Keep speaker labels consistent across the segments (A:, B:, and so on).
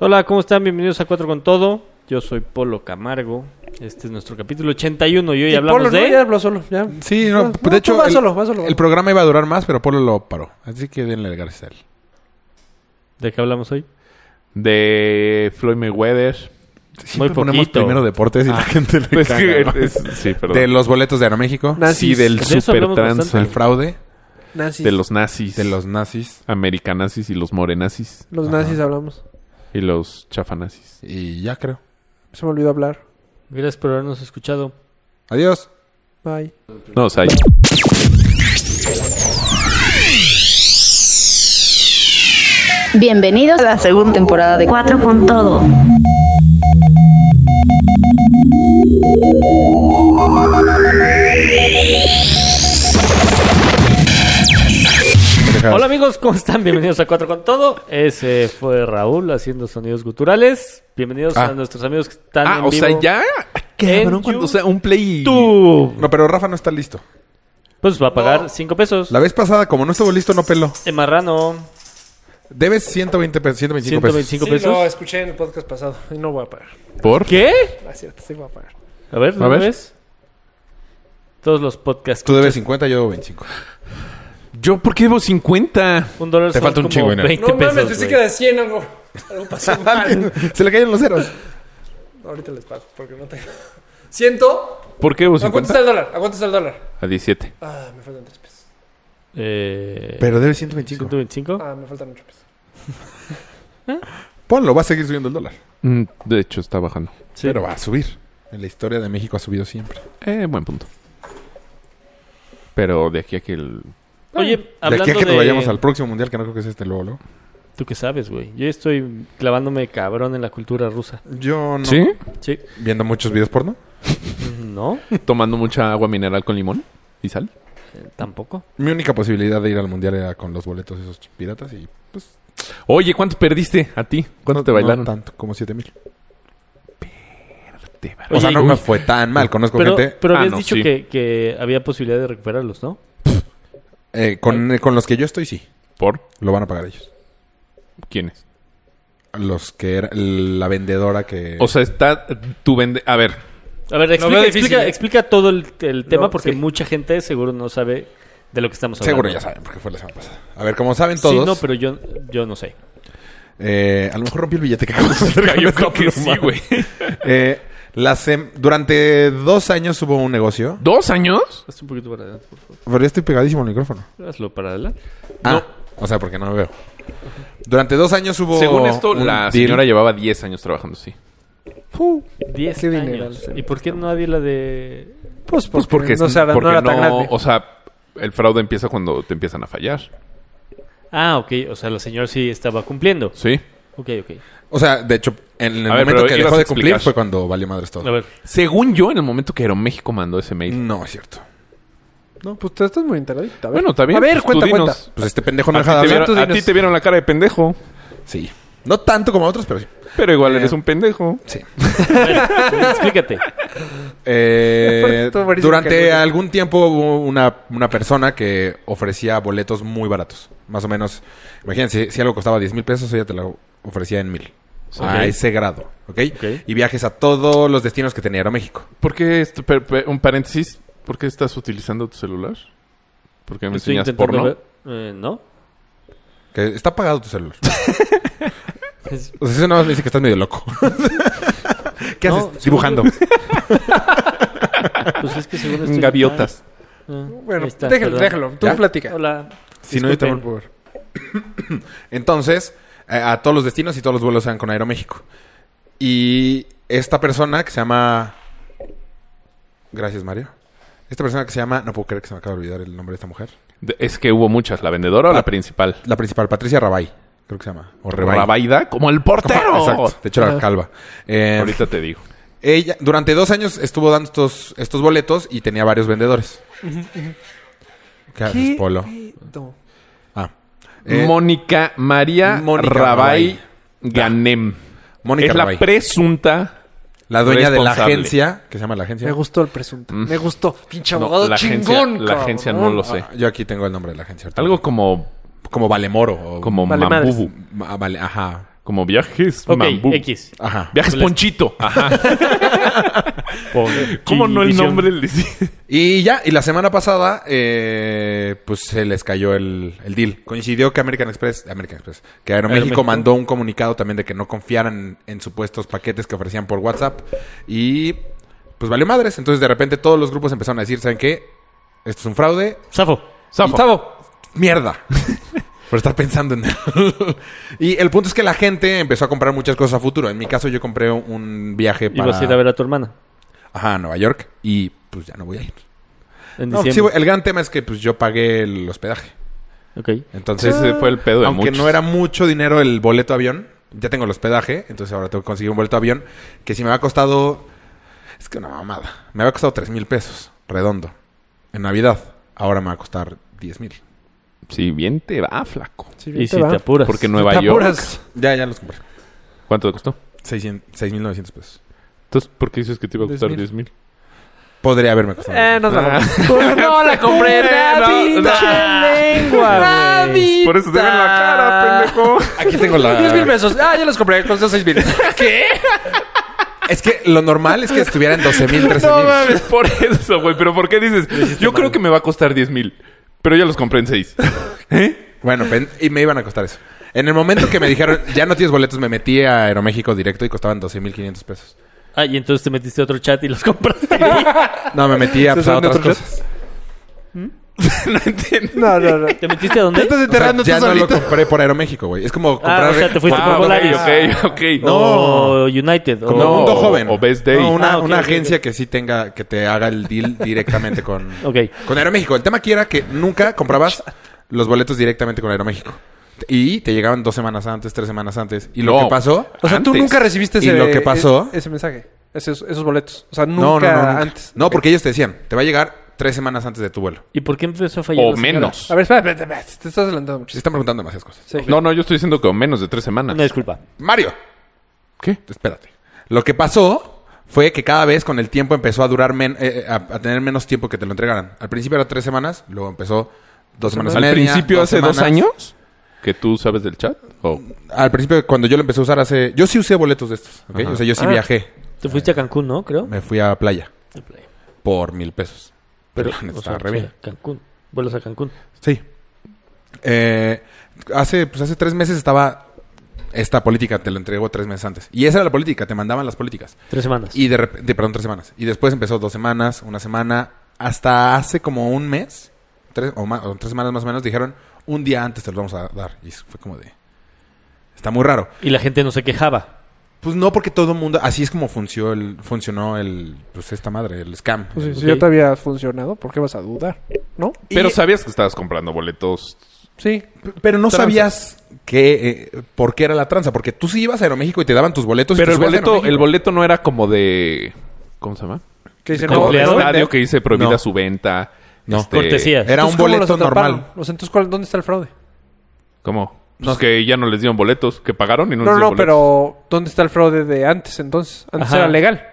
A: Hola, ¿cómo están? Bienvenidos a Cuatro con Todo. Yo soy Polo Camargo. Este es nuestro capítulo 81 y hoy
B: Y
A: hablamos
B: Polo,
A: de...
B: No, ya habló solo, ya.
C: Sí, no,
B: No,
C: de
B: Pues, no, tú
C: hecho,
B: vas
C: el,
B: solo, vas solo.
C: el programa iba a durar más, pero Polo lo paró. Así que denle gracias a él.
A: ¿De qué hablamos hoy?
D: de Floyd Mayweather.
C: Siempre
A: Muy
C: ponemos
A: poquito.
C: primero deportes y la gente le
D: Pues
C: caga,
D: que-
C: ¿no?
D: es- sí, perdón.
C: De los boletos de Aeroméxico.
D: sí,
B: Nazis,
D: del
A: de eso hablamos
D: super trans,
A: bastante.
C: El fraude.
B: nazis.
D: de los nazis,
C: De los nazis.
D: americanazis y los morenazis
B: Los
C: Ajá.
B: nazis hablamos.
D: y los chafanazis.
C: Y ya creo.
B: Se me olvidó hablar.
A: Gracias por habernos escuchado.
C: Adiós.
B: Bye.
D: No, o sea,
E: Bienvenidos a la segunda temporada de Cuatro con Todo.
C: Deja-
A: Hola amigos, ¿cómo están? Bienvenidos a Cuatro con Todo. Ese fue Raúl haciendo sonidos guturales. Bienvenidos
C: Ah.
A: a nuestros amigos que están
D: ah,
A: en
D: o sea,
A: vivo.
D: ya.
A: Cabrón,
D: Cabrón,
A: En cuando-
D: cuando,
A: o sea,
D: un play.
A: ¡Tú!
C: No, pero Rafa no está listo.
A: Pues va a pagar cinco pesos.
C: La vez pasada, como no estuvo listo, no peló.
A: En marrano,
C: Debes 120 pesos, 125 pesos.
A: 125 pesos.
B: escuché en el podcast pasado. Y no voy a pagar.
D: ¿Por
A: ¿Qué?
B: Ah, cierto, sí voy a pagar.
A: A ver, ¿no
D: A ver.
A: ves? Todos los podcasts.
C: Tú debes 50, yo debo 25.
D: Yo, ¿por qué debo 50?
A: Un dólar
C: Te
A: son
C: falta un
A: como
C: chingo de dinero.
A: 20 pesos, güey.
B: de 100 algo. Algo pasó
C: Se le cayeron los ceros.
B: Ahorita les pago porque no tengo. ¿Ciento?
D: ¿Por qué debo 50?
B: el dólar? ¿A cuánto está el dólar?
D: A 17.
B: Ah, me faltan 3 pesos.
A: Eh,
C: Pero debes 125.
A: 125.
B: Ah, me faltan 8 pesos.
C: Ponlo, va a seguir subiendo el dólar.
D: Mm, de hecho, está bajando.
A: Sí.
C: Pero va a subir. En la historia de México ha subido siempre.
D: Eh, buen punto. Pero de aquí a que el...
A: Oye,
C: de
A: hablando
C: aquí a que
A: de...
C: nos vayamos al próximo mundial, que no creo que es este luego, luego.
A: Tú qué sabes, güey. Yo estoy clavándome cabrón en la cultura rusa.
C: Yo no.
D: ¿Sí?
A: Sí.
C: Viendo muchos videos porno.
A: Mm, No,
D: Tomando mucha agua mineral con limón y sal.
A: eh, tampoco.
C: Mi única posibilidad de ir al mundial era con los boletos esos piratas y pues.
D: Oye, ¿cuánto perdiste a ti? ¿Cuánto
C: no-
D: te bailaron?
C: No tanto, como 7 mil.
D: Te bar-
C: O sea,
A: Oye,
C: no
A: uy.
C: me fue tan mal. Conozco
A: Pero,
C: gente.
A: pero
D: Ah,
A: habías
D: no,
A: dicho
D: sí.
A: que, que había posibilidad de recuperarlos, ¿no?
C: eh, con, eh, con los que yo estoy, sí.
D: ¿Por?
C: Lo van a pagar ellos.
D: ¿Quién es?
C: Los que era la vendedora que.
D: O sea, está tu vende... A ver,
A: A ver, explica,
B: veo difícil,
A: explica,
B: ¿eh?
A: explica todo el, el tema
B: No,
A: porque
B: sí.
A: mucha gente seguro no sabe de lo que estamos hablando.
C: Seguro ya saben, porque fue la semana pasada. A ver, como saben
A: Sí,
C: todos,
A: no, pero yo, yo no sé.
C: eh, a lo mejor rompió el billete que acabamos de hacer con
D: yo
C: esta
D: creo que
C: pluma.
D: sí, güey.
C: Eh, la sem- durante dos años hubo un negocio.
D: ¿Dos años?
A: Hazte un poquito para adelante, por favor.
C: Pero ya estoy pegadísimo al micrófono.
A: Hazlo para adelante.
C: Ah, o sea, porque no me veo. Durante dos años hubo.
D: Según esto,
C: un
D: la
C: deal.
D: señora llevaba 10 años trabajando, sí.
A: 10
B: Qué
A: años.
B: dineral se
A: ¿Y por qué no había la de...?
B: Pues,
D: Pues porque
B: no,
D: es-
B: se hará-
D: porque
B: no era tan
D: no-
B: grande.
D: O sea, el fraude empieza cuando te empiezan a fallar.
A: Ah, ok. O sea, la señora sí estaba cumpliendo.
D: Sí.
A: Ok, ok.
C: O sea, de hecho, en el
D: A ver,
C: momento
D: pero
C: que
D: ibas
C: dejó
D: a
C: de cumplir
D: explicar.
C: fue cuando valió madres todo.
A: A ver.
D: Según yo, en el momento que Aeroméxico mandó ese mail.
C: No, es cierto.
B: No, pues tú estás muy enteradito. a ver.
D: Bueno, está bien.
B: A ver,
D: pues tú
B: cuenta, cuenta.
D: dinos.
C: Pues este pendejo no
D: A ti
C: deja de
D: te
C: hablar.
D: vieron- a ti te vieron la cara de pendejo.
C: Sí. No tanto como a otros, pero sí.
D: Pero igual
C: Eh.
D: eres un pendejo.
C: Sí.
A: Explícate.
C: Eh,
B: Aparte, estuvo buenísimo que
C: durante
B: no-
C: algún tiempo hubo una, una persona que ofrecía boletos muy baratos. Más o menos, imagínense, si algo costaba 10 mil pesos, ella te lo ofrecía en mil.
D: Ok.
C: A ese grado, ¿ok?
A: Ok.
C: Y viajes a todos los destinos que tenía Aeroméxico.
D: ¿Por qué, esto- per- per- un paréntesis, por qué estás utilizando tu celular? ¿Por qué me
A: Estoy
D: enseñas
A: intentando
D: porno?
A: ver- eh, no.
C: Que está apagado tu celular. O sea, eso nada más me dice que estás medio loco. ¿Qué
A: No, seguro-
C: haces? Dibujando.
A: Pues es que según esto ya
D: Gaviotas.
A: está. Ah,
B: Bueno,
A: ahí está,
B: déjalo,
A: perdón.
B: déjalo. Tú
C: ¿Ya?
B: platica.
A: Hola.
C: Si no, yo te
A: Disculpen.
C: vuelvo a ver. Entonces, eh, a todos los destinos y todos los vuelos eran con Aeroméxico. Y esta persona que se llama. Gracias, Mario. Esta persona que se llama. No puedo creer que se me acaba de olvidar el nombre de esta mujer.
D: De- Es que hubo muchas, la vendedora o
C: Ah.
D: la principal.
C: La principal, Patricia Rabay. Creo que se llama. O Rebay.
D: Rabaida, como el portero.
C: Exacto. De hecho, era calva. Eh,
D: Ahorita te digo.
C: ella, durante dos años estuvo dando estos, estos boletos y tenía varios vendedores. ¿Qué haces, Ah, Polo?
B: No.
C: Ah. Eh,
D: Mónica María
C: Mónica
D: Rabay
C: Rabay.
D: Ganem.
C: Mónica
D: es la
C: Rabay.
D: presunta.
C: La dueña de la
D: Responsable.
C: agencia, que se llama la agencia.
B: Me gustó el presunto. Me gustó. Pinche
D: No,
B: abogado
D: la agencia-
B: chingón,
D: la agencia no
B: cabrón.
D: lo sé.
C: Ah, Yo aquí tengo el nombre de la agencia. ahorita.
D: Algo como,
C: como Valemoro. O
D: como
B: Vale,
D: Mambubu.
C: Ma- vale, ajá.
D: Como viajes
A: Ok,
D: Mambú.
A: X.
C: Ajá.
D: Viajes Ponchito.
A: Eh,
D: ¿Cómo no el
A: Visión.
D: nombre? le dice?
C: Y ya, y la semana pasada, eh, pues se les cayó el, el deal. Coincidió que American Express, American Express, que Aeroméxico
A: Aeroméxico.
C: mandó un comunicado también de que no confiaran en supuestos paquetes que ofrecían por WhatsApp. Y pues valió madres. Entonces de repente todos los grupos empezaron a decir, ¿saben qué? Esto es un fraude.
A: Zafo.
C: Y Zafo, Mierda. Por estar pensando en Y el punto es que la gente empezó a comprar muchas cosas a futuro. En mi caso, yo compré un viaje para
A: Ibas a ir a ver a tu hermana.
C: Ajá, a Nueva York. Y pues ya no voy a ir.
A: En
C: No, sí,
A: diciembre.
C: güey, el gran tema es que pues yo pagué el hospedaje.
A: Ok.
C: Entonces,
D: Ese fue el pedo de
C: aunque
D: muchos.
C: no era mucho dinero el boleto de avión, ya tengo el hospedaje, entonces ahora tengo que conseguir un boleto de avión que si me había costado es que una mamada, me había costado 3 mil pesos redondo en Navidad, ahora me va a costar 10 mil.
D: Sí, bien te va, flaco.
A: Y si te apuras.
D: Porque Nueva York.
C: Ya, ya los compré.
D: ¿Cuánto te costó?
C: 600 6.900 pesos.
D: Entonces, ¿por qué dices que te iba a costar
B: 10,000?
D: 10 mil?
C: Podría haberme costado.
B: Eh,
C: 10,000.
B: no, Pues la
A: no la compré.
D: la pinche
A: lengua,
D: Por eso te ven la cara, pendejo.
C: Aquí tengo la
B: 10 mil pesos. Ah, ya los compré. Costó 6 mil.
C: Es que lo normal es que estuvieran 12 mil, 13
D: No
C: mil.
D: mames, por eso, güey. Pero ¿por qué dices? Yo creo que me va a costar 10 mil. Pero ya los compré en 6.
C: Bueno, pen- y me iban a costar eso. En el momento que me dijeron, ya no tienes boletos, me metí a Aeroméxico directo y costaban 12.500 pesos.
A: Ah, y entonces te metiste a otro chat y los compraste.
C: No, me metí a,
B: ¿Se
C: pues, a
B: saben de
C: otras
B: otro
C: cosas.
D: no entiendo.
B: No, no, no.
A: ¿Te metiste a
B: Te
A: dónde?
B: estás
C: O sea,
B: enterrando
C: ya
B: tú
C: no lo
B: solito.
C: compré por Aeroméxico, güey. Es como comprar...
A: Ah, o sea, te fuiste
D: Ah,
A: por Volaris.
D: ok, ok, ok.
A: O United.
C: Como
A: o...
C: mundo joven.
D: o Best Day.
C: No, una,
A: Ah, ok,
C: una
A: ok,
C: agencia que sí tenga, que te haga el deal directamente con,
A: Ok.
C: con Aeroméxico. El tema aquí era que nunca comprabas los boletos directamente con Aeroméxico. Y te llegaban dos semanas antes, tres semanas antes. Y lo
D: No.
C: que pasó...
B: O sea, tú
D: Antes.
B: nunca recibiste
C: Y
B: ese,
C: lo que pasó-
B: e- ese mensaje, esos, esos boletos. O sea, nunca,
C: No, no, no, nunca.
B: antes.
C: No, porque ellos te decían, te va a llegar tres semanas antes de tu vuelo.
A: ¿Y por qué empezó a fallar?
D: O
A: la señora?
D: menos.
B: A ver, espera, espera, espera, te estás adelantando mucho.
C: Se Pues están preguntando demasiadas cosas.
B: Sí.
D: No, no, yo estoy diciendo que o menos de tres semanas.
A: Una disculpa.
C: Mario,
D: ¿Qué?
C: espérate. Lo que pasó fue que cada vez con el tiempo empezó a durar men- eh, a, a tener menos tiempo que te lo entregaran. Al principio era tres semanas, luego empezó dos semanas y
D: Al
C: media,
D: principio, hace dos
C: semanas.
D: años, que tú sabes del chat. O
C: Al principio, cuando yo lo empecé a usar hace... Yo sí usé boletos de estos, ¿ok?
D: Ajá.
C: O sea, yo sí
A: Ah.
C: viajé.
A: Te fuiste a Cancún, ¿no? Creo.
C: Me fui a playa
A: De play.
C: por mil pesos. Pero,
A: o
C: la neta,
A: sea,
C: estaba re
A: sí,
C: bien.
A: Cancún. Vuelos a Cancún.
C: Sí. Eh, hace, pues hace tres meses estaba esta política, te lo entregó tres meses antes. Y esa era la política, te mandaban las políticas.
A: Tres semanas.
C: Y de repente, perdón, tres semanas. Y después empezó dos semanas, una semana, hasta hace como un mes, tres, o, ma- o tres semanas más o menos, dijeron, un día antes te lo vamos a dar. Y fue como de... Está muy raro.
A: Y la gente no se quejaba.
C: Pues no porque todo el mundo... Así es como funcionó el, funcionó el... Pues esta madre, el scam.
B: Pues sí, si
A: Ok.
B: ya te había funcionado, ¿por qué vas a dudar? ¿No?
D: Pero sabías que estabas comprando boletos.
B: Sí.
C: Pero no
D: Tranza.
C: sabías que, eh, por qué era la tranza. Porque tú sí ibas a Aeroméxico y te daban tus boletos. y
D: Pero
C: te
D: el
C: subías a
D: boleto,
C: Aeroméxico.
D: el boleto no era como de. ¿Cómo se llama?
B: Que dicen,
A: ¿Cómo
D: Como de
A: ¿Empleado?
D: estadio que dice prohibida
C: No.
D: su venta. Este,
C: No.
A: Cortesías.
C: Era un
B: entonces, ¿cómo los
C: boleto
B: atraparon?
C: normal.
B: O sea, entonces, ¿cuál- ¿dónde está el fraude?
D: ¿Cómo? Pues que ya no les dieron boletos, que pagaron y
B: No,
D: no,
B: no,
D: les dieron boletos.
B: pero ¿dónde está el fraude de antes entonces? Antes
A: Ajá.
B: era legal.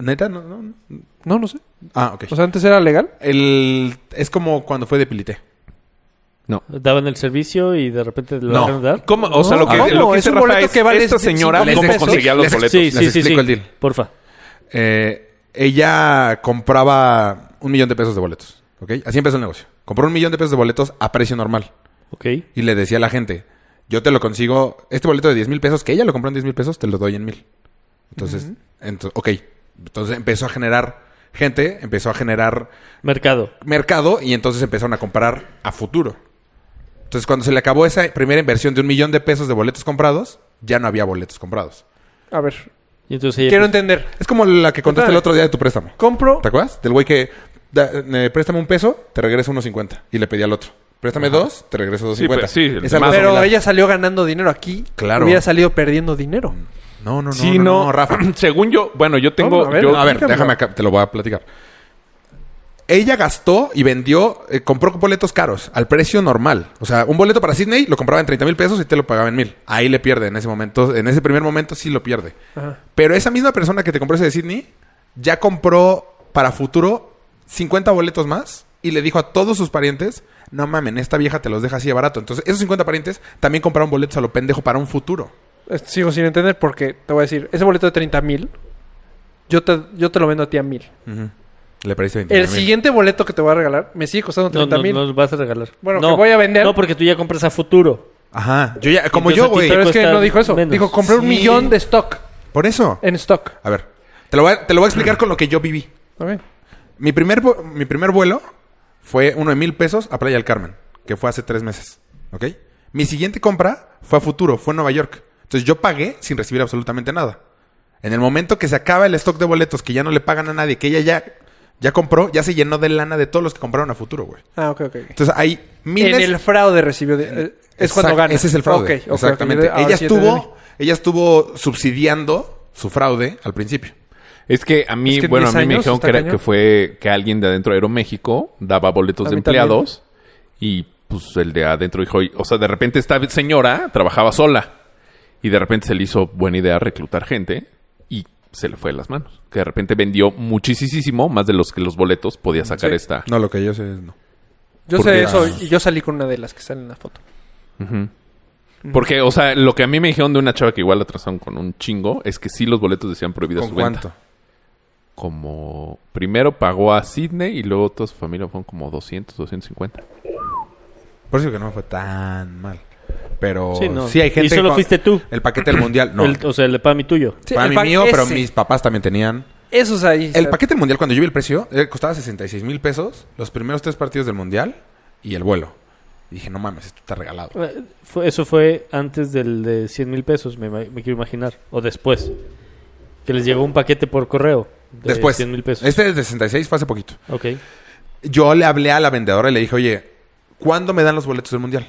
C: Neta, no, no, no.
B: No, no sé.
C: Ah, ok.
B: O sea, antes era legal.
C: el, es como cuando fue de Pilité.
A: Daban el servicio y de repente lo
C: No.
A: dejaron dar.
D: ¿Cómo? O sea, lo que,
B: ¿Cómo?
D: lo que
B: Ah, Es
D: dice
B: un boleto
D: Rafa es,
B: que vale
D: esta señora,
B: cinco mil
D: ¿cómo
B: pesos?
D: conseguía los
C: Les-
D: boletos?
A: Sí,
C: Les
A: sí, sí, sí.
C: explico el deal.
A: Porfa.
C: Eh, ella compraba un millón de pesos de boletos. ¿Ok? Así empezó el negocio. Compró un millón de pesos de boletos a precio normal.
A: Ok.
C: Y le decía a la gente, yo te lo consigo, este boleto de 10 mil pesos, que ella lo compró en 10 mil pesos, te lo doy en mil. Entonces, ento- ok. Entonces empezó a generar gente, empezó a generar
A: Mercado.
C: mercado y entonces empezaron a comprar a futuro. Entonces, cuando se le acabó esa primera inversión de un millón de pesos de boletos comprados, ya no había boletos comprados.
B: A ver,
A: Y entonces ella
B: quiero
A: pues,
B: entender.
C: Es como la que contaste el otro día de tu préstamo.
B: Compro.
C: ¿Te acuerdas? Del güey que da- eh, préstame un peso, te regreso 1.50 y le pedí al otro. Préstame dos, te regreso 2.50.
D: Sí, pues, sí, el
C: Es algo
D: más
B: Pero
C: similar.
B: ella salió ganando dinero aquí.
C: Claro.
B: Hubiera salido perdiendo dinero.
C: No, no, no,
D: Sí,
C: no,
D: no,
C: no, Rafa.
D: Según yo, bueno, yo tengo.
B: No, a ver,
D: yo-
C: No, a ver,
B: Explícamelo.
C: déjame acá, te lo voy a platicar. Ella gastó y vendió, eh, compró boletos caros, al precio normal. O sea, un boleto para Sydney lo compraba en 30 mil pesos y te lo pagaba en mil. Ahí le pierde en ese momento, en ese primer momento sí lo pierde.
B: Ajá.
C: Pero esa misma persona que te compró ese de Sydney ya compró para futuro 50 boletos más y le dijo a todos sus parientes, no mamen, esta vieja te los deja así de barato. Entonces, esos 50 parientes también compraron boletos a lo pendejo para un futuro.
B: eh, sigo sin entender porque te voy a decir, ese boleto de 30 mil, yo te, yo te lo vendo a ti a mil.
C: Ujú. Le parece 20
B: El siguiente boleto que te voy a regalar me sigue costando
A: No,
B: 30
A: no,
B: mil.
A: no los vas a regalar.
B: Bueno,
A: no,
B: que voy a vender.
A: No, porque tú ya compras a futuro.
C: Ajá. Yo ya, como yo,
A: Entonces,
C: güey.
A: a
B: pero
A: te
B: es que
A: cuesta
B: no dijo eso.
A: menos.
B: Dijo, compré un
C: Sí.
B: millón de stock.
C: Por eso.
B: En stock.
C: A ver. Te lo, voy a, te lo voy a explicar con lo que yo viví.
B: Ok.
C: Mi primer, vo- mi primer vuelo fue uno de mil pesos a Playa del Carmen, que fue hace tres meses. ¿Ok? Mi siguiente compra fue a futuro, fue en Nueva York. Entonces yo pagué sin recibir absolutamente nada. En el momento que se acaba el stock de boletos, que ya no le pagan a nadie, que ella ya, ya compró, ya se llenó de lana de todos los que compraron a futuro, güey.
B: Ah, ok, ok. ok.
C: Entonces hay miles.
B: En el fraude recibió. de- eh, es
C: Exact-
B: cuando gana.
C: Ese es el fraude.
B: Ok, ok, ok.
C: Exactamente.
B: Ahora
C: ella
B: sí entendí.
C: estuvo, ella estuvo subsidiando su fraude al principio.
D: Es que a mí,
B: Es que en
D: bueno, a
B: 10
D: mí me
B: años
D: dijeron
B: está
D: que, era-
B: cañón.
D: que fue que alguien de adentro de Aeroméxico daba boletos
B: A
D: de
B: mí también.
D: empleados y pues el de adentro dijo, "Oye", o sea, de repente esta señora trabajaba sola y de repente se le hizo buena idea reclutar gente y se le fue de las manos. Que de repente vendió muchísimo más de los que los boletos podía sacar
B: Sí.
D: esta.
C: No, lo que yo sé es no.
B: Yo
C: Porque-
B: sé eso y yo salí con una de las que sale en la foto.
D: Ujú.
B: Mm.
D: Porque, o sea, lo que a mí me dijeron de una chava que igual la trazaron con un chingo es que sí los boletos decían prohibidas
C: ¿Con
D: su venta.
C: cuánto?
D: como primero pagó a Sydney y luego toda su familia fueron como 200, 250.
C: Por eso que no me fue tan mal. Pero
A: Sí,
C: sí,
A: no.
C: hay gente
A: Y solo
C: que-
A: fuiste tú.
C: El paquete del mundial, no.
A: El- o sea, el de Pami tuyo.
B: Sí,
C: para
B: el
C: mí
B: pack
C: mío, pero
B: ese.
C: mis papás también tenían.
B: Esos ahí.
C: El
B: se-
C: paquete del mundial, cuando yo vi el precio, eh, costaba 66 mil pesos, los primeros tres partidos del mundial y el vuelo. Y dije, no mames, esto está regalado.
A: Eh, fue- eso fue antes del de 100 mil pesos, me, ima- me quiero imaginar. O después. Que les llegó un paquete por correo. De
C: Después,
A: 100 mil pesos.
C: este es de 66, fue hace poquito.
A: Ok.
C: Yo le hablé a la vendedora y le dije, oye, ¿cuándo me dan los boletos del mundial?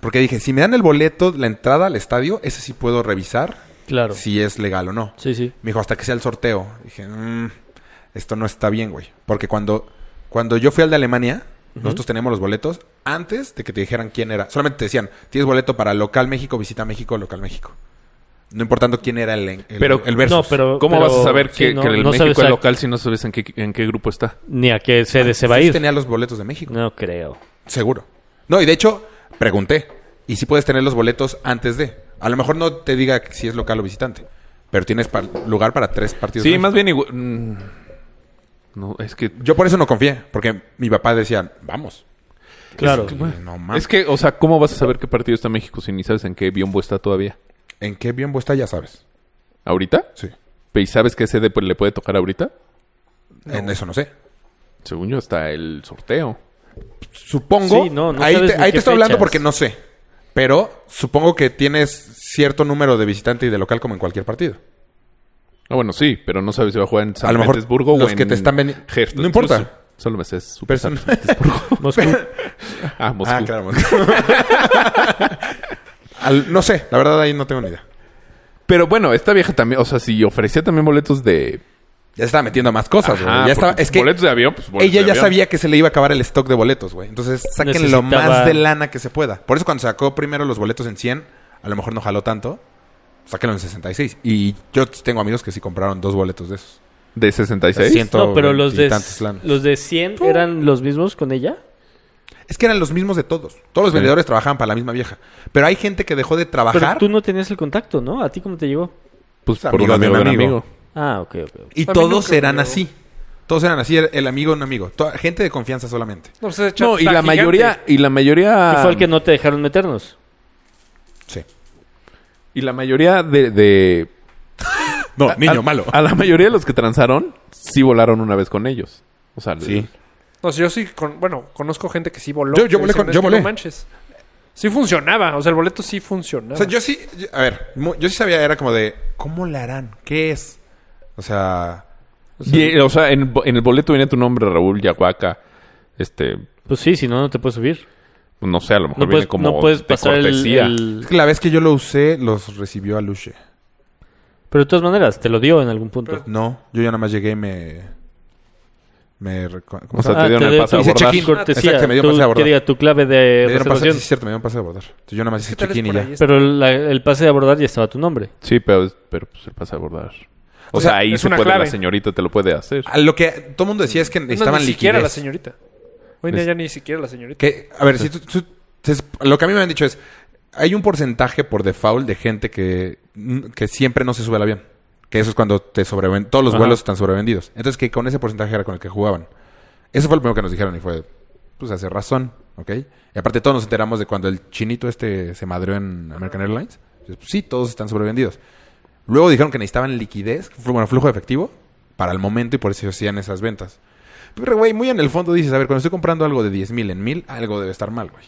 C: Porque dije, si me dan el boleto, la entrada al estadio, ese sí puedo revisar
A: Claro. Sí,
C: si es legal o no.
A: sí.
C: Me dijo, hasta que sea el sorteo. Dije, "Mm, esto no está bien, güey. Porque cuando, cuando yo fui al de Alemania, nosotros teníamos los boletos antes de que te dijeran quién era. Solamente te decían, tienes boleto para local México, visita México, local México. No importando quién era el, el,
D: Pero-
C: el versus.
A: No, pero-
D: ¿Cómo vas a saber
A: sí,
D: que,
A: no-
D: que el
A: no
D: México
A: sabes
D: es
A: a-
D: local si no sabes en qué, en qué grupo está?
A: Ni a qué sede se va a
C: Sí, sí
A: ir.
C: tenía los boletos de México.
A: No creo.
C: Seguro. No, y de hecho, pregunté. Y si puedes tener los boletos antes de. A lo mejor no te diga si es local o visitante. Pero tienes pa- lugar para tres partidos.
D: Sí,
C: de
D: más
C: México.
D: bien igual... mm, No, es que...
C: Yo por eso no confié. Porque mi papá decía, vamos.
A: Claro.
C: Y No mames.
D: Es que, o sea, ¿cómo vas a saber qué partido está México si ni sabes en qué biombo está todavía?
C: ¿En qué biombo está? Ya sabes.
D: ¿Ahorita?
C: Sí.
D: ¿Y sabes qué sede pues, le puede tocar ahorita?
C: En eso no sé.
D: Según yo, está el sorteo.
C: Supongo.
A: Sí, no, no
C: ahí
A: sabes
C: te,
A: ni
C: ahí
A: qué
C: te estoy hablando
A: fechas.
C: porque no sé. Pero supongo que tienes cierto número de visitante y de local como en cualquier partido.
D: Ah, bueno, sí, pero no sabes si va a jugar en San
C: A lo mejor
D: Petersburgo
C: los
D: o
C: que
D: en
C: te están veni-
D: Herst-
C: No importa.
D: Solo me sé su
C: Pero
D: San
C: eso-
D: Petersburgo.
A: Moscú.
D: Ah, Moscú.
C: Ah, claro. Al- no sé. La verdad ahí no tengo ni idea.
D: Pero bueno, esta vieja también, o sea, si ofrecía también boletos de.
C: Ya estaba metiendo más cosas, güey.
D: Ajá,
C: Ya estaba-
D: porque
C: es que
D: boletos de avión, pues boletos
C: ella
D: de
C: ya
D: avión.
C: sabía que se le iba a acabar el stock de boletos, güey. Entonces saquen lo
A: Necesitaba-
C: más de lana que se pueda. Por eso cuando sacó primero los boletos en 100, a lo mejor no jaló tanto. Sáquenlo en 66. Y yo tengo amigos que sí compraron dos boletos de esos.
D: de 66.
C: Siento.
A: No, pero los de,
C: 120 y tantos lanas.
A: los de 100 eran los mismos con ella.
C: Es que eran los mismos de todos. Todos los
D: Sí.
C: vendedores trabajaban para la misma vieja. Pero hay gente que dejó de
A: Pero
C: trabajar
A: tú no tenías el contacto, ¿no? ¿A ti cómo te llegó?
D: Pues
C: Pues,
D: por un
C: amigo de
D: amigo,
C: un
D: de un
C: amigo.
D: amigo.
A: Ah, ok, ok. ok.
C: y
B: A mí
C: todos
B: nunca me
C: eran
B: llegó.
C: así. Todos eran así, el- el amigo de un amigo. Toda- gente de confianza solamente.
B: No, pues ese chat
D: No, y
B: está
D: la
B: gigante.
D: mayoría. Y
A: ¿Qué
D: la
C: Ah,
D: mayoría.
A: fue el
C: mm.
A: que no te dejaron meternos?
C: Sí.
D: Y la mayoría de. de-
C: No,
B: Ah,
D: a- a- A la mayoría de los que transaron, sí volaron una vez con ellos. O sea,
C: Sí.
B: No, si yo sí, con, bueno, conozco gente que sí voló.
C: Yo- yo volé
B: Dicen,
C: con-
B: "Es
C: yo
B: que
C: volé".
B: No manches. Sí funcionaba. O sea, el boleto sí funcionaba.
C: O sea, yo sí, yo- a ver, mu- yo sí sabía, era como de, ¿cómo la harán? ¿Qué es? O sea,
D: Y, o sea, en, en el boleto viene tu nombre, Raúl Yahuaca. Este. pues,
A: Pues sí, si no, no te puedes subir.
D: No sé, a lo mejor
A: No
D: viene
A: puedes,
D: como.
A: no puedes
D: de
A: pasar el,
D: cortesía.
A: el-
C: es que la vez que yo lo usé, los recibió Aluche.
A: Pero de todas maneras, te lo dio en algún punto.
C: No, yo ya nada más llegué y me. me reco- ¿cómo
D: O
C: se llama?
D: sea, te dieron el
A: Ah, dio
D: pase a
A: tu-
D: abordar.
A: tu cortesía,
C: Exacto, me dio
A: tu-
C: pase a abordar.
A: que diga tu clave de
C: me dieron pase,
A: reservación.
C: sí, es cierto, me dieron pase de abordar. Entonces yo nada más hice
B: ¿Qué tal es
C: check-in y
B: por
C: ya.
B: ahí? Es-
A: Pero la- el pase de abordar ya estaba tu nombre.
D: Sí, pero, pero pues, el pase a abordar. O,
C: O
D: sea,
C: sea,
D: ahí
B: es
D: se
B: una
D: puede, la
B: clave.
D: señorita te lo puede hacer.
C: A Ah, lo que todo el mundo decía es que
B: No,
C: necesitaban
B: ni siquiera
C: liquidez.
B: la señorita. Hoy en día ya ni siquiera la señorita.
C: Que, a ver, si tú- tú- se- lo que a mí me han dicho es, hay un porcentaje por default de gente que, que siempre no se sube al avión. Que eso es cuando te sobreven todos los
A: Ajá.
C: vuelos están sobrevendidos. Entonces, que con ese porcentaje era con el que jugaban. Eso fue lo primero que nos dijeron y fue, pues hace razón, ¿ok? Y aparte todos nos enteramos de cuando el chinito este se madreó en American Airlines. Pues, sí, todos están sobrevendidos. Luego dijeron que necesitaban liquidez, flu- bueno, flujo de efectivo para el momento y por eso hacían esas ventas. Pero, güey, muy en el fondo dices, a ver, cuando estoy comprando algo de 10 mil en mil, algo debe estar mal, güey.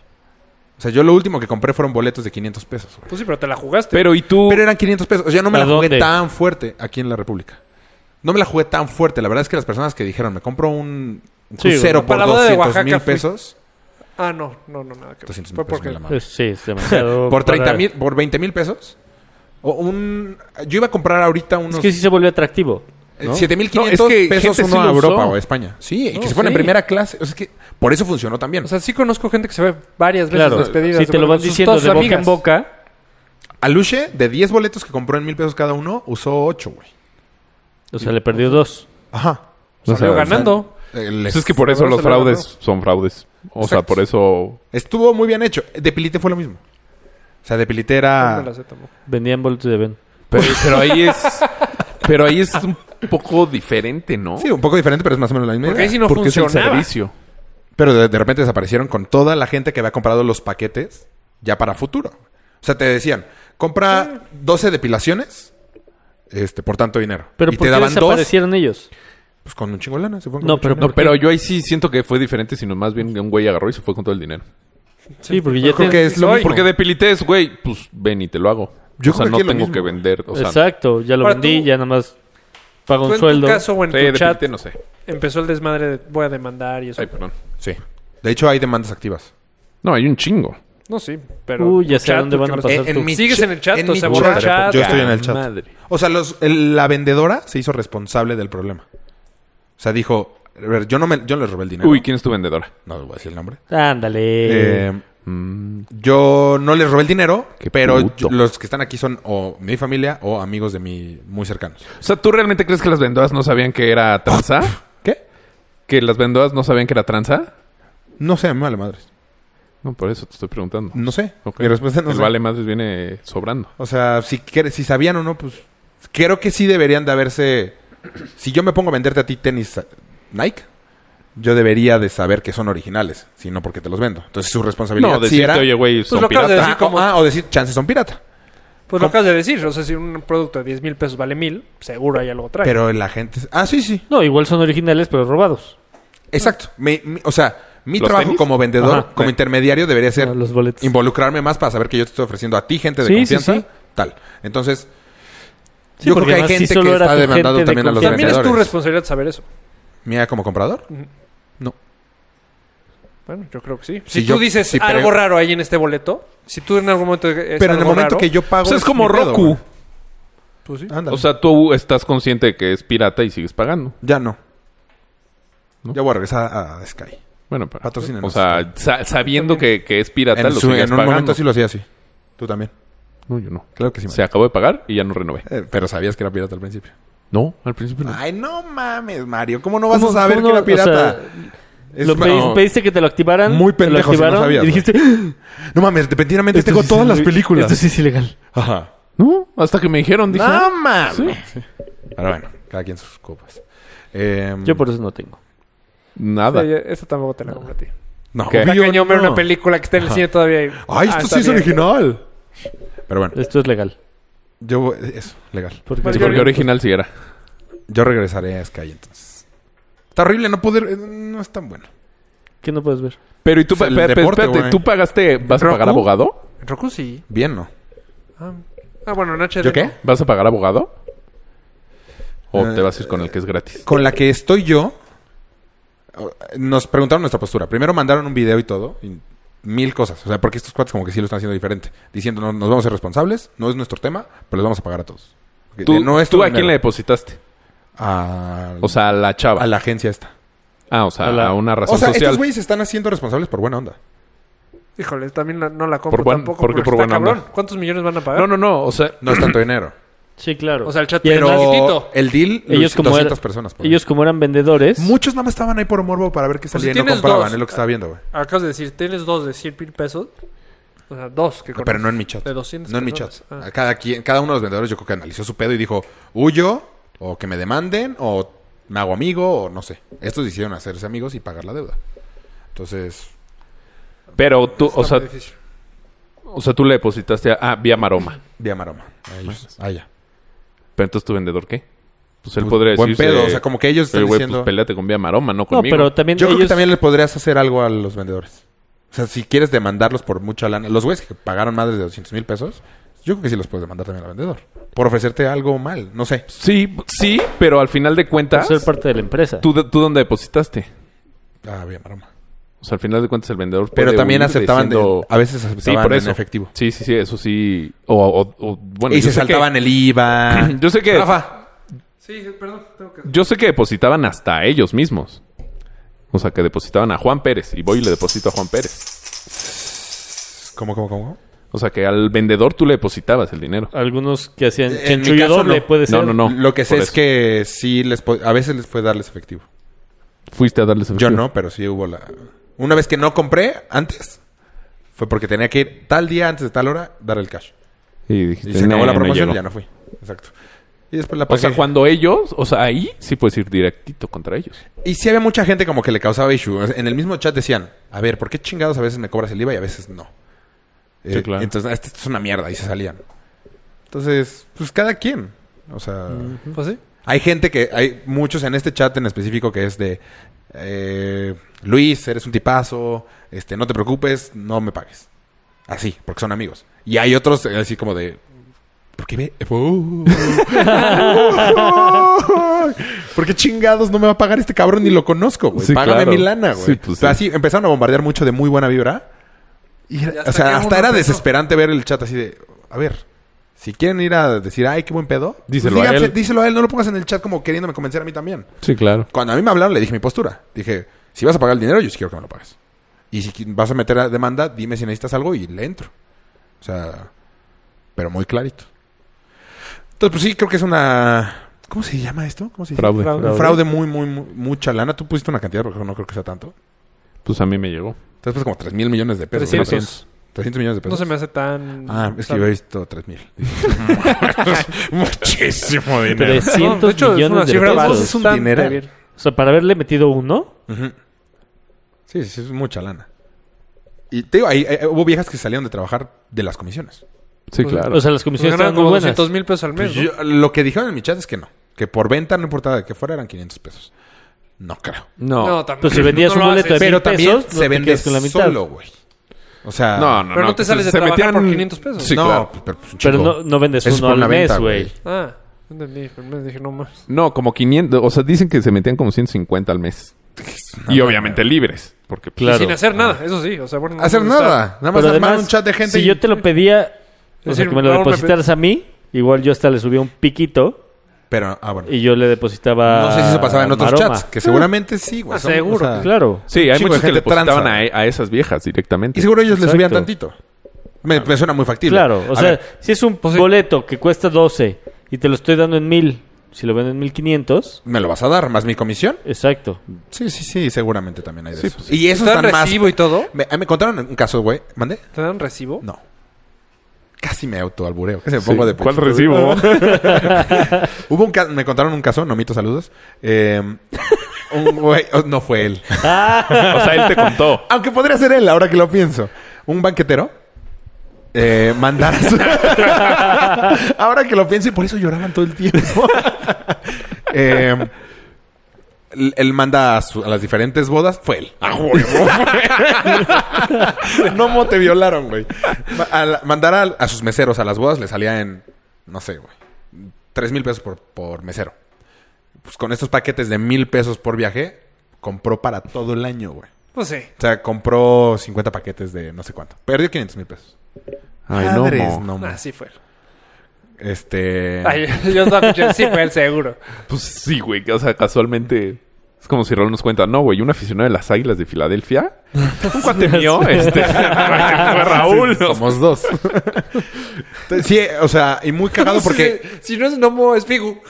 C: O sea, yo lo último que compré fueron boletos de 500 pesos, güey.
B: Pues sí, pero te la jugaste.
D: Pero y tú.
C: Pero eran 500 pesos. O sea, no me
A: ¿A
C: la jugué
A: dónde?
C: tan fuerte aquí en la República. No me la jugué tan fuerte. La verdad es que las personas que dijeron, me compro un un
A: Sí,
C: crucero
B: güey.
C: por
B: Para la boda de
C: 200 mil
B: Oaxaca fui.
C: pesos.
B: Ah, no, no, no, nada que ver.
C: 200
B: Fue
C: mil pesos.
B: porque-
C: me la mama.
A: Pues sí, es demasiado.
C: por 30
A: para-
C: mil, por 20 mil pesos. O un, yo iba a comprar ahorita unos
A: Es que sí se volvió atractivo.
C: eh,
A: ¿no?
C: 7500
D: No, es que
C: pesos
D: gente
C: uno
D: sí
C: a
D: lo
C: Europa
D: usó.
C: o a España. Sí, y
A: No,
C: que se pone en
A: sí.
C: primera clase. O sea, es que por eso funcionó también.
B: O sea, sí conozco gente que se ve varias veces
A: Claro,
B: despedidas.
A: si te lo
B: güey,
A: van
B: sus-
A: diciendo
B: todas
A: de
B: sus
A: boca en
B: amigas.
A: boca,
C: Aluche, de 10 boletos que compró en mil pesos cada uno, usó 8, güey.
A: o sea, le perdió dos.
C: Ajá.
D: O sea,
B: Salió ganando.
C: El-
D: Pues es que por eso
C: Salvador
D: los
C: se la
D: fraudes
C: ganó.
D: son fraudes. O sea,
C: Exacto.
D: por eso.
C: Estuvo muy bien hecho. De Pilite fue lo mismo. O sea, de Pilite
B: No me
C: era...
B: la sé tampoco.
A: Vendían boletos de Ben.
D: Pero, pero ahí es. Pero ahí es un poco diferente, ¿no?
C: Sí, un poco diferente, pero es más o menos la misma
B: Porque
C: idea.
B: ahí sí no
D: Porque es el
B: funcionaba.
D: servicio.
C: Pero de, de repente desaparecieron con toda la gente que había comprado los paquetes ya para futuro. O sea, te decían, compra 12 depilaciones este, por tanto dinero.
A: Pero
C: y
A: ¿por
C: te
A: qué
C: daban dos.
A: desaparecieron ellos?
C: Pues con un chingo de lana. se fueron con
A: No,
C: un chingo de
A: pero-
C: lana.
D: No, pero yo ahí sí siento que fue diferente, sino más bien que un güey agarró y se fue con todo el dinero.
A: Sí, porque ya
C: Yo creo
A: tienen-
C: que es lo
B: Soy-
C: mismo.
D: Porque de Pilites, güey, pues ven y te lo hago.
C: Yo
D: o sea,
C: creo
D: no
C: que es lo
D: tengo
C: mismo.
D: que vender. O sea,
A: Exacto, ya lo
B: Ahora
A: vendí,
B: tú-
A: ya nada más pago
B: Tú
A: un
B: en
A: sueldo.
B: tu caso o en
D: sí, de
B: tu chat
D: Pilite no sé.
B: empezó el desmadre de voy a demandar y eso.
D: Ay, perdón.
C: Sí. De hecho, hay demandas activas.
D: No, hay un chingo.
B: No, sí, pero...
A: Uy, ya sé
B: chat,
A: a dónde van a
B: porque
A: pasar
C: Eh,
A: tú.
C: mi
B: ¿Sigues
C: cha-
B: en el chat o
C: mi
B: se borró el chat?
C: Yo estoy en el
D: Ah,
C: chat.
D: madre.
C: O sea, los- el- la vendedora se hizo responsable del problema. O sea, dijo, a ver, yo no, me, yo no les robé el dinero.
D: Uy, ¿quién es tu vendedora?
C: No voy a decir el nombre.
A: Ándale.
C: Eh, yo no les robé el dinero,
D: Qué
C: pero
D: puto.
C: yo- los que están aquí son o mi familia o amigos de mi muy cercanos.
D: O sea, ¿tú realmente crees que las vendedoras no sabían que era tranza?
C: ¿Qué?
D: ¿Que las vendedoras no sabían que era tranza?
C: No sé, me vale madres.
D: No, por eso te estoy preguntando.
C: No sé.
D: Ok.
C: Mi respuesta no
D: El
C: sé.
D: vale más viene sobrando.
C: O sea, si, quer- si sabían o no, pues creo que sí deberían de haberse... Si yo me pongo a venderte a ti tenis eh, Nike, yo debería de saber que son originales, si no porque te los vendo. Entonces su responsabilidad
D: No,
C: sí
D: decirte,
C: era...
D: oye, güey,
A: Pues
D: son
B: lo acabas de
D: pirata.
C: ah,
B: decir como-
C: o- ah, o decir, chances son pirata.
B: Pues lo acabas de decir. O sea, si un producto de 10 mil pesos vale mil, seguro hay algo trae.
C: Pero la gente... Ah, sí, sí.
A: No, igual son originales, pero robados.
C: Exacto. Mi- mi- o sea, mi
D: ¿Los
C: trabajo
D: tenis?
C: como vendedor,
A: Ajá.
C: como intermediario, debería ser
A: No, los boletos.
C: involucrarme más para saber que yo te estoy ofreciendo a ti gente de
A: Sí, sí,
C: confianza.
A: sí.
C: Tal. Entonces,
A: Sí,
C: yo creo
A: porque
C: que hay
A: además sí
C: gente
A: solo
C: que
A: era
C: está
A: tu
C: demandando
A: gente de
C: también a los
A: confianza.
B: También es tu
C: vendedores.
B: responsabilidad saber eso.
C: Mía como comprador.
B: Bueno, yo creo que sí.
C: Si
B: Si,
C: yo-
B: tú dices
C: si
B: algo
C: prego-
B: raro ahí en este boleto, si tú en algún momento... es
C: Pero en el
B: algo
C: momento
B: raro,
C: que yo pago.
D: Pues es
C: es
D: como
C: mi pedo,
D: Roku.
C: güey.
B: pues sí.
C: Ándale.
D: O sea, tú estás consciente de que es pirata y sigues pagando.
C: ya no.
D: ¿No?
C: Ya voy a regresar a Sky.
D: Bueno, pero...
C: Patrocínanos.
D: O sea, sa- sabiendo que, que es pirata,
C: En,
D: lo
C: su- en
D: sigues
C: un
D: pagando.
C: momento sí lo hacía así. Tú también.
D: No, yo no.
C: Claro que sí.
D: Se acabó de pagar y ya no renové.
C: Mario. Eh, pero sabías que era pirata al principio.
D: No, al principio no.
C: Ay, no mames, Mario. ¿Cómo no vas a
A: ¿Cómo-
C: saber
A: cómo
C: que
A: no?
C: era pirata?
A: O sea,
C: Es
A: lo
C: ma-
A: pedis-
C: no.
A: pediste que te lo activaran.
C: Muy
A: te lo
C: pendejo si no
A: activaron
C: sabías,
A: Y dijiste... "Ah,
C: No mames, repentinamente
A: esto
C: tengo
A: sí
C: todas
A: es
C: las
A: il-
C: películas.
A: Esto sí es ilegal.
C: Ajá.
D: No, hasta que me dijeron, dije...
C: No
D: ah,
C: mames.
D: sí.
C: Pero bueno, cada quien sus copas. Eh,
A: Yo por eso no tengo.
D: Nada.
B: Sí, esta tampoco te la compro a ti.
C: No,
D: ¿Qué?
B: Está
C: obvio,
B: cañón ver
C: no.
B: una película que está en el cine todavía. y-
C: Ay,
B: Ah,
C: esto
B: está
C: sí es
B: bien.
C: original. Pero bueno,
A: Esto es legal.
C: yo... Eso, legal.
A: Porque
B: Bueno,
D: Sí,
A: sí,
D: porque original sí era.
C: Yo regresaré a Sky entonces. Está horrible, no poder... eh, No es tan bueno.
A: ¿Qué no puedes ver?
D: Pero y tú...
C: O sea, el
D: pa- pa- pa-
C: deporte,
D: espérate,
C: güey.
D: ¿tú pagaste... ¿Vas a
B: Roku?
D: pagar abogado?
B: En Roku sí.
C: Bien, ¿no?
B: Ah, ah, bueno, en HD.
C: ¿Yo qué?
B: no.
D: ¿Vas a pagar abogado? ¿O
C: Eh,
D: te vas a ir con el que es gratis?
C: Con la que estoy yo... oh, Nos preguntaron nuestra postura. Primero mandaron un video y todo. y mil cosas. O sea, porque estos cuates como que sí lo están haciendo diferente. Diciendo, no, nos vamos a ser responsables. No es nuestro tema, pero los vamos a pagar a todos. De
D: ¿Tú,
C: nuestro
D: ¿tú a quién le
C: dinero.
D: depositaste?
C: A...
D: O sea, a la chava.
C: a la agencia esta.
D: ah, o sea, a,
A: a la-
D: una razón
C: O sea,
D: social.
C: estos güeyes se están haciendo responsables por buena onda.
B: Híjole, también la- no la compro
D: Por buen-
B: tampoco.
D: porque
B: Porque,
D: por
B: está
D: buena onda.
B: cabrón. ¿Cuántos millones van a pagar?
D: No, no, no. O sea,
C: No es tanto dinero.
A: Sí, claro.
B: O sea, el chat
A: Y
B: tiene
A: además-
B: chiquitito.
C: Pero el deal,
A: ellos como,
C: 200
A: era-
C: personas. por
A: ellos como eran vendedores...
C: ahí. Muchos nada más estaban ahí por morbo para ver qué
B: Pues
C: salía
B: si
C: y no
B: tienes
C: compraban.
B: dos. ah,
C: Es lo que estaba viendo, güey.
B: Acabas de decir, tienes dos de 100 mil pesos. O sea, dos que
C: Pero no en mi
B: micho
C: chat.
B: De 200
C: No en mi chat.
B: personas.
C: A Cada, quien, cada uno de los vendedores yo creo que analizó su pedo y dijo, huyo, o que me demanden, o me hago amigo, o no sé. Estos decidieron hacerse amigos y pagar la deuda. Entonces,
D: Pero tú,
B: Está
D: o sea,
B: muy difícil.
D: o sea, tú le depositaste a, ah, vía Maroma.
C: vía maroma. A ellos. Ah, ya.
D: Pero entonces tu vendedor, ¿qué? Pues él
C: Pues,
D: podría
C: buen
D: decirse...
C: pedo, o sea, como que ellos
D: "Oye,
C: están
D: güey,
C: diciendo-
D: pues peleate con vía Maroma, no
A: No,
D: conmigo.
A: pero también
C: Yo creo que
A: ellos-
C: también le podrías hacer algo a los vendedores. O sea, si quieres demandarlos por mucha lana, los güeyes que pagaron más de 200 mil pesos, yo creo que sí los puedes demandar también al vendedor. Por ofrecerte algo mal, no sé.
D: Sí, sí, pero al final de
A: por
D: cuentas,
A: ser parte de la empresa.
D: ¿tú, de- ¿tú dónde depositaste?
C: Ah, vía maroma.
D: O sea, al final de cuentas el vendedor
C: Pero
D: puede
C: también
D: huir
C: aceptaban, de-
D: diciendo-
C: a veces
D: Sí,
C: aceptaban
D: por
C: en
D: eso.
C: efectivo.
D: Sí, sí, sí, eso sí. O, o- o- bueno,
C: y
D: yo
C: se
D: sé que-
C: saltaban el IVA.
D: Yo sé que...
C: Rafa,
B: Sí, sí, perdón, tengo que...
D: Yo sé que depositaban hasta ellos mismos. O sea, que depositaban a Juan Pérez. Y voy y le deposito a Juan Pérez.
C: ¿cómo, cómo, cómo?
D: O sea, que al vendedor tú le depositabas el dinero.
A: Algunos que hacían
C: En mi
A: chanchullo
C: caso,
A: doble
C: no.
A: puede ser.
D: No, no, no.
C: Lo que sé
D: por
C: es
D: eso.
C: que sí les po- a veces les puede darles efectivo.
D: Fuiste a darles el
C: Yo no, pero sí hubo la una vez que no compré antes fue porque tenía que ir tal día antes de tal hora dar el cash.
D: Y dijiste,
C: Y se acabó
D: "Nah,
C: la
D: no
C: promoción
D: llego".
C: y ya no fui. Exacto. Y después la
D: O
C: pagué.
D: sea, cuando ellos... O sea, ahí sí puedes ir directito contra ellos.
C: Y sí había mucha gente como que le causaba issue. O sea, En el mismo chat decían, a ver, ¿por qué chingados a veces me cobras el IVA y a veces no?
D: Sí,
C: Eh,
D: claro.
C: Entonces, "Ah, esto es una mierda. Y se salían. Entonces, pues cada quien. O sea...
B: Pues sí.
C: Hay gente que, hay muchos en este chat en específico que es de eh, Luis, eres un tipazo, este, no te preocupes, no me pagues. Así, porque son amigos. Y hay otros eh, así como de ¿Por qué me? uh, uh, ¿Por qué chingados no me va a pagar este cabrón ni lo conozco, güey?
D: Sí,
C: Págame
D: claro.
C: mi lana, güey.
D: Sí, pues,
C: O sea,
D: sí.
C: así empezaron a bombardear mucho de muy buena vibra. Y era-
B: Y hasta
C: o sea,
B: que
C: hasta
B: uno
C: era
B: empezó.
C: desesperante ver el chat así de, a ver, si quieren ir a decir, ay, qué buen pedo, pues
D: Díselo a
C: díganse-
D: él.
C: díselo a él, no lo pongas en el chat como queriéndome convencer a mí también.
D: Sí, claro.
C: Cuando a mí me hablaron, le dije mi postura. Dije, si vas a pagar el dinero, yo sí quiero que me lo pagues. Y si qui- vas a meter a demanda, dime si necesitas algo y le entro. O sea, pero muy clarito. Entonces, pues sí, creo que es una... ¿Cómo se llama esto? ¿Cómo se dice?
D: Fraude.
C: Un fraude muy, muy, muy- mucha lana. Tú pusiste una cantidad, porque no creo que sea tanto.
D: Pues a mí me llegó.
C: Entonces, pues como 3 mil millones de pesos.
B: 300.
C: 300. 300 millones de
B: No
C: pesos.
B: se me hace tan...
C: Ah, es que
B: tan-
C: yo he visto 3 mil. Muchísimo dinero.
A: 300
B: No, de hecho, es
A: millones
B: una
A: de
B: cifra
A: pesos. Pues
C: Es un
B: bastante
C: dineral.
B: bien.
A: O sea, para haberle metido uno,
C: Ujú. Sí, sí, es mucha lana. Y te digo, ahí, ahí hubo viejas que salieron de trabajar de las comisiones.
D: Sí,
B: Pues,
D: claro.
A: o sea, las
B: Pues
A: comisiones
B: Ganaron
A: estaban muy
B: como
A: buenas.
B: 200 mil pesos al mes,
C: Pues
B: ¿no?
C: yo- lo que dijeron en mi chat es que no. Que por venta, no importaba de que fuera, eran 500 pesos. No creo.
D: no. No,
B: también.
A: Pues si vendías
B: No
A: un
B: lo
A: boleto de
B: haces.
C: Pero
A: mil
C: también
A: pesos, no
C: se
A: te
C: vende
A: quedas con la mitad.
C: solo, güey. O sea...
D: no,
B: Pero no te
D: pues,
B: sales de
D: se
B: trabajar
D: metían-
B: por 500 pesos.
D: Sí,
C: no,
D: claro.
C: pero, pues, un
A: Pero
C: chico.
A: no, no vendes
C: Eso es
A: uno
C: por
A: al
C: la
A: mes,
C: venta,
A: güey.
B: Ah, no entendí. Primero dije, no más.
D: No, como 500. O sea, dicen que se metían como 150 al mes. y obviamente libres. Porque pues,
A: Claro.
D: sí,
B: Sin hacer nada, eso sí. O sea, bueno... no
C: Ah. Hacer
B: está-
C: nada. Nada más
A: Pero
C: armar
A: además,
C: un chat de gente
A: si
C: y-
A: yo te lo pedía, o
B: Es
A: sea,
B: decir,
A: que me lo
B: Raúl me
A: depositaras a mí, igual yo hasta le subía un piquito
C: Pero, ah, bueno.
A: y yo le depositaba
C: No sé si eso pasaba en
A: a
C: otros
A: Maroma.
C: chats, que seguramente sí, güey.
B: Ah,
C: Son- o
B: seguro,
C: sea,
A: Claro.
D: hay
C: Chico de
D: muchos que
C: gente
D: le depositaban
C: tranza.
D: a, e, a esas viejas directamente.
C: Y seguro ellos le
A: Exacto.
C: subían tantito. Me, me suena muy factible.
A: Claro, o
C: A
A: sea,
C: ver,
A: si es un
B: Pues sí.
A: boleto que cuesta 12 y te lo estoy dando en 1000, si lo venden en 1500,
C: ¿me lo vas a dar más mi comisión?
A: exacto.
C: Sí, sí, sí, seguramente también hay de
D: Sí,
C: eso.
D: pues
C: Y eso
B: ¿Te dan
C: están más...
B: recibo y todo?
C: Me, ah, me contaron un caso, güey. ¿Mandé?
B: ¿Te dan recibo?
C: No. Casi me autoalbureo. Casi me
D: Sí.
C: pongo de
D: ¿Cuál
C: pecho.
D: recibo?
C: Hubo un caso... Me contaron un caso. Nomito, saludos. Eh, un güey... oh, no fue él.
D: o sea, él te contó.
C: Aunque podría ser él, ahora que lo pienso. Un banquetero. Eh, mandar a su- ahora que lo pienso, y por eso lloraban todo el tiempo. Eh, él él manda a, su- a las diferentes bodas. Fue él. ¡A huevo! no mo, te violaron, güey. Ma- a la- mandar a, a sus meseros a las bodas le salía en, no sé, güey, tres mil pesos por, por mesero. Pues con estos paquetes de mil pesos por viaje, compró para todo el año, güey.
B: Pues sí.
C: O sea, compró 50 paquetes de no sé cuánto. Perdió 500 mil pesos.
D: Ay, no,
C: Madres,
D: mo.
C: no, mo.
B: Así Ah, fue.
C: Este.
B: Ay, yo estaba escuchando, sí fue él seguro.
D: Pues sí, güey. O sea, casualmente. Es como si Raúl nos cuenta, no, güey, un aficionado de las Águilas de Filadelfia. Un cuate mío, este.
B: ah,
D: fue Raúl.
C: Sí, Somos dos. Entonces, sí, o sea, y muy cagado porque.
B: Si- Si no es Nomo, es Figu.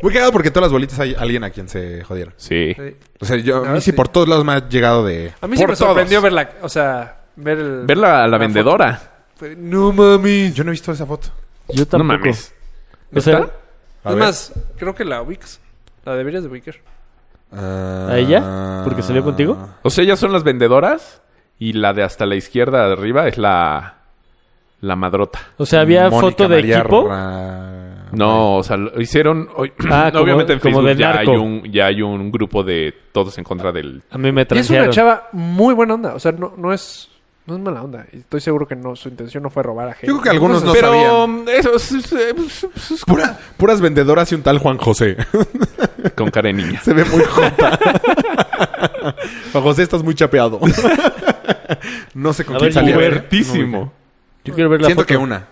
C: Muy cagado porque todas las bolitas hay alguien a quien se jodieron.
D: Sí.
C: O sea, yo a mí
B: Ah,
C: sí
B: sí.
C: por todos lados me ha llegado de.
B: A mí sí
D: Por
B: me sorprendió
D: todos.
B: ver la... O sea, Ver, el-
D: Ver la, la vendedora.
B: Fue, No mami.
C: Yo no he visto esa foto.
A: Yo tampoco.
D: No mames.
A: O sea,
D: ¿Está?
C: A
B: es
C: ver.
B: más, creo que la Wix. La deberías de Wicker.
C: Ah,
A: ¿A ella? ¿Porque salió contigo?
D: O sea, ellas son las vendedoras y la de hasta la izquierda de arriba es la la madrota.
A: o sea, había
C: Mónica
A: foto de
C: María
A: equipo.
C: Ra-
D: No, o sea, lo hicieron hoy-
A: Ah, como-
D: obviamente en
A: como
D: Facebook
A: de
D: ya hay
A: narco.
D: un ya hay un grupo de todos en contra del
A: A mí me
B: Y es una
A: transearon.
B: chava muy buena onda. O sea, no, no es. No es mala onda. Y estoy seguro que no, su intención no fue robar a gente.
C: Yo creo que algunos no
D: Pero
C: sabían.
D: mm, eso es- es- es- es- es-
C: Pura- puras vendedoras y un tal Juan José.
D: con cara de niña.
C: Se ve muy jota. Juan José, estás muy chapeado. no sé con
A: A
C: quién
A: ver,
C: salía. No,
D: Pubertísimo.
A: Yo quiero ver
C: güey.
A: la
C: Siento
A: foto.
C: que una.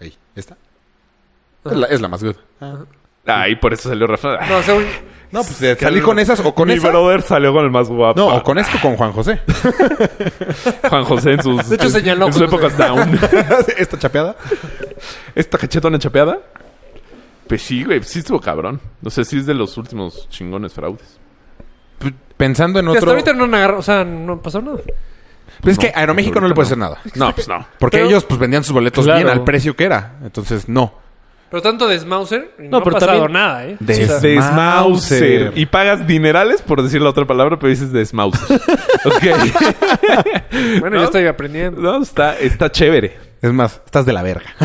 C: Ey, ¿esta? Es la, es la más good.
D: Ay, por eso salió Rafa.
B: No, según-
C: No, pues eh, salí con esas o con
D: Mi
C: esa.
D: brother salió con el más guapo.
C: No, o con esto o con Juan José.
D: Juan José en sus
B: De hecho, señaló
D: en su
B: Juan
D: época down.
C: esta chapeada.
D: Esta cachetona chapeada. Pues sí, güey, sí estuvo cabrón. No sé si es de los últimos chingones fraudes.
C: P- Pensando en
B: que hasta
C: otro.
B: ahorita no han agarrado. O sea, no pasó nada.
C: Pues es que
D: No,
C: Aeroméxico no le
D: ahorita
C: puede hacer nada.
D: No, pues no.
C: Porque
B: Pero-
C: ellos pues vendían sus boletos
A: Claro.
C: bien al precio que era. Entonces, no.
B: Pero tanto de Smauser. No, ha
A: pero
B: pasado
A: también-
B: nada, ¿eh?
C: De-
B: O sea,
C: Desmauser.
D: Y pagas dinerales, por decir la otra palabra, pero dices desmauser. ok.
B: bueno,
D: ¿no?
B: yo estoy aprendiendo.
D: No, está, está chévere.
C: Es más, estás de la verga.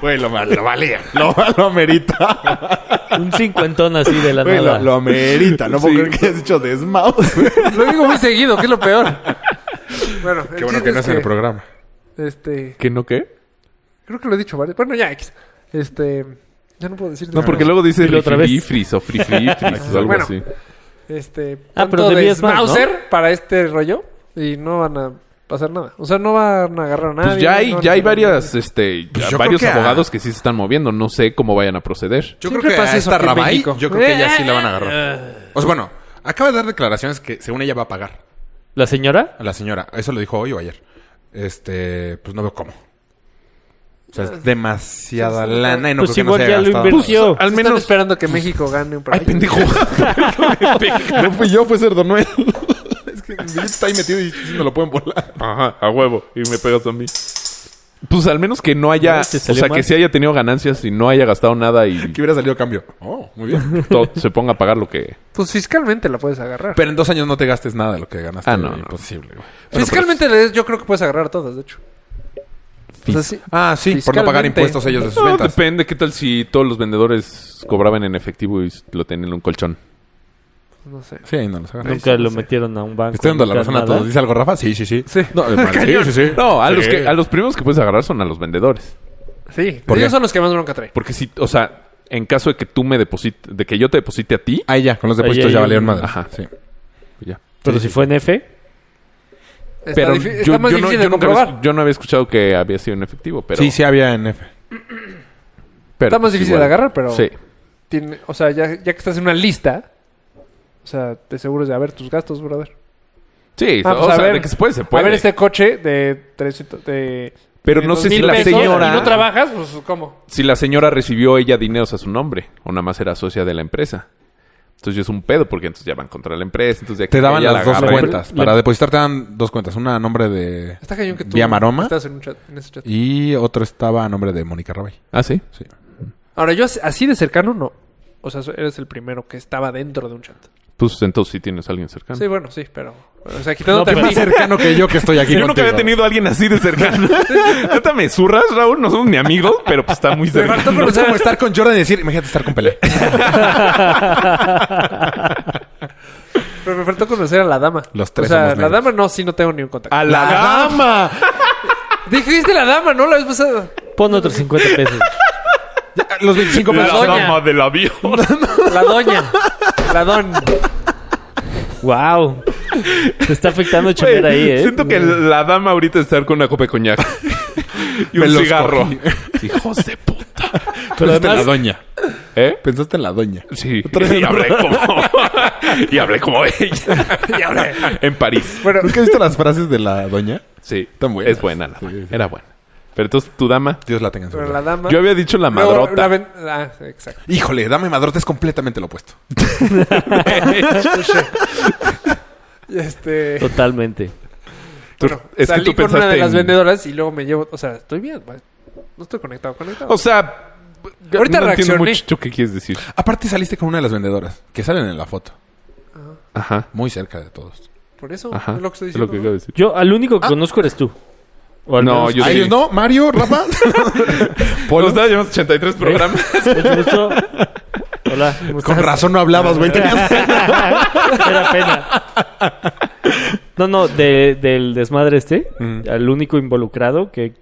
C: Güey, lo, mal- lo valía. Lo, lo amerita.
A: Un cincuentón así de la
C: Güey, lo,
A: nada.
C: lo amerita. No puedo
D: Sí.
C: creer que hayas dicho desmouse.
B: Lo digo muy seguido, que es lo peor. Bueno, el
C: Qué bueno
B: chiste
C: que no
B: es
C: es en el programa.
B: Este.
D: ¿Qué no qué?
B: Creo que lo he dicho varias. Bueno, ya, X. Este. Ya no puedo decir.
D: No, porque luego dices
A: Dilo otra vez.
D: rififris o frififris o algo
B: Bueno.
D: así.
B: Este.
A: Ah, pero
B: tanto de
A: debías más, ¿no?
B: Smauser para este rollo. Y no van a pasar nada. O sea, no van a agarrar a nadie.
D: Pues ya hay,
B: no van
D: ya
B: a-
D: hay varias, este,
C: Pues
D: ya
C: yo
D: varios
C: creo que a-
D: abogados que sí se están moviendo. No sé cómo vayan a proceder.
C: Yo
B: Siempre
C: creo que
B: pasa
C: a
B: eso
C: esta
B: aquí en
C: Rabay,
B: México.
C: yo creo que ella sí la van a agarrar. O sea, bueno, acaba de dar declaraciones que según ella va a pagar
A: ¿La señora?
C: a la señora. Eso lo dijo hoy o ayer. Este, pues no veo cómo. O sea, es demasiada lana y no
A: Pues
C: creo que no
A: igual
C: se haya
A: ya lo
C: gastado. Pues, ah,
A: invirtió. Yo,
D: al
B: Están
D: menos...
B: esperando que México gane un
D: Ay,
B: partido.
D: pendejo.
C: No fui yo, fue Cerdonuel. es que el billete Pues, está ahí metido y sí me lo pueden volar.
D: Ajá, a huevo. Y me pegas a mí. Pues al menos que no haya...
A: No,
D: o
A: te
D: sea,
A: salió mal.
D: que sí haya tenido ganancias y no haya gastado nada y
C: Que hubiera salido a cambio. Oh, muy bien.
D: todo se ponga a pagar lo que...
B: Pues fiscalmente la puedes agarrar.
C: Pero en dos años no te gastes nada de lo que ganaste.
D: Ah, no, no.
C: Imposible, güey.
B: fiscalmente
D: pues-
B: le- yo creo que puedes agarrar a todas, de hecho. O sea, sí.
C: Ah, sí, por no pagar
B: Fiscalmente.
C: impuestos ellos de sus
D: No,
C: ventas.
D: depende. ¿Qué tal si todos los vendedores cobraban en efectivo y lo tenían en un colchón?
B: No sé.
C: Sí, ahí no los agarran.
A: Nunca lo metieron a un banco.
C: Estoy dando la
A: nunca
C: razón a
A: nada.
C: todos. ¿Dice algo Rafa? Sí, sí, sí.
B: Sí.
C: No, eh, sí, sí, sí.
D: No, a,
C: Sí.
D: los que, a los primeros que puedes agarrar son a los vendedores.
B: Sí.
C: ¿Por
B: ellos
C: qué?
B: son los que más bronca traen.
D: Porque si, o sea, en caso de que tú me deposite, de que yo te deposite a ti,
C: Ahí ya, con los depósitos
A: Ahí
C: ya
A: hay
C: valieron
A: un-
C: madre.
D: Ajá.
C: Sí.
D: pues ya.
A: Pero si fue en F,
B: Está
D: Pero
B: difi-
D: yo,
B: está más
D: yo no,
B: difícil
D: yo
B: de
D: nunca había-
B: comprobar.
D: yo no había escuchado que había sido en efectivo, pero...
C: Sí, sí había en F.
D: pero,
B: Está más
D: pues,
B: difícil
D: igual.
B: de agarrar, pero...
D: Sí.
B: tiene- o sea, ya, ya que estás en una lista, o sea, te aseguras de a ver tus gastos, brother.
D: Sí,
B: Ah,
D: o
B: pues, a
D: sea,
B: ver.
D: de que se puede, se puede.
B: A ver este coche de 300... De,
D: Pero
B: de
D: no sé
B: 2,000
D: si la
B: pesos,
D: señora-
B: Y no trabajas, pues, ¿cómo?
D: Si la señora recibió ella dineros a su nombre o nada más era socia de la empresa. Entonces ya es un pedo porque entonces ya van contra la empresa. Entonces ya
C: Te
D: que
C: daban
D: ella
C: las
D: la
C: dos
D: agarra y-
C: cuentas.
A: Le-
C: Para depositar te dan dos cuentas. Una a nombre de
B: Está cañón que tú...
C: Vía Maroma.
B: Estás en un chat, en ese chat.
C: Y otro estaba a nombre de Mónica Rabay.
D: Ah, sí.
C: Sí.
B: Ahora, yo as- así de cercano, no. O sea, eres el primero que estaba dentro de un chat.
D: Pues entonces sí tienes a alguien cercano.
B: Sí, bueno, sí, pero... bueno, o sea, quitándote
A: No,
B: a
A: pero
B: ti.
C: Cercano que yo que estoy aquí.
D: Yo nunca había tenido a alguien así de cercano. Neta, me zurras, Raúl. No somos ni amigos, pero pues está muy
C: Me faltó
D: cercano.
C: conocer como estar con Jordan y decir, imagínate estar con Pelé.
B: Pero me faltó conocer a la dama.
C: Los tres
B: O sea,
C: somos
B: la
C: negros.
B: dama no, sí no tengo ni un contacto.
D: A
C: ¡La
D: la
C: dama!
B: Dijiste la dama, ¿no? La vez pasada.
A: pon otros 50 pesos.
C: Los 25
D: La
C: pesos.
B: doña.
D: dama del avión.
B: La doña. La don.
A: wow. Te está afectando Chomer ahí, ¿eh?
D: Siento que la dama ahorita está con una copa de coñac y
C: Me
D: un
C: los
D: cigarro.
C: cogí.
D: Hijos de puta.
A: Pero
C: Pensaste en la
A: además,
C: doña.
D: ¿Eh?
C: Pensaste en la doña.
D: Sí. Y hablé como. y hablé como ella.
B: Y ahora...
D: en París.
B: Bueno,
C: ¿Nunca has visto las frases de la doña?
D: Sí.
C: Tan buenas.
D: Es buena la dama. Era buena. Pero entonces, tu dama.
C: Dios la tenga en su
B: pero
C: gloria.
B: la dama...
D: Yo había dicho la
B: Luego,
D: madrota.
B: la ven- Ah, exacto.
C: Híjole, dame madrota es completamente lo opuesto.
B: Este.
A: Totalmente.
D: Tú-
B: bueno,
D: es que
B: salí
D: tú
B: con una
D: pensaste
B: de las
D: en-
B: vendedoras y luego me llevo. O sea, estoy bien, güey. No estoy conectado, conectado.
D: O sea,
B: Ahorita
D: no entiendo
B: reaccioné.
D: mucho qué quieres decir.
C: Aparte saliste con una de las vendedoras que salen en la foto,
D: Ajá,
C: muy cerca de todos.
B: Por eso,
D: ajá.
B: es lo que estoy
D: Es lo
B: diciendo.
D: que acabo de decir.
A: Yo, al único
C: Ah.
A: que conozco eres tú. O al
D: No,
A: menos-
D: Yo
C: ¿A
D: sí.
C: ellos no? ¿Mario? ¿Rafa?
D: Nos da- llevamos 83 programas.
A: Mucho gusto. Hola. ¿cómo
C: Con
A: estás?
C: razón no hablabas, güey. Tenías-
A: Era pena. No, no, de- del desmadre este, al único involucrado que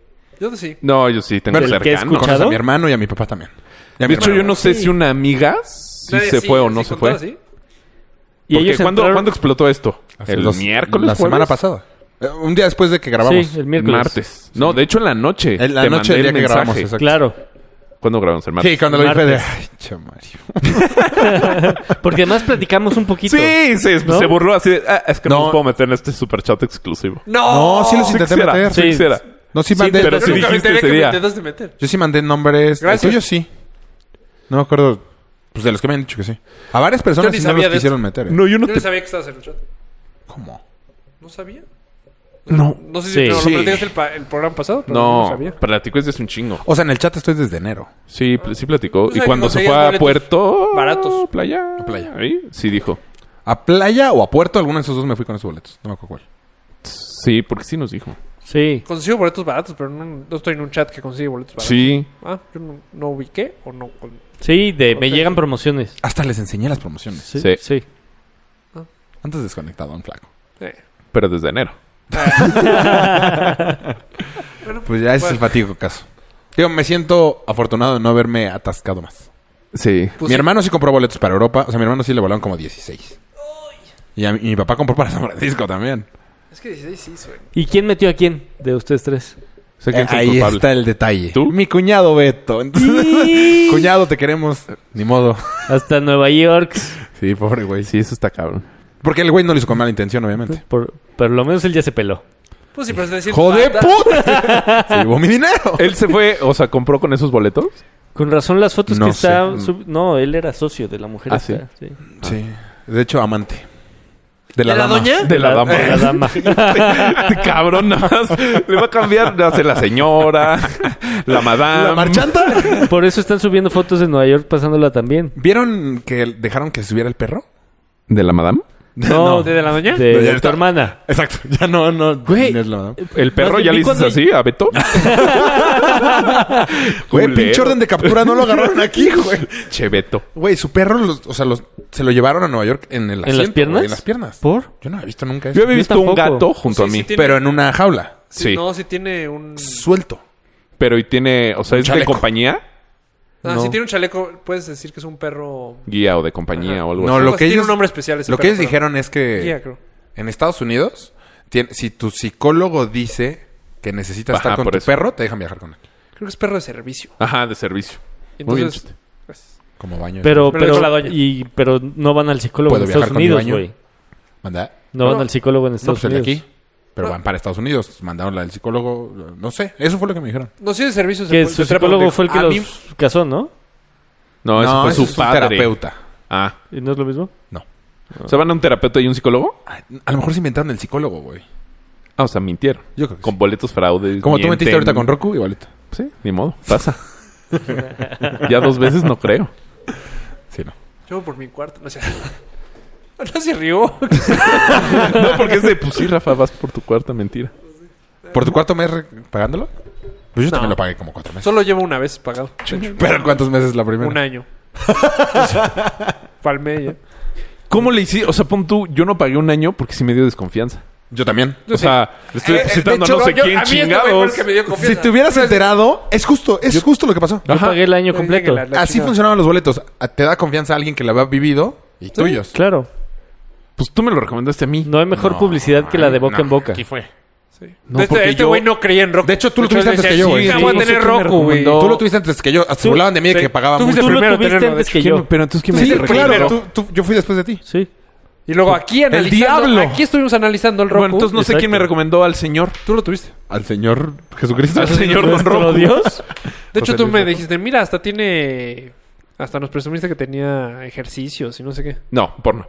B: Yo sí.
D: No, yo sí, tengo
A: Del que he
D: cercanos.
A: escuchado.
C: Conoces a mi hermano y a mi papá también. Y a mi
D: De hecho,
C: hermano.
D: yo no sé si una amiga si
B: Nadie
D: se
B: sí,
D: fue o
B: sí,
D: no se
B: con
D: fue.
B: todas, ¿sí?
A: y
D: Porque
A: ellos
D: ¿cuándo,
A: entraron-
D: cuándo explotó esto?
C: Hace
D: El
C: dos-
D: miércoles.
C: La semana
D: jueves?
C: pasada. Eh, Un día después de que grabamos.
A: Sí, el miércoles.
D: Martes. No, de hecho en la noche.
C: En la
D: Te
C: noche del
D: mandé
C: día
D: el
C: que
D: mensaje.
C: grabamos. exacto.
A: Claro,
D: ¿Cuándo grabamos el martes?
C: Sí, cuando lo dije de...
A: Martes.
C: Ay, che, Mario.
A: porque además platicamos un poquito.
D: Sí, sí,
A: ¿No?
D: se burló así de, "Ah, es que no.
C: No.
D: nos puedo meter en este super chat exclusivo.
B: No,
C: No, sí los
D: Sí
C: intenté
D: quisiera,
C: meter.
D: sí
A: Sí.
D: quisiera.
C: No, sí
A: Sí,
C: mandé.
D: pero
B: Yo
D: sí
B: nunca me
D: dijiste
B: enteré
D: ese
B: que
D: día.
B: me intentaste meter.
C: Yo sí mandé nombres.
B: Gracias.
C: El tuyo sí. No me acuerdo. Pues de los que me han dicho que sí. A varias
B: Yo
C: personas
B: ni
C: sí no
B: sabía
C: los
B: de
C: quisieron meter. ¿eh?
D: No, yo no
B: Yo no
D: te...
B: sabía que estabas en el chat.
C: ¿Cómo?
B: No sabía.
D: No.
B: No sé si
A: Sí.
B: pero
C: Sí.
B: lo platicaste el, pa- el programa pasado, pero no,
D: No,
B: sabía.
D: platicó desde hace un chingo.
C: O sea, en el chat estoy desde enero.
D: Sí, pl- sí platicó.
B: Pues
D: Y
B: ahí
D: cuando se
B: conseguías
D: fue a
B: boletos
D: Puerto...
B: baratos.
D: Playa.
C: A playa.
D: Ahí, sí dijo.
C: ¿A playa o a puerto? Alguno de esos dos me fui con esos boletos. No me acuerdo cuál.
D: Sí, porque sí nos dijo.
A: Sí.
B: Consigo boletos baratos, pero no, no estoy en un chat que consigue boletos baratos.
D: Sí.
B: Ah, yo no, no ubiqué o no. con-
A: Sí, de me
B: Ok.
A: llegan promociones.
C: Hasta les enseñé las promociones.
A: Sí.
D: Sí.
A: sí.
C: Antes desconectado, un flaco.
B: eh.
D: Pero desde enero.
B: Bueno,
C: Pues ya ese es
B: bueno,
C: el fatigo caso. Digo, me siento afortunado de no haberme atascado más.
D: Sí.
B: pues
C: mi
B: sí.
C: hermano sí compró boletos para Europa. O sea, mi hermano sí le volaron como 16. Y, a mi, y mi papá compró para San Francisco también.
B: Es que 16 sí suena.
A: ¿Y quién metió a quién de ustedes tres?
D: Sé quién es el
C: Eh, ahí
D: culpable.
C: está el detalle.
D: ¿Tú?
C: Mi cuñado Beto. Entonces, cuñado, te queremos. Ni modo.
A: Hasta Nueva York.
C: Sí, pobre güey.
D: Sí, eso está cabrón.
C: Porque el güey no lo hizo con mala intención, obviamente.
A: Por, por lo menos él ya se peló.
B: Pues sí, pero es decir.
C: ¡Joder,
B: banda-
C: puta! Se llevó mi dinero.
D: Él se fue, o sea, compró con esos boletos.
A: Con razón las fotos
C: No
A: que
C: sé.
A: está... sub- No, él era socio de la mujer.
D: Ah,
A: esta, sí.
C: Sí. De hecho, amante. ¿De
B: ¿De la
C: dama.
B: doña?
D: De la dama.
A: De la dama.
D: Este cabrón nada más le va a cambiar, hace la señora, la madame.
C: ¿La marchanta?
A: Por eso están subiendo fotos de Nueva York pasándola también.
C: ¿Vieron que dejaron que subiera el perro?
D: ¿De la madame?
A: No,
B: ¿De la doña?
A: De,
C: No, ya
A: de tu
C: está.
A: hermana.
C: Exacto. Ya no, no.
A: Güey.
C: no es la madama.
D: ¿El perro
A: Más bien,
D: ya le
A: vi
D: dices
A: cuando-
D: así a Beto?
C: Güey,
D: Culero.
C: pinche orden de captura no lo agarraron aquí, güey.
D: Che, Beto.
C: Güey, su perro, los- o sea, los, se lo llevaron a Nueva York en el asiento,
A: las piernas?
C: güey, en las piernas.
A: ¿Por?
C: Yo no había visto nunca eso.
D: Yo había
A: Yo
D: visto un
A: tampoco.
D: gato junto a
B: Sí,
D: mí.
B: sí tiene- Mm.
C: Pero en una jaula.
B: Sí,
D: Sí.
B: No, sí tiene un.
C: Suelto.
D: Pero y tiene, o sea, es de
C: Chaleco.
D: compañía,
B: Ah,
A: No.
B: si tiene un chaleco, puedes decir que es un perro.
D: guía o de compañía
B: Ajá.
D: o algo
C: No,
D: así.
B: Algo
C: lo
B: así,
C: que
B: tiene
C: ellos,
B: un nombre especial ese
C: lo que
B: perro,
C: ellos
B: pero-
C: dijeron es que
B: Ya, creo.
C: en Estados Unidos, tien- si tu psicólogo dice que necesitas
D: Ajá,
C: estar con
D: por
C: tu
D: eso.
C: perro, te dejan viajar con él.
B: Creo que es perro de servicio.
D: Ajá, de servicio. Muy bien,
B: Entonces.
D: chute.
B: pues,
C: Como baño.
A: Pero,
B: Pero
A: pero,
B: con la doña.
A: y, pero no van al psicólogo en
C: ¿Puedo
A: Estados
C: viajar con mi
A: Unidos,
C: baño?
A: güey.
C: Manda.
A: No, van al psicólogo en
C: No,
A: Estados
C: pues el de
A: Unidos.
C: aquí. Pero van para Estados Unidos. Mandaron la del psicólogo. No sé. Eso fue lo que me dijeron.
B: No, sí, de servicio. se
A: Que
B: puede-
A: su
B: se trata
A: psicólogo
B: contigo.
A: fue el que
C: "Ah,
B: A
A: los
B: mí-
A: casó, ¿no?
D: No, ese fue
C: eso
D: su padre.
C: terapeuta.
D: Ah.
A: ¿Y ¿No es lo mismo?
C: No.
D: O sea, van a un terapeuta y un psicólogo.
C: Ah, A lo mejor se inventaron el psicólogo, güey.
D: Ah, o sea, mintieron.
C: Yo creo que
D: Con
C: sí.
D: boletos fraudes.
C: Como tú metiste
D: mienten.
C: ahorita con Roku, igualito.
D: Sí, ni modo. Pasa. ya dos veces no creo.
C: Sí, no.
B: Yo por mi cuarto. No sé. No se rió.
D: No, porque es de, pues sí, Rafa, vas por tu cuarta mentira.
C: ¿Por tu cuarto mes re- pagándolo? Pues yo también lo pagué como cuatro meses.
B: Solo llevo una vez pagado.
C: ¿Pero cuántos meses la primera?
B: Un año. Palmé ya.
D: ¿Cómo le hiciste? O sea, pon tú, yo no pagué un año porque sí me dio desconfianza.
C: Yo también.
D: O sea, le estoy
C: Eh, eh,
D: depositando
C: de hecho,
D: no sé
C: yo-
D: quién
B: a mí este güey fue el
D: chingados.
B: que me dio
C: Si
B: confianza.
C: te hubieras enterado, es justo, es justo lo que pasó.
A: Yo
D: Ajá.
A: pagué el año
B: Yo
A: completo.
B: dije que la- la
C: Así
B: chingada.
C: funcionaban los boletos. A- Te da confianza a alguien que la había vivido y tuyos.
A: Claro.
D: Pues tú me lo recomendaste a mí.
A: No hay mejor publicidad que la de boca en boca.
C: fue?
B: Sí.
D: No,
B: este
D: porque
B: este
D: yo-
B: güey no creía en Roku.
C: De hecho, tú lo tuviste
B: él
C: antes
B: decía,
C: que yo,
B: "Sí,
C: güey.
B: ya
C: Sí,
B: voy a
D: no sé
B: tener
D: quién me
B: Roku, güey.
D: recomendó.
C: Tú lo tuviste antes que yo. Hasta se burlaban de mí de
B: sí.
C: que pagaba
B: Tú
A: Tú
C: mucho.
B: fuiste el
A: lo
B: primero en
A: tuviste
B: tenerlo,
A: antes
B: de
A: que
D: ¿Quién
A: yo.
D: me- Pero entonces, ¿quién me
C: Sí,
D: dio el
C: claro.
D: regalo?
C: tú- tú- yo fui después de ti.
A: Sí.
B: Y luego aquí analizando.
D: diablo.
B: Aquí estuvimos analizando el Roku.
D: Bueno, entonces no sé
A: Exacto.
D: quién me recomendó al señor.
B: Tú lo tuviste.
C: Al Señor Jesucristo.
D: Al señor Don
A: ¿Nuestro
D: Rojo.
A: Dios?
B: De hecho,
C: José
B: tú
C: Luis
B: me
C: Roku.
B: dijiste, mira, hasta tiene... Hasta nos presumiste que tenía ejercicios y no sé qué.
D: No, porno.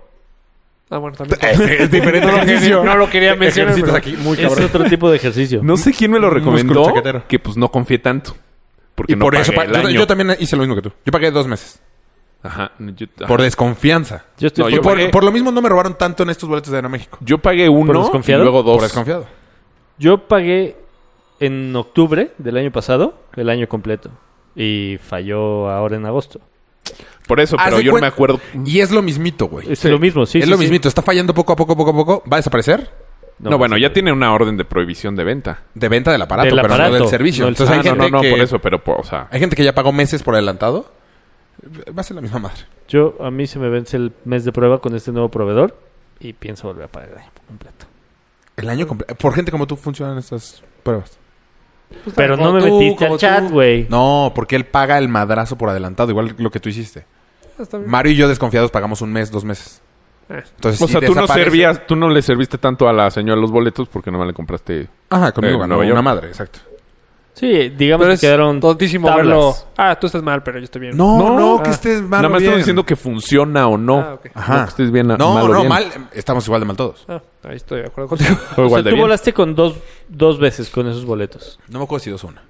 B: Ah, bueno, también.
C: Es, es diferente
B: No lo
C: Eh, ejercicio.
B: quería- no lo quería mencionar,
C: Ejercitos
B: pero-
C: aquí, muy
A: Es
C: cabrón.
A: otro tipo de ejercicio.
D: No sé quién me lo recomendó.
C: músculo chaquetero.
D: Que pues no confié tanto. Porque
C: Y
D: no
C: por eso,
D: pagué
C: pa-
D: el
C: yo,
D: año.
C: yo también hice lo mismo que tú. Yo pagué dos meses.
D: Ajá. yo- ajá.
C: Por desconfianza.
A: Yo estoy
D: No,
A: por-
D: yo
C: Y por,
D: pagué-
C: por lo mismo no me robaron tanto en estos boletos de Aeroméxico.
D: Yo pagué uno y
A: desconfiado?
D: luego
C: Por
D: dos.
C: desconfiado.
A: Yo pagué en octubre del año pasado, el año completo. Y falló ahora en agosto.
D: Por eso,
C: Haz
D: pero
C: de
D: yo no
C: cuen-
D: me acuerdo.
C: Y es lo mismito, güey.
A: Es lo mismo, sí.
C: es
A: sí,
C: lo
A: sí.
C: mismito. Está fallando poco a poco, poco a poco. Va a desaparecer
D: No,
C: pues
D: bueno, ya tiene una orden de prohibición de venta.
C: de venta del aparato,
A: Del
C: pero
A: aparato,
C: no del servicio.
A: no del-
C: Entonces
D: Ah,
C: Pues hay gente
D: no, no, no,
C: que...
D: por eso, pero, po- o sea,
C: Hay gente que ya pagó meses por adelantado. Va a ser la misma madre.
A: Yo, a mí se me vence el mes de prueba con este nuevo proveedor y pienso volver a pagar el año completo.
C: El año completo. Por gente como tú funcionan estas pruebas.
A: Pero no
B: pues, como
A: me
B: tú,
A: metiste
B: como
A: al chat,
B: tú.
A: güey.
C: No, porque él paga el madrazo por adelantado, igual lo que tú hiciste.
B: Ah, Está bien.
C: Mario y yo desconfiados pagamos un mes, dos meses.
B: Eh.
C: Entonces,
D: o
C: si
D: sea, tú no
C: desaparece-
D: servías, tú no le serviste tanto a la señora los boletos porque nomás le compraste.
C: Ajá, conmigo
D: Eh,
C: ganó
D: Nueva
C: una
D: York.
C: madre, exacto.
A: Sí, digamos
B: Pero
A: que
B: es
A: quedaron
B: tontísimo
A: tablas.
B: verlo. Ah, tú estás mal, pero yo estoy bien.
C: No, no,
B: ah.
C: que estés mal.
D: Nada
C: o
D: más
C: bien.
D: estás diciendo que funciona o no.
B: Ah, ok.
C: Ajá.
D: No, que estés bien,
C: No,
D: Ah, mal o
C: no,
D: bien.
C: mal. Estamos igual de mal todos.
B: Ah, ahí estoy de acuerdo contigo.
D: O
A: O
D: igual
A: sea,
D: de
A: tú
D: bien.
A: volaste con dos, dos veces con esos boletos.
C: No me acuerdo si dos o una.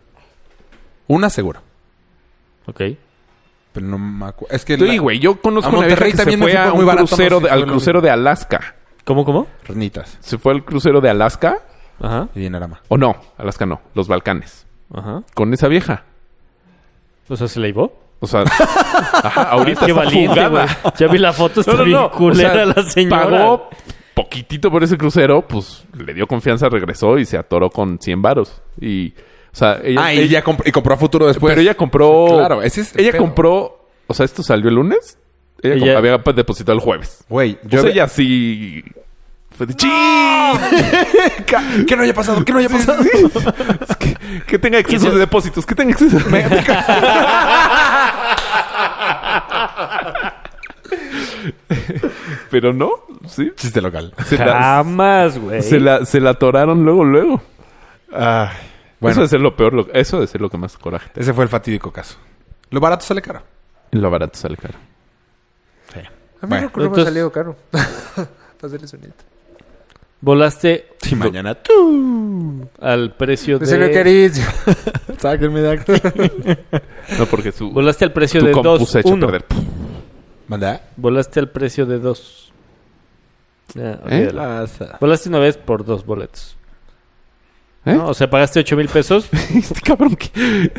C: Una seguro.
A: Ok.
C: Pero no me acuerdo. Es que.
D: Sí, güey, yo
C: A
D: conozco una vieja
C: Monterrey
D: que se
C: también me
D: fue
C: fui
D: a
C: por
D: un
C: muy barato,
D: crucero
C: no sé
D: de-
C: si
D: al
C: fue lo
D: crucero de Alaska.
A: ¿Cómo, cómo?
C: Renitas.
D: ¿Se fue al crucero de Alaska? Ah.
A: Ajá,
C: Y viene Arama.
D: ¿O no? Alaska no, los Balcanes.
A: ajá.
D: Con esa vieja.
A: O sea, se la llevó.
D: O sea, ajá, ahorita
A: Qué
D: está
A: valiente, güey.
D: fugada.
A: Ya vi la foto, está
D: No, no,
A: bien
D: no. O
A: culera
D: sea,
A: la señora.
D: Pagó poquitito por ese crucero, pues le dio confianza, regresó y se atoró con 100 varos. Y, o sea, ella.
C: Ah, y ya comp- y compró a futuro después.
D: pero ella compró.
C: Claro, ese es el
D: Ella
C: pedo.
D: compró. O sea, esto salió el lunes. Ella,
A: Ella-
D: comp- había pues, depositado el jueves.
C: Güey,
D: Yo
C: yo.
D: pues ella sí. Fue de ¡Chin!
C: ¿Qué no haya pasado? ¿Qué no haya pasado?
D: Es que, que tenga exceso de depósitos. Que tenga exceso. Pero no, sí.
C: Chiste local.
D: Se la,
A: Jamás, güey.
D: se la, se la atoraron luego, luego.
C: Bueno,
D: Eso de ser lo peor, lo- eso de ser lo que más coraje.
C: ese fue el fatídico caso. Lo barato sale caro.
D: te- Lo barato sale caro.
B: A mí
C: Bueno,
B: no creo que me
A: entonces-
B: ha salido caro. Para serles honesto.
A: Volaste
C: Si mañana tú.
A: al precio
B: Me salió
A: de...
B: carísimo.
C: Sáquenme de aquí.
D: No, porque su,
A: Volaste al precio
D: tu
A: de
D: compu se
A: 2.
D: echa a perder. Puf,
C: ¿Manda?
A: Volaste al precio de 2.
D: ¿Eh?
A: Volaste una vez por dos boletos.
D: ¿Eh?
A: ¿No? O sea, pagaste 8 mil pesos.
D: Este cabrón que...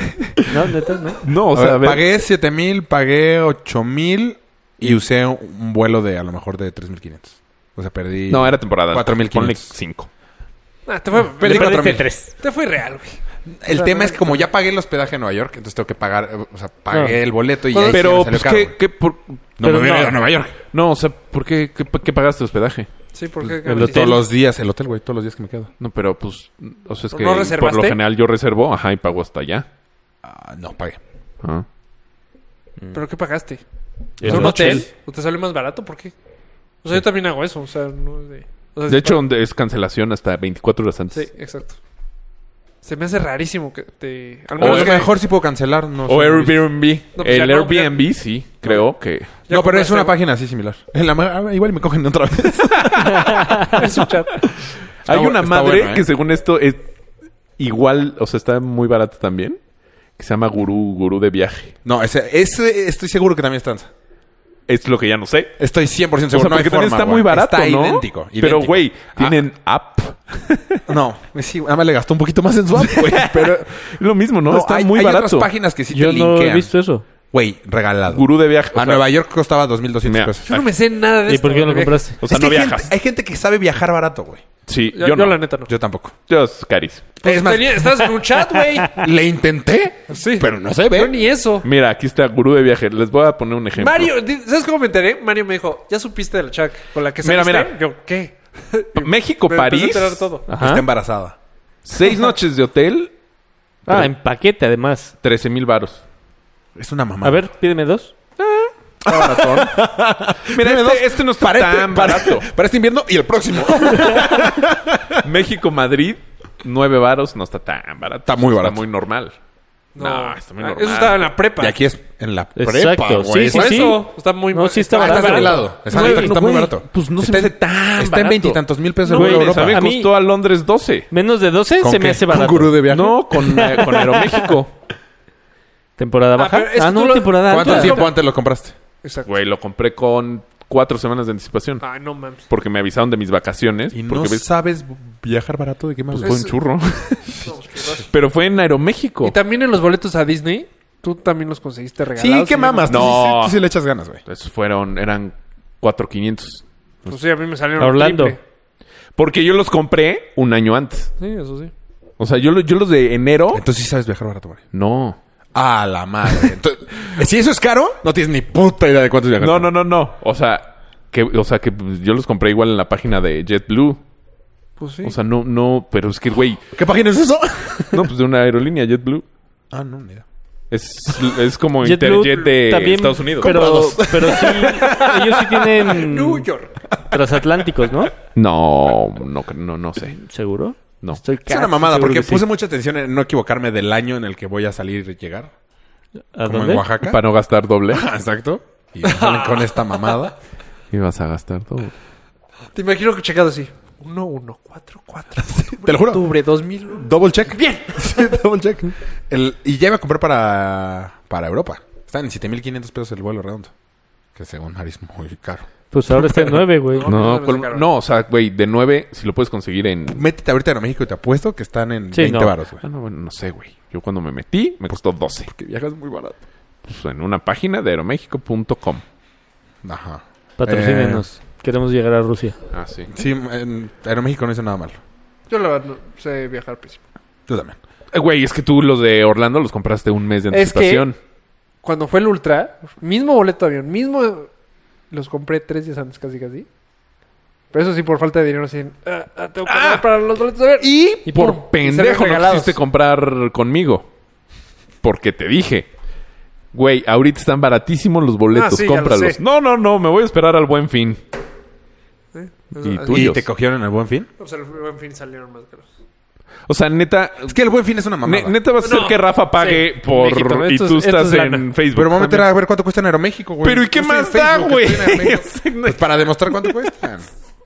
A: No, neta, no.
D: No, o
C: A
D: sea,
C: ver,
D: a ver,
C: pagué 7 mil, pagué 8 mil y usé un vuelo de a lo mejor de 3,500. O sea, perdí.
D: No, era temporada.
C: 4,500.
D: Ponle cinco.
B: Ah, te fue,
C: Perdí 4,000.
B: te fue real, güey.
C: El tema es que como ya pagué el hospedaje en Nueva York, entonces tengo que pagar, eh, o sea, pagué
A: No.
C: el boleto y ya
D: Pero, pues, ¿qué, qué por-
C: No me
D: pero
C: hubiera ido a Nueva York.
D: No, o sea, ¿por qué, qué, qué pagaste hospedaje?
B: Sí, porque...
A: El hotel.
C: Todos los días, el hotel, güey, todos los días que me quedo.
D: No, pero pues, o sea, es
B: ¿No
D: que por lo
B: reservaste?
D: general yo reservo, ajá, y pago hasta allá. Ah.
C: Ah, no, pagué.
D: Ajá.
B: ¿Pero qué pagaste?
A: El
B: ¿Un hotel?
A: hotel.
B: ¿O te salió más barato? ¿Por qué? O sea, yo también hago eso. O sea, no es de... o sea,
D: De
B: si
D: hecho, es cancelación hasta 24 horas
B: pa- Sí,
D: antes.
B: exacto. Se me hace rarísimo que te... Al
C: O
B: menos
C: Oh, es
B: que-
C: que mejor si puedo cancelar, no
D: O
C: sé.
D: Airbnb.
B: No, pues,
D: el
B: ya como que-
D: Airbnb, sí, creo que...
B: Ya
C: No, pero es
B: compraste,
C: una
B: güey.
C: página así similar. En la ma- ah, igual me cogen otra vez.
B: Es un chat.
D: Hay
C: bu-
D: una
C: está
D: madre
C: bueno, ¿eh?
D: que según esto es igual, o sea, está muy barata también. Que se llama Gurú, Gurú de viaje.
C: No, ese, ese estoy seguro que también es tranza.
D: Es lo que ya no sé.
C: Estoy 100% seguro.
D: O sea,
C: no hay
D: porque también
C: forma,
D: está
C: güey.
D: muy barato,
C: Está
D: ¿no?
C: idéntico,
D: Pero,
C: idéntico.
D: güey, tienen app.
C: Ah, no, sí, nada más le gastó un poquito más en su app, güey. Pero
D: Lo mismo, ¿no? está
C: hay,
D: muy
C: hay
D: barato.
C: otras páginas que sí
A: Yo
C: te
A: no
C: linkean.
A: he visto eso.
C: Güey, regalado.
D: Gurú de viaje. o
C: a
D: sea,
C: Nueva York costaba 2.200
D: Mira.
C: pesos.
B: Yo no me sé nada de
A: ¿Y
B: esto,
A: por qué no lo
B: güey.
A: compraste?
D: O sea,
C: Es
D: no
C: que hay
D: viajas.
C: gente- hay gente que sabe viajar barato, güey.
D: Sí,
B: Yo,
D: yo, no.
B: yo la neta no.
C: Yo tampoco.
D: Yo es carísimo.
B: Pues
C: Es más-
B: tenía- estabas en un chat, güey.
C: Le intenté,
B: Sí.
C: pero no se
B: Yo
C: ve.
B: ni eso.
D: Mira, aquí está Gurú de viaje. Les voy a poner un ejemplo.
B: Mario, di- ¿sabes cómo me enteré? Mario me dijo, ¿ya supiste de la chat con la que se
D: Mira, mira.
B: Yo, ¿qué?
D: México,
B: Me empecé a
D: París.
B: enterar todo.
C: Está
A: Ajá.
C: embarazada.
D: Seis noches de hotel,
A: Ah, en paquete, además.
D: 13 mil varos.
C: Es una mamá.
A: A ver, pídeme dos.
C: Dime
D: Mira, este,
C: dos.
D: este no está
C: Para este-
D: tan
C: para-
D: barato.
C: Para este invierno y el próximo.
D: México, Madrid, nueve varos no está tan barato.
C: Está muy barato.
D: Está muy normal. Nah, está muy
B: Ah,
D: normal.
B: Eso estaba en la prepa.
C: Y aquí es en la prepa,
A: Exacto,
C: güey.
A: sí,
B: Por
A: sí, sí.
B: eso está muy
A: No, sí está
C: Ah, está
A: barato.
C: arreglado. Está,
D: Güey,
C: está- está muy
D: güey,
C: barato.
D: pues no se
C: Está
D: me
C: en-
D: hace tan
C: Está en
D: barato.
C: veintitantos mil pesos el
A: No,
C: vuelo a
A: güey,
C: Europa.
A: ¿saben?
D: A
A: A
D: mí
A: mí-
D: costó a Londres 12.
A: Menos de 12
C: ¿Con
A: se me
C: qué?
A: hace
C: ¿Con
A: barato.
C: gurú de viaje?
D: No, con, eh, con Aeroméxico.
A: ¿Temporada baja?
B: pero es
A: Ah,
B: que
A: no,
B: tú lo-
A: temporada
C: ¿Cuánto
A: alta.
C: tiempo antes lo compraste?
B: Exacto.
D: Güey, lo compré con cuatro semanas de anticipación.
B: Ay, Ah, no mames.
D: Porque me avisaron de mis vacaciones.
C: Y no
D: porque ves,
C: sabes viajar barato de qué más.
D: pues, fue un churro. Pero fue en Aeroméxico.
B: Y también en los boletos a Disney, tú también los conseguiste regalados.
C: Sí, qué
B: ¿no?
C: mamas. Tú
D: No.
C: sí- tú sí le echas ganas, güey.
D: Esos fueron, eran 4,500.
B: Pues sí, a mí me salieron
A: A Orlando.
B: triple.
D: Porque yo los compré un año antes.
B: Sí, eso sí.
D: O sea, yo, lo- yo los de enero.
C: Entonces sí sabes viajar barato, güey.
D: No.
C: A la madre. Entonces, si eso es caro, no tienes ni puta idea de cuántos viajas.
D: No, no, no, no. O sea, que, o sea, que yo los compré igual en la página de JetBlue.
B: Pues sí.
D: O sea, no, no, pero es que, güey.
C: ¿Qué página es eso?
D: No, pues de una aerolínea, JetBlue.
C: ah, no, ni idea.
D: Es, es como
A: JetBlue
D: Interjet de
A: también,
D: Estados Unidos.
A: Pero, pero sí, ellos sí tienen
B: New York.
A: transatlánticos, ¿no?
D: No, no, cre- no, no sé.
A: ¿Seguro?
D: No.
A: Estoy
C: Es
A: casi
C: una mamada
A: seguro
C: porque
A: que sí.
C: puse mucha atención en no equivocarme del año en el que voy a salir y llegar.
A: ¿A
C: como
A: dónde?
C: en Oaxaca.
D: Para no gastar doble.
C: Ah, Exacto. Y me salen con esta mamada.
D: Y vas a gastar doble.
B: Te imagino que checado así. 1, 1, 4, 4.
C: Te lo juro.
B: Octubre 2001.
C: Double check. Bien. double check. El- y ya iba a comprar para, para Europa. Están en 7500 pesos el vuelo redondo. Que según Ari es muy caro.
A: Pues ahora está en 9, güey.
D: No,
B: no,
D: col-
B: no, no.
D: no, o sea, güey, de 9, si lo puedes conseguir en.
C: Métete ahorita a México y te apuesto que están en
A: Sí,
C: 20
A: no.
C: baros, güey.
D: Ah, no, bueno, no sé, güey. Yo cuando me metí, me costó 12.
C: Que viajas muy barato.
D: Pues en una página de aeroméxico.com.
C: Ajá.
A: Patrocínenos. Queremos llegar a Rusia.
D: Ah, sí.
C: Sí, en Aeroméxico no hizo nada malo.
B: Yo la verdad no sé viajar pésimo.
C: Yo también.
D: Eh, Güey, es que tú los de Orlando los compraste un mes de
B: Es que-
D: anticipación.
B: Cuando fue el Ultra, mismo boleto de avión, mismo... Los compré tres días antes casi casi. Pero eso sí, por falta de dinero, así... ah, ah, tengo que pagar para los boletos de avión. Y...
D: Y por
B: pum,
D: pendejo
B: salen
D: no
B: regalados.
D: quisiste comprar conmigo. Porque te dije. Güey, ahorita están baratísimos los boletos,
B: Ah, sí, ya lo
D: cómpralos.
B: sé.
D: No, no, no, me voy a esperar al buen fin.
B: Sí, eso-
D: Y
B: así.
D: tuyos.
C: ¿Y te cogieron en el buen fin?
B: O sea, el buen fin salieron más caros.
D: O sea, neta,
C: Es que el buen fin es una
D: ne-
C: mamada.
D: neta vas a hacer
B: No,
D: que Rafa pague
B: sí,
D: por...
B: mijito,
D: y
B: esto es-
D: tú
B: esto
D: estás
B: es lana.
D: en Facebook.
C: pero me voy a meter
D: también.
C: a ver cuánto cuesta en Aeroméxico, güey.
D: Pero, ¿y qué
C: Yo estoy en
D: más da,
C: Facebook,
D: güey?
C: estoy en Aeroméxico.
D: Sí, no-
C: Pues para demostrar cuánto cuesta.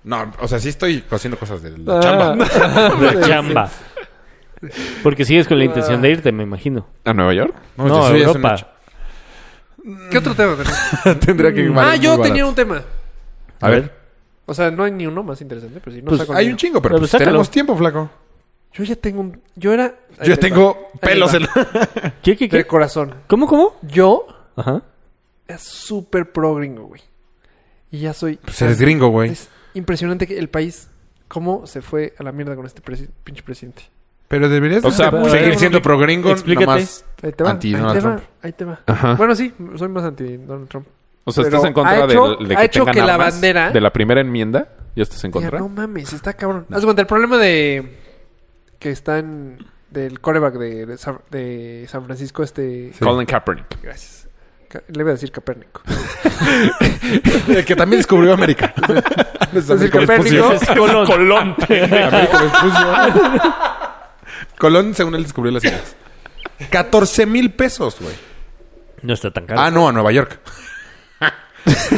C: No, o sea, sí estoy haciendo cosas de la
B: Ah.
C: chamba.
A: La chamba. Porque sigues con la intención de irte, me imagino.
D: ¿A Nueva York?
A: No,
C: te
A: a
C: subías
A: Europa.
B: Mm. ¿Qué otro tema tenemos?
C: una- Mm. Tendría que
B: ah, yo tenía un tema.
C: A ver.
B: O sea, no hay ni uno más interesante, pero si no
A: Pues
B: saco el
C: Hay
B: mío.
C: un chingo, pero
A: Pero
C: pues
A: sácalo.
C: tenemos tiempo, flaco.
B: Yo ya tengo un... Yo era... Ahí
C: Yo
B: les va.
C: tengo
B: Ahí
C: pelos
B: les
C: en
B: va.
A: ¿Qué, qué,
B: Del
A: qué?
B: corazón.
A: ¿Cómo, cómo?
B: Yo
A: Ajá.
B: era súper pro gringo, güey. Y ya soy...
C: Pues eres gringo, güey.
B: Es impresionante que el país... ¿Cómo se fue a la mierda con este presi- pinche presidente?
C: Pero deberías
D: O sea,
C: de-
D: pues,
C: seguir
D: eh,
C: siendo pro gringo,
A: explícate.
C: nomás
B: Ahí te va.
C: Anti
B: ahí,
C: Donald
B: te va
C: Trump.
B: ahí te va.
D: Ajá.
B: Bueno, sí. Soy más anti Donald Trump.
D: O sea,
B: Pero
D: ¿estás en
B: ha
D: contra del-
B: hecho-
D: de, que
B: ha hecho
D: tengan
B: que la
D: armas
B: bandera-
D: de la primera enmienda? ¿Ya estás en
B: Mira,
D: contra?
B: no mames, está cabrón. Haz de cuenta, el problema de... Que están... Del coreback de, de San, de San Francisco, este...
D: Colin Kaepernick.
B: Gracias. Ca- Le iba a decir Capérnico.
C: El que también descubrió América. pues, Es
B: el
C: Américo Vespucio.
B: Copérnico.
A: Es Colón.
D: Colón.
C: Américo Vespucio. Colón, según él, descubrió las ideas. 14 mil pesos, güey.
A: No está tan caro.
C: Ah, no, a Nueva York.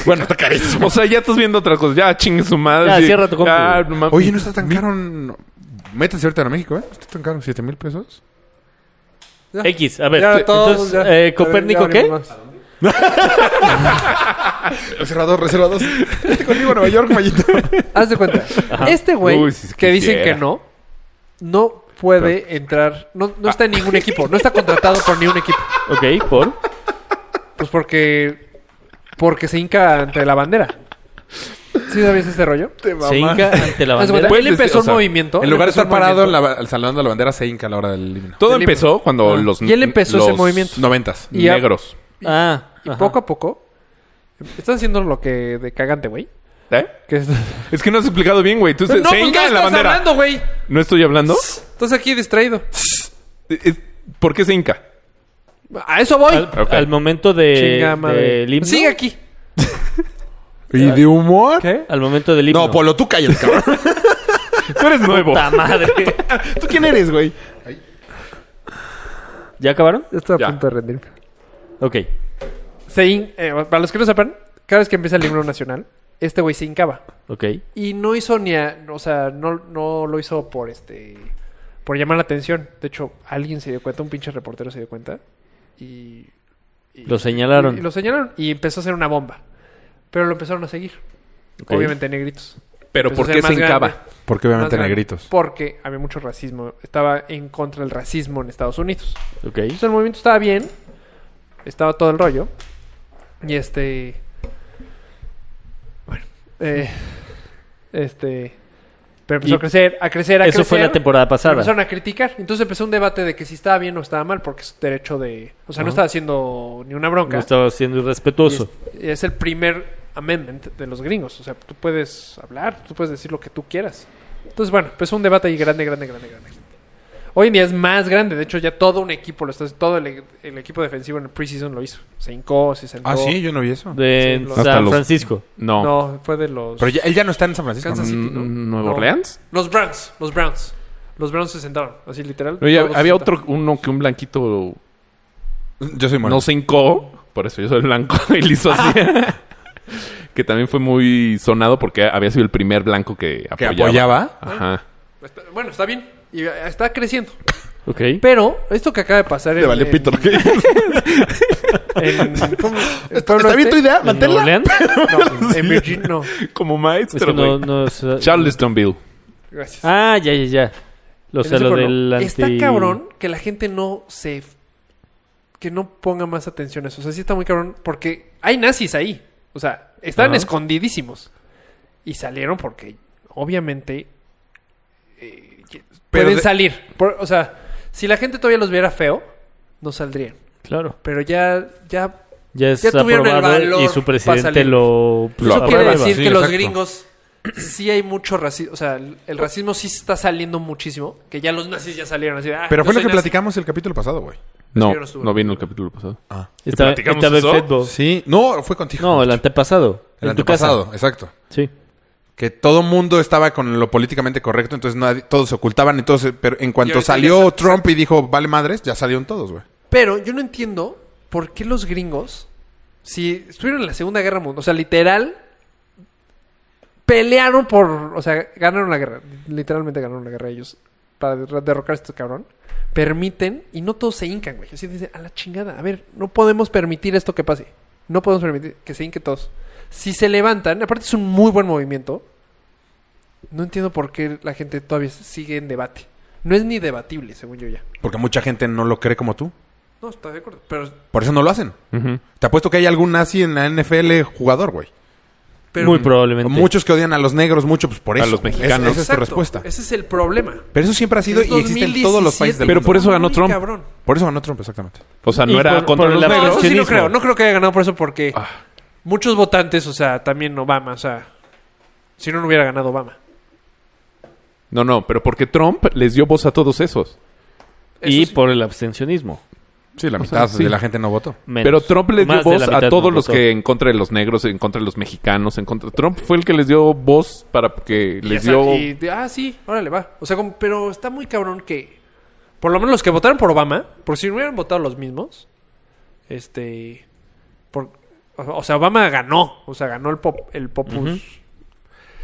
C: bueno, está carísimo.
D: o sea, ya estás viendo otras cosas. Ya chingue su madre.
A: Ya,
D: sí.
A: cierra tu compu.
D: Ya, no mames.
C: Oye, no está tan caro. no. Métese ahorita a México, ¿eh? No está tan caro. ¿7 mil pesos?
B: Ya.
A: X, a ver.
B: Ya, todos,
A: entonces,
B: ya.
A: eh,
B: Ya,
A: ¿Copérnico
B: ya
A: qué?
B: abrimos más.
C: Reservados, reservados. Vete conmigo a Nueva York, Mayito.
B: Haz de cuenta. Este güey
D: Uy, si
B: que dicen
D: quisiera.
B: que no, no puede entrar. No, no está en ningún equipo. No está contratado por ningún equipo.
A: Ok, por.
B: Pues porque. Porque se hinca ante la bandera. ¿Sí sabías ese rollo?
A: Se hinca ante la
B: Haz
A: bandera.
B: de cuenta, él
D: Puedes decir,
B: empezó
D: o sea,
B: un movimiento.
C: En lugar de
B: él empezó
C: estar
B: un
C: parado en
B: movimiento.
C: la, saludando a la bandera, se hinca a la hora del himno.
D: Todo
B: del
D: empezó cuando
B: Ah.
D: los...
B: Y él empezó ese
D: los
B: movimiento.
C: Noventas.
B: Y ya-
D: Negros.
A: Ah,
B: Y
A: ajá.
B: poco a poco. Estás haciendo lo que de cagante, güey.
D: ¿Eh?
B: Que es-
D: Es que no has explicado bien, güey. Tú se,
B: no,
D: se
B: pues
D: hinca
B: no
D: en la
B: estás
D: bandera.
B: hablando, güey.
D: ¿No estoy hablando?
B: Estás aquí distraído.
D: Es- ¿Por qué se hinca?
B: A eso voy.
A: Al,
D: Ok.
A: al momento de,
B: Chinga madre.
A: del himno.
B: Sigue aquí.
C: ¿Y de humor?
A: ¿eh? Al momento del himno.
C: No, Polo, tú cállate, cabrón.
D: Tú eres nuevo.
A: Puta madre.
C: ¿Tú quién eres, güey?
A: ¿Ya acabaron?
B: Estoy a
D: Ya.
B: punto de rendirme.
A: Ok.
B: Se hin- eh, para los que no sepan, cada vez que empieza el himno nacional, este güey se hincaba.
A: Ok.
B: Y no hizo ni a- o sea, no, no lo hizo por este por llamar la atención. De hecho, alguien se dio cuenta, un pinche reportero se dio cuenta y, y-
A: Lo señalaron.
B: Y, y lo señalaron y empezó a hacer una bomba. Pero lo empezaron a seguir.
A: Ok.
B: Obviamente negritos.
D: Pero
B: Empezó
D: ¿por
B: a
D: qué
B: ser
D: se
B: más grande.
D: encaba?
C: Porque
B: Más
C: obviamente
B: grande.
C: negritos.
B: Porque había mucho racismo. Estaba en contra del racismo en Estados Unidos.
A: Ok.
B: Entonces el movimiento estaba bien. Estaba todo el rollo. Y este. Bueno. eh, este. Pero empezó
A: Y
B: a crecer, a crecer, a crecer.
A: Eso fue la temporada
B: Lo
A: pasada.
B: Empezaron a criticar. Entonces empezó un debate de que si estaba bien o estaba mal, porque es derecho de. O sea, no
A: Ajá.
B: estaba haciendo ni una bronca.
A: No estaba siendo
B: Y
A: irrespetuoso.
B: Es, y es el primer amendment de los gringos. O sea, tú puedes hablar, tú puedes decir lo que tú quieras. Entonces, bueno, pues un debate ahí grande, grande, grande, grande. Hoy en día es más grande. De hecho, ya todo un equipo lo está Todo el, el equipo defensivo en el preseason lo hizo. Se hincó, se sentó.
C: Ah, sí, yo no vi eso.
A: De
B: Sí, lo-
D: Hasta
A: San
D: los-
A: Francisco.
D: No.
B: No, fue de los.
C: Pero ya- él ya no está en San Francisco.
B: Kansas
C: ¿no?
B: City, ¿no?
D: Mm, ¿Nueva
B: No.
D: Orleans?
B: Los Browns, los Browns. Los Browns se sentaron, así literal.
D: Oye,
B: todos se
D: había
B: sentaron.
D: otro, uno que un blanquito
C: Yo soy moreno.
D: no se hincó. Por eso yo soy blanco y le hizo así. que también fue muy sonado porque había sido el primer blanco que
C: ¿Que
D: apoyaba.
C: apoyaba?
D: Ajá.
B: Está- Bueno, está bien. Y eh, está creciendo.
A: Ok.
B: Pero esto que acaba de pasar en. en- en- ¿cómo? ¿En Pueblo Este?
C: idea?
A: ¿En Nueva Orleans?
B: No, en Virginia no.
D: Como
A: Es que
D: maestro,
A: no,
D: Este, güey.
A: no es-
D: Charlestonville.
B: Gracias.
A: Ah, ya, ya, ya. Lo,
B: En
A: sé,
B: ese
A: lo
B: pueblo.
A: del anti...
B: Está cabrón que la gente no se... Que no ponga más atención a eso. O sea, sí está muy cabrón porque hay nazis ahí. O sea, están
A: Ajá.
B: escondidísimos. Y salieron porque, obviamente, eh, que-
C: Pero
B: pueden
C: de-
B: salir. Por- o sea, si la gente todavía los viera feo, no saldrían.
A: Claro.
B: Pero ya... ya
A: Ya es
B: Ya tuvieron el
A: aprobado
B: valor
A: y su
B: para
A: presidente
B: salir.
A: lo, lo
B: eso quiere
A: aprueba.
B: decir
C: sí,
B: que los
C: exacto.
B: gringos... Sí hay mucho racismo, o sea, el, el racismo sí está saliendo muchísimo, que ya los nazis ya salieron así. "Ah,
C: Pero
B: yo
C: fue lo
B: soy
C: que
B: nazi".
C: platicamos el capítulo pasado, güey.
D: No,
B: yo no estuve.
D: no vino el capítulo pasado.
C: Ah.
A: Estaba,
D: platicamos
A: estaba
D: eso?
A: en Fedbo.
C: Sí. No, fue contigo.
A: No, el antepasado.
C: El
A: en tu casa.
C: antepasado, exacto.
A: Sí.
C: Que todo mundo estaba con lo políticamente correcto, entonces nadie- todos se ocultaban. Entonces, pero en cuanto
B: ahorita
C: salió
B: ya sa-
C: Trump y dijo, vale madres, ya salieron todos, güey.
B: Pero yo no entiendo por qué los gringos, si estuvieron en la Segunda Guerra Mundial, o sea, literal, pelearon por, o sea, ganaron la guerra, literalmente ganaron la guerra ellos, para der- derrocar a este cabrón, permiten, y no todos se hincan, güey. Así dicen, a la chingada, a ver, no podemos permitir esto que pase. No podemos permitir que se hinque todos. Si se levantan, aparte es un muy buen movimiento, no entiendo por qué la gente todavía sigue en debate. No es ni debatible, según yo ya.
C: Porque mucha gente no lo cree como tú.
B: No, está de acuerdo. Pero
C: Por eso no lo hacen. Te apuesto que hay algún nazi en la NFL jugador, güey.
A: Muy probablemente.
C: Muchos que odian a los negros mucho, pues por
D: A
C: eso.
D: los
C: Es- esa
D: mexicanos.
C: es tu
B: Exacto,
C: respuesta.
B: Ese es el problema.
C: Pero eso siempre ha sido
B: Es
C: y existe en todos los países
B: 2017.
C: del
D: Pero
C: mundo.
D: por eso ganó
B: Muy
D: Trump.
B: Cabrón.
C: Por eso ganó Trump, exactamente.
D: O sea, no
A: Y
D: era
A: por-
D: contra
A: por
D: los
A: la-
B: No, eso
D: negros.
B: sí no
A: Proteccionismo.
B: creo. No creo que haya ganado por eso porque
C: Ah.
B: muchos votantes, o sea, también Obama, o sea, si no, no hubiera ganado Obama.
D: No, no, pero porque Trump les dio voz a todos esos.
B: Eso
A: Y
B: sí.
A: por el abstencionismo.
C: Sí, la
D: sea,
C: mitad
D: sí.
C: de la gente no votó.
A: Menos.
D: Pero Trump les dio
A: Más de
D: voz
A: la
D: a
A: mitad
D: todos
A: no
D: los
A: votó.
D: que en contra de los negros, en contra de los mexicanos, en contra. Trump fue el que les dio voz para que
B: Y
D: les
B: esa-
D: dio.
B: y de- ah, sí, órale, va. O sea, como- pero está muy cabrón que. Por lo menos los que votaron por Obama, por si no hubieran votado los mismos, este. Por, o, o sea, Obama ganó. O sea, ganó el, pop, el popus.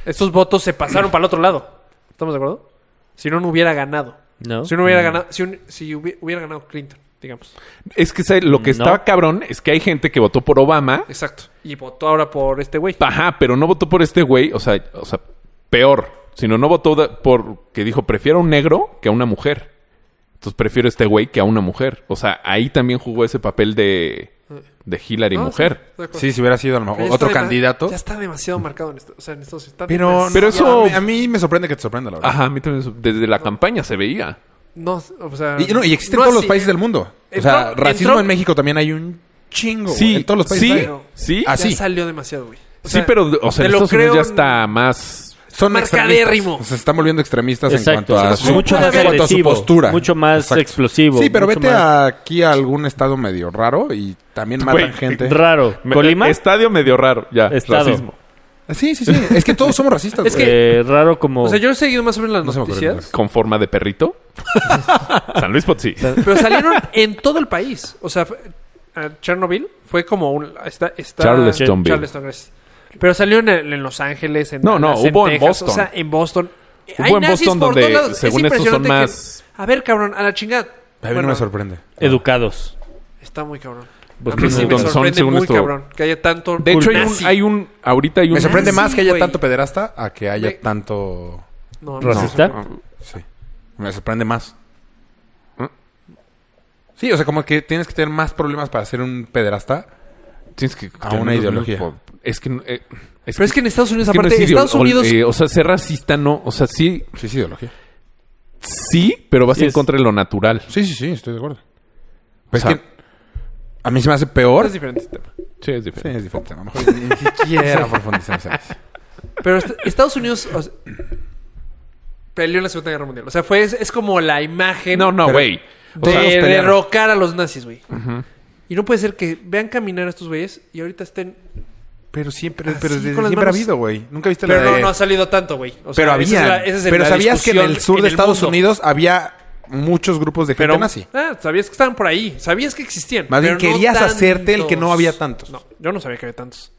B: Estos votos se pasaron para el otro lado. ¿Estamos de acuerdo? Si no, no hubiera ganado.
A: ¿No?
B: Si no hubiera ganado. Si, un- si hubi- hubiera, ganado Clinton, digamos.
D: Es que ¿sabes? lo que
A: No.
D: estaba cabrón es que hay gente que votó por Obama.
B: Exacto. Y votó ahora por este güey.
D: Ajá, pero no votó por este güey. O sea, o sea, peor. Sino no votó da- por que dijo, prefiero a un negro que a una mujer. Entonces prefiero a este güey que a una mujer. O sea, ahí también jugó ese papel de, de Hillary
B: No,
D: mujer.
B: Ah, sí, estoy de acuerdo.
C: Sí, si hubiera sido a lo mejor
B: Pero ya
C: otro
B: está dema-
C: candidato.
B: Ya está demasiado marcado en esto. O sea, en Estados Unidos. está
C: Pero,
B: demasiado-
C: eso...
D: eso-
C: A mí, a mí me sorprende que te sorprenda, la verdad.
D: Ajá, a mí también eso- desde
B: Ah.
D: la campaña se veía.
B: No, o sea.
C: Y, no, y existe en
B: no
C: todos los
B: así.
C: países del mundo. O
B: en
C: sea,
B: Trump- en
C: racismo en,
B: Trump-
C: México también hay un chingo.
D: Sí,
C: güey. en todos los países.
D: sí,
C: hay.
B: pero-
D: sí,
C: Ah,
B: Ya
C: sí.
B: salió demasiado, güey. O
D: sí,
B: sea,
D: pero o sea,
B: te
D: en
B: lo
D: Estados Unidos ya
B: creo,
D: está más
C: Son
B: Marcadérrimo.
C: extremistas. Se están volviendo extremistas
A: Exacto.
C: en cuanto a su,
A: mucho
C: en
A: más
C: cuanto a su
A: agresivo,
C: postura.
A: Mucho más
C: Exacto.
A: explosivo.
C: Sí, pero
A: mucho
C: vete
A: más
C: aquí a algún estado medio raro y también matan
D: Güey,
C: gente.
A: Raro.
D: Me-
A: ¿Colima?
D: Estadio medio raro, ya.
A: Estado.
D: Racismo.
C: Sí, sí, sí. Es que todos somos racistas.
B: Es
C: güey.
A: Eh, raro como...
B: O sea, yo he seguido más o menos las
C: No se me ocurre
B: noticias.
D: Con forma de perrito. San Luis Potosí.
B: Pero salieron en todo el país. O sea, fue- a Chernobyl fue como un... Está, está,
D: Charlestonville.
B: Charleston, gracias. Pero salió en, en Los Ángeles, en
D: No, no,
B: Dallas,
D: hubo en
B: Texas,
D: Boston.
B: O sea, en Boston.
D: Hubo
B: Hay
D: en
B: nazis
D: Boston
B: por
D: donde,
B: todos lados. Es
D: según estos, son
B: impresionante que-
D: más-
B: A ver, cabrón, a la chingada.
C: A mí no
B: Bueno,
C: me sorprende.
A: Educados.
B: Está muy cabrón.
A: Pues
B: a mí
A: que
B: sí
A: no.
B: me
D: Son-
B: sorprende
D: según
B: muy
D: esto-
B: cabrón que haya tanto...
D: De hecho, hay un,
B: nazi.
D: hay un. Ahorita hay un.
C: Me sorprende más que haya
B: güey.
C: tanto pederasta a que haya
B: Me-
C: tanto...
B: No, no,
A: ¿Racista?
C: Sí. Me sorprende más. Sí, o sea, como que tienes que tener más problemas para ser un pederasta.
D: Tienes que.
C: A una ideología.
D: Es que. eh, es
B: Pero es que en Estados Unidos,
D: es que no
B: aparte,
D: es ideo-
B: Estados
D: o-
B: Unidos...
D: eh, o sea, ser racista no. O sea, sí.
C: Sí, es ideología.
D: Sí, pero vas
A: Sí
D: en
A: es.
D: contra de lo natural.
C: Sí, sí, sí, estoy de acuerdo. Pues
D: O sea-
C: es que a mí se me hace peor.
B: es
C: Sí,
B: diferente este tema.
D: Sí, es diferente.
C: es diferente. A lo mejor ni siquiera profundizamos en eso.
B: Pero est- Estados Unidos o sea, peleó en la Segunda Guerra Mundial. O sea, fue, es, es como la imagen
D: No, no,
C: Pero-
D: güey. O
B: de
D: sea,
C: los pelearon.
B: derrocar a los nazis, güey. Y no puede ser que vean caminar a estos güeyes y ahorita estén...
C: Pero siempre,
B: Así,
C: pero desde
B: con las
C: siempre ha
B: manos.
C: habido, güey. Nunca viste
B: Pero
C: la
B: no,
C: de...
B: no ha salido tanto, güey. O sea,
C: pero
B: esa es
C: había...
B: la- esa es
C: pero
B: la
C: sabías que en
B: discusión
C: el sur
B: en
C: de
B: el
C: Estados
B: mundo.
C: Unidos había muchos grupos de gente
D: Pero-
C: nazi.
B: Ah, sabías que estaban por ahí. Sabías que existían.
C: Más bien
B: pero no
C: querías hacerte el que no
B: tantos.
C: había tantos.
B: No, yo no sabía que había tantos.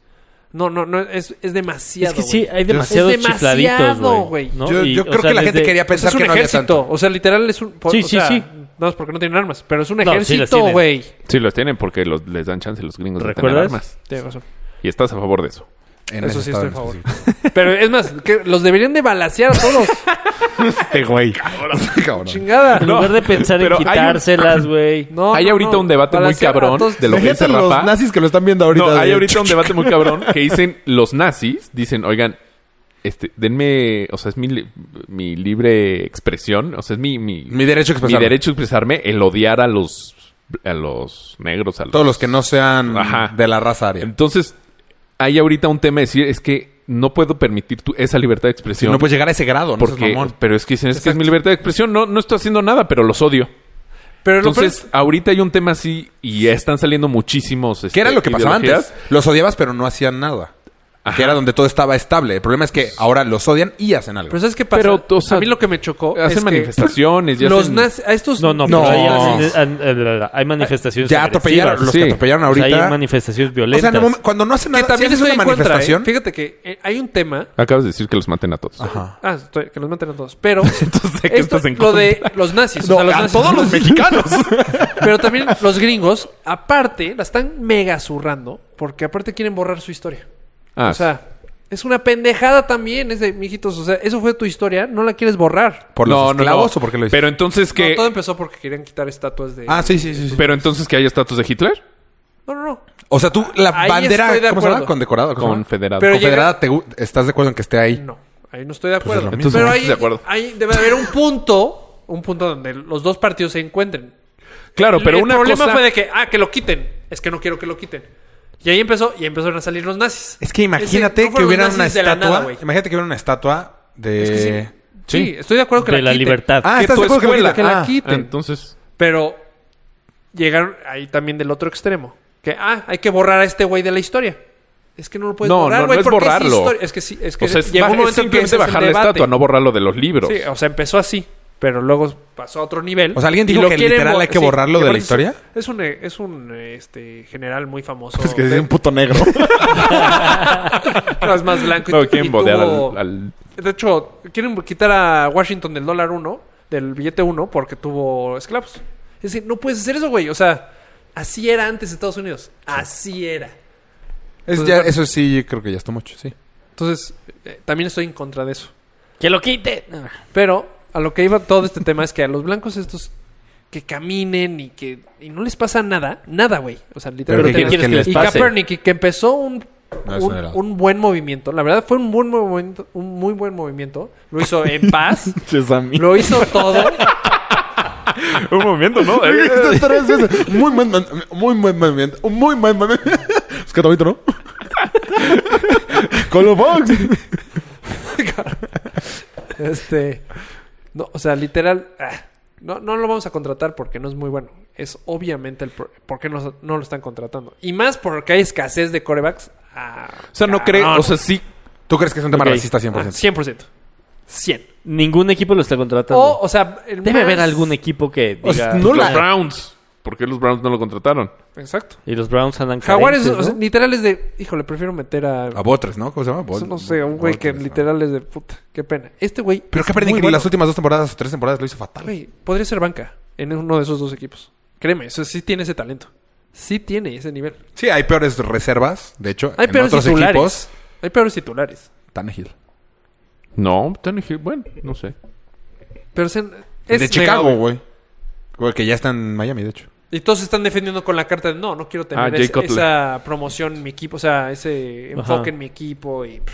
B: No, no, no, es, es demasiado.
A: Es que sí,
B: güey.
A: hay demasiados
B: demasiado,
A: chifladitos, güey.
B: güey.
A: ¿no?
C: Yo,
A: Y,
C: yo
A: o
C: creo
A: sea,
C: que la gente
A: desde-
C: quería pensar
B: es un
C: que no había
B: ejército.
C: tanto.
B: o sea, literal es un.
A: Sí,
B: o
A: sí,
B: sea,
A: sí.
B: No es porque no tienen armas, pero es un
A: No, sí las
B: ejército,
A: tienen.
B: güey.
D: Sí, los tienen porque los- les dan chance los gringos de tener
A: ¿Recuerdas?
D: armas.
B: Tienes razón.
D: Y estás a favor de eso.
C: En
B: Eso
C: ese
B: sí
C: estado
B: estoy
C: en
B: a favor.
C: específico.
B: Pero es más, que los deberían de balasear a todos.
D: Este güey.
C: Cabrón.
B: chingada.
A: En lugar de pensar en
D: pero hay un-
A: quitárselas, güey.
B: No,
D: Hay
B: no,
D: ahorita
B: no,
D: un debate muy
B: balasear a
D: cabrón
B: todos.
D: de lo que dice
C: Imagínate
D: Rafa.
C: los nazis que lo están viendo ahorita.
D: No, hay
C: de-
D: ahorita un debate muy cabrón que dicen los nazis, dicen, oigan, este, denme, o sea, es mi, li- mi libre expresión, o sea, es mi, mi,
C: Mi derecho a
D: mi
C: expresar.
D: derecho a expresarme, el odiar a los, a los negros, a los...
C: Todos los que no sean
D: Ajá.
C: de la raza aria.
D: Entonces, hay ahorita un tema de decir, es que no puedo permitir tu, esa libertad de
C: Si
D: expresión.
C: no puedes llegar a ese grado, no seas
D: porque,
C: mamón.
D: pero es que dicen, es que es mi libertad de expresión, no, no estoy haciendo nada, pero los odio.
B: Pero lo peor
D: Entonces, ahorita hay un tema así y ya están saliendo muchísimos. este,
C: ¿Qué era lo que pasaba antes?
D: ideologías.
C: Los odiabas, pero no hacían nada. Que era donde todo estaba estable. El problema es que ahora los odian y hacen algo.
B: Pero ¿sabes qué pasa?
D: Pero, o sea,
B: a mí lo que me chocó
D: Hacen
B: es
D: manifestaciones,
B: que
D: ya
B: los
D: hacen-
B: nazis... A estos...
A: No, no,
C: No.
A: pero hay, an- an- an- an- hay manifestaciones
C: ya atropellaron,
A: agresivas.
C: los
D: sí.
C: que atropellaron
A: O sea,
C: ahorita.
A: hay manifestaciones
C: o sea,
A: violentas.
C: en el momen- cuando no hacen
B: Que
C: nada,
B: también
C: si haces
B: estoy
C: una
B: en contra, ¿eh?
C: manifestación.
B: Fíjate que eh, hay un tema...
D: Acabas de decir que los maten a todos.
C: Ajá.
B: Ah, estoy- que los maten a todos. Pero
D: Entonces, ¿de qué
B: esto-
D: estás en
B: lo
D: contra?
B: de los nazis. o
C: No,
B: sea, los
C: a
B: nazis-
C: todos los mexicanos.
B: Pero también los gringos, aparte, la están mega zurrando porque aparte quieren borrar su historia.
D: Ah,
B: O sea, es una pendejada también. Es de, mijitos, o sea, eso fue tu historia, no la quieres borrar.
C: ¿Por los esclavos o por qué lo hiciste?
D: Pero entonces que...
B: No, todo empezó porque querían quitar estatuas de...
C: Ah, sí, sí, sí. sí.
D: Pero entonces que haya estatus de Hitler
B: No, no, no.
C: o sea, tú, la
B: Ahí
C: bandera.
B: estoy de
C: ¿Cómo se llama?
B: acuerdo.
C: Condecorado. ¿cómo se llama?
D: confederado.
B: Pero-
C: Confederada, te gu- ¿estás de acuerdo en que esté ahí?
B: No, ahí no estoy de acuerdo.
C: Pues es lo mismo.
B: Pero
D: Entonces,
B: ahí,
D: no estoy de acuerdo.
B: ahí debe haber un punto, un punto donde los dos partidos se encuentren.
D: claro, pero
B: el
D: una
B: problema
D: cosa...
B: fue de que, ah, que lo quiten. Es que no quiero que lo quiten. Y ahí empezó, y empezaron a salir los nazis.
C: Es que
B: Ese-
C: imagínate
B: no
C: que
B: fueron
C: hubiera
B: los
C: una
B: nazis de la
C: estatua.
B: nada, güey.
C: imagínate que hubiera una estatua de.
B: Es que sí. Sí, estoy de acuerdo que
A: de la
B: quiten.
A: libertad.
C: Ah,
D: Que
C: estás
D: tu
C: de acuerdo que la
D: escuela-
C: quiten?
B: que la
C: Ah.
B: quiten.
D: Ah, entonces...
B: Pero llegaron ahí también del otro extremo. Que, ah, hay que borrar a este güey de la historia. Es que no lo puedes
D: No,
B: Pues borrar,
D: no,
B: güey.
D: no es
B: porque
D: borrarlo.
B: historia. Es que sí, es que
D: o sea, es,
B: llegó
D: ba-
B: un
D: es
B: momento en que ese
D: simplemente
B: es el
D: bajar la
B: debate.
D: estatua, no borrarlo de los libros.
B: Sí, o sea, empezó así, pero luego pasó a otro nivel.
C: O sea, ¿alguien
B: Y
C: dijo
B: lo
C: que
B: quieren
C: literal
B: bo-
C: hay que borrarlo
B: y
C: de la
B: aparte es-
C: historia?
B: Es un, eh, es un eh, este, general muy famoso.
C: Es que es
B: de-
C: un puto negro.
B: no, es más blanco. y
D: no,
B: tu- y
D: quieren bodear
B: tuvo-
D: al, al-
B: De hecho, quieren quitar a Washington del dólar uno, del billete uno, porque tuvo esclavos. Es decir, no puedes hacer eso, güey. O sea, así era antes Estados Unidos. Así era.
C: Es ya- eso sí, creo que ya está mucho, sí.
B: Entonces, eh, también estoy en contra de eso.
A: ¡Que lo quite!
B: Pero a lo que iba todo este tema es que a los blancos estos que caminen y que y no les pasa nada, nada, güey. O sea,
C: Pero
B: literalmente.
C: ¿qué
A: ¿qué quieres
C: quieres que
A: que
C: les
B: y
A: les pase?
B: Kaepernick, y que empezó un,
C: No, eso
B: un,
C: no era.
B: un buen movimiento. La verdad, fue un buen movimiento, un muy buen movimiento. Lo hizo en paz. lo hizo todo.
D: Un momento, ¿no? Eh.
C: Tres veces. Muy buen man- muy buen movimiento. Un Muy buen movimiento. Es que bonito, ¿no? Con los Fox.
B: este. No, o sea, literal. ah, no, no lo vamos a contratar porque no es muy bueno. Es obviamente el por, por qué no, no lo están contratando. Y más porque hay escasez de corebacks. Ah,
D: O sea, no
B: cabrón. Ah,
D: creo... O sea, sí...
C: ¿Tú crees que es un tema
A: Ok.
C: racista 100%?
B: 100%. 100.
A: Ningún equipo lo está contratando.
B: O, o sea, el
A: Debe
B: más-
A: haber algún equipo que diga...
C: O sea, no
D: Pues
C: la-
D: Los Browns. ¿Por qué los Browns no lo contrataron?
B: Exacto.
A: Y los Browns andan
B: Jaguares,
A: carentes,
B: o sea,
A: ¿no?
B: literal es de. Híjole, prefiero meter a.
C: A Botres, ¿no? ¿Cómo se llama? Bot-
B: no sé, un güey que
C: Botres, ¿no?
B: literal es de puta. Qué pena. Este güey.
C: Pero
B: es
C: qué pena
B: muy
C: que
B: bueno.
C: las últimas dos temporadas o tres temporadas lo hizo fatal.
B: Güey, podría ser banca en uno de esos dos equipos. Créeme, eso sí tiene ese talento. Sí tiene ese nivel.
C: Sí, hay peores reservas, de hecho,
B: Hay
C: en
B: peores
C: otros
B: titulares.
C: equipos.
B: Hay peores titulares.
C: Tannehill.
D: No, Tannehill, bueno, no sé.
B: Pero se-
C: El
B: es
C: de
B: mega,
C: Chicago, güey. Güey, que ya está en Miami, de hecho.
B: Y todos se están defendiendo con la carta de no, no quiero
D: Ah,
B: tener
D: Jay
B: ese-
D: Cutler.
B: esa promoción en mi equipo, o sea, ese enfoque
A: Ajá.
B: en mi equipo y pff.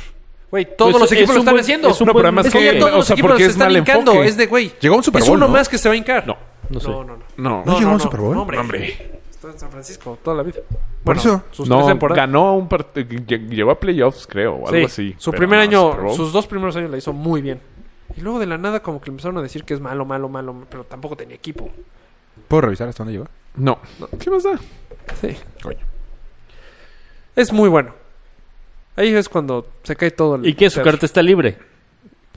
B: güey, todos
A: Pues
B: los
A: es
B: equipos lo
A: un
B: están
A: buen-
B: haciendo.
A: es un
D: No,
A: buen-
D: pero además
A: es
B: que
A: que-
B: ya todos
D: o
B: los
D: sea,
B: equipos
D: porque
B: se
D: es
B: están
D: mal
B: hincando,
D: enfoque.
B: es de güey.
C: Llegó a un Super
B: es
C: Bowl,
B: uno
C: ¿no?
B: más que se va a hincar.
D: No.
A: No sé.
B: no, no. No,
D: No.
C: ¿No llegó a un Super Bowl?
B: No, hombre.
D: Hombre.
B: Está en San Francisco toda la vida.
C: Por
B: Bueno,
C: eso.
B: Sus
D: no,
B: tres temporadas.
D: ganó un partido. Llegó a playoffs, creo, o
B: Sí,
D: algo así.
B: Su
D: pero
B: primer
D: no, Super
B: año,
D: Bowl.
B: sus dos primeros años la hizo muy bien. Y luego de la nada como que le empezaron a decir que es malo, malo, malo, pero tampoco tenía equipo.
C: ¿Puedo revisar hasta dónde llegó?
D: No. ¿Qué más da?
B: Sí.
C: Coño.
B: Es muy bueno. Ahí es cuando se cae todo el
A: ¿Y qué? ¿Su
B: teatro.
A: carta pues, está libre?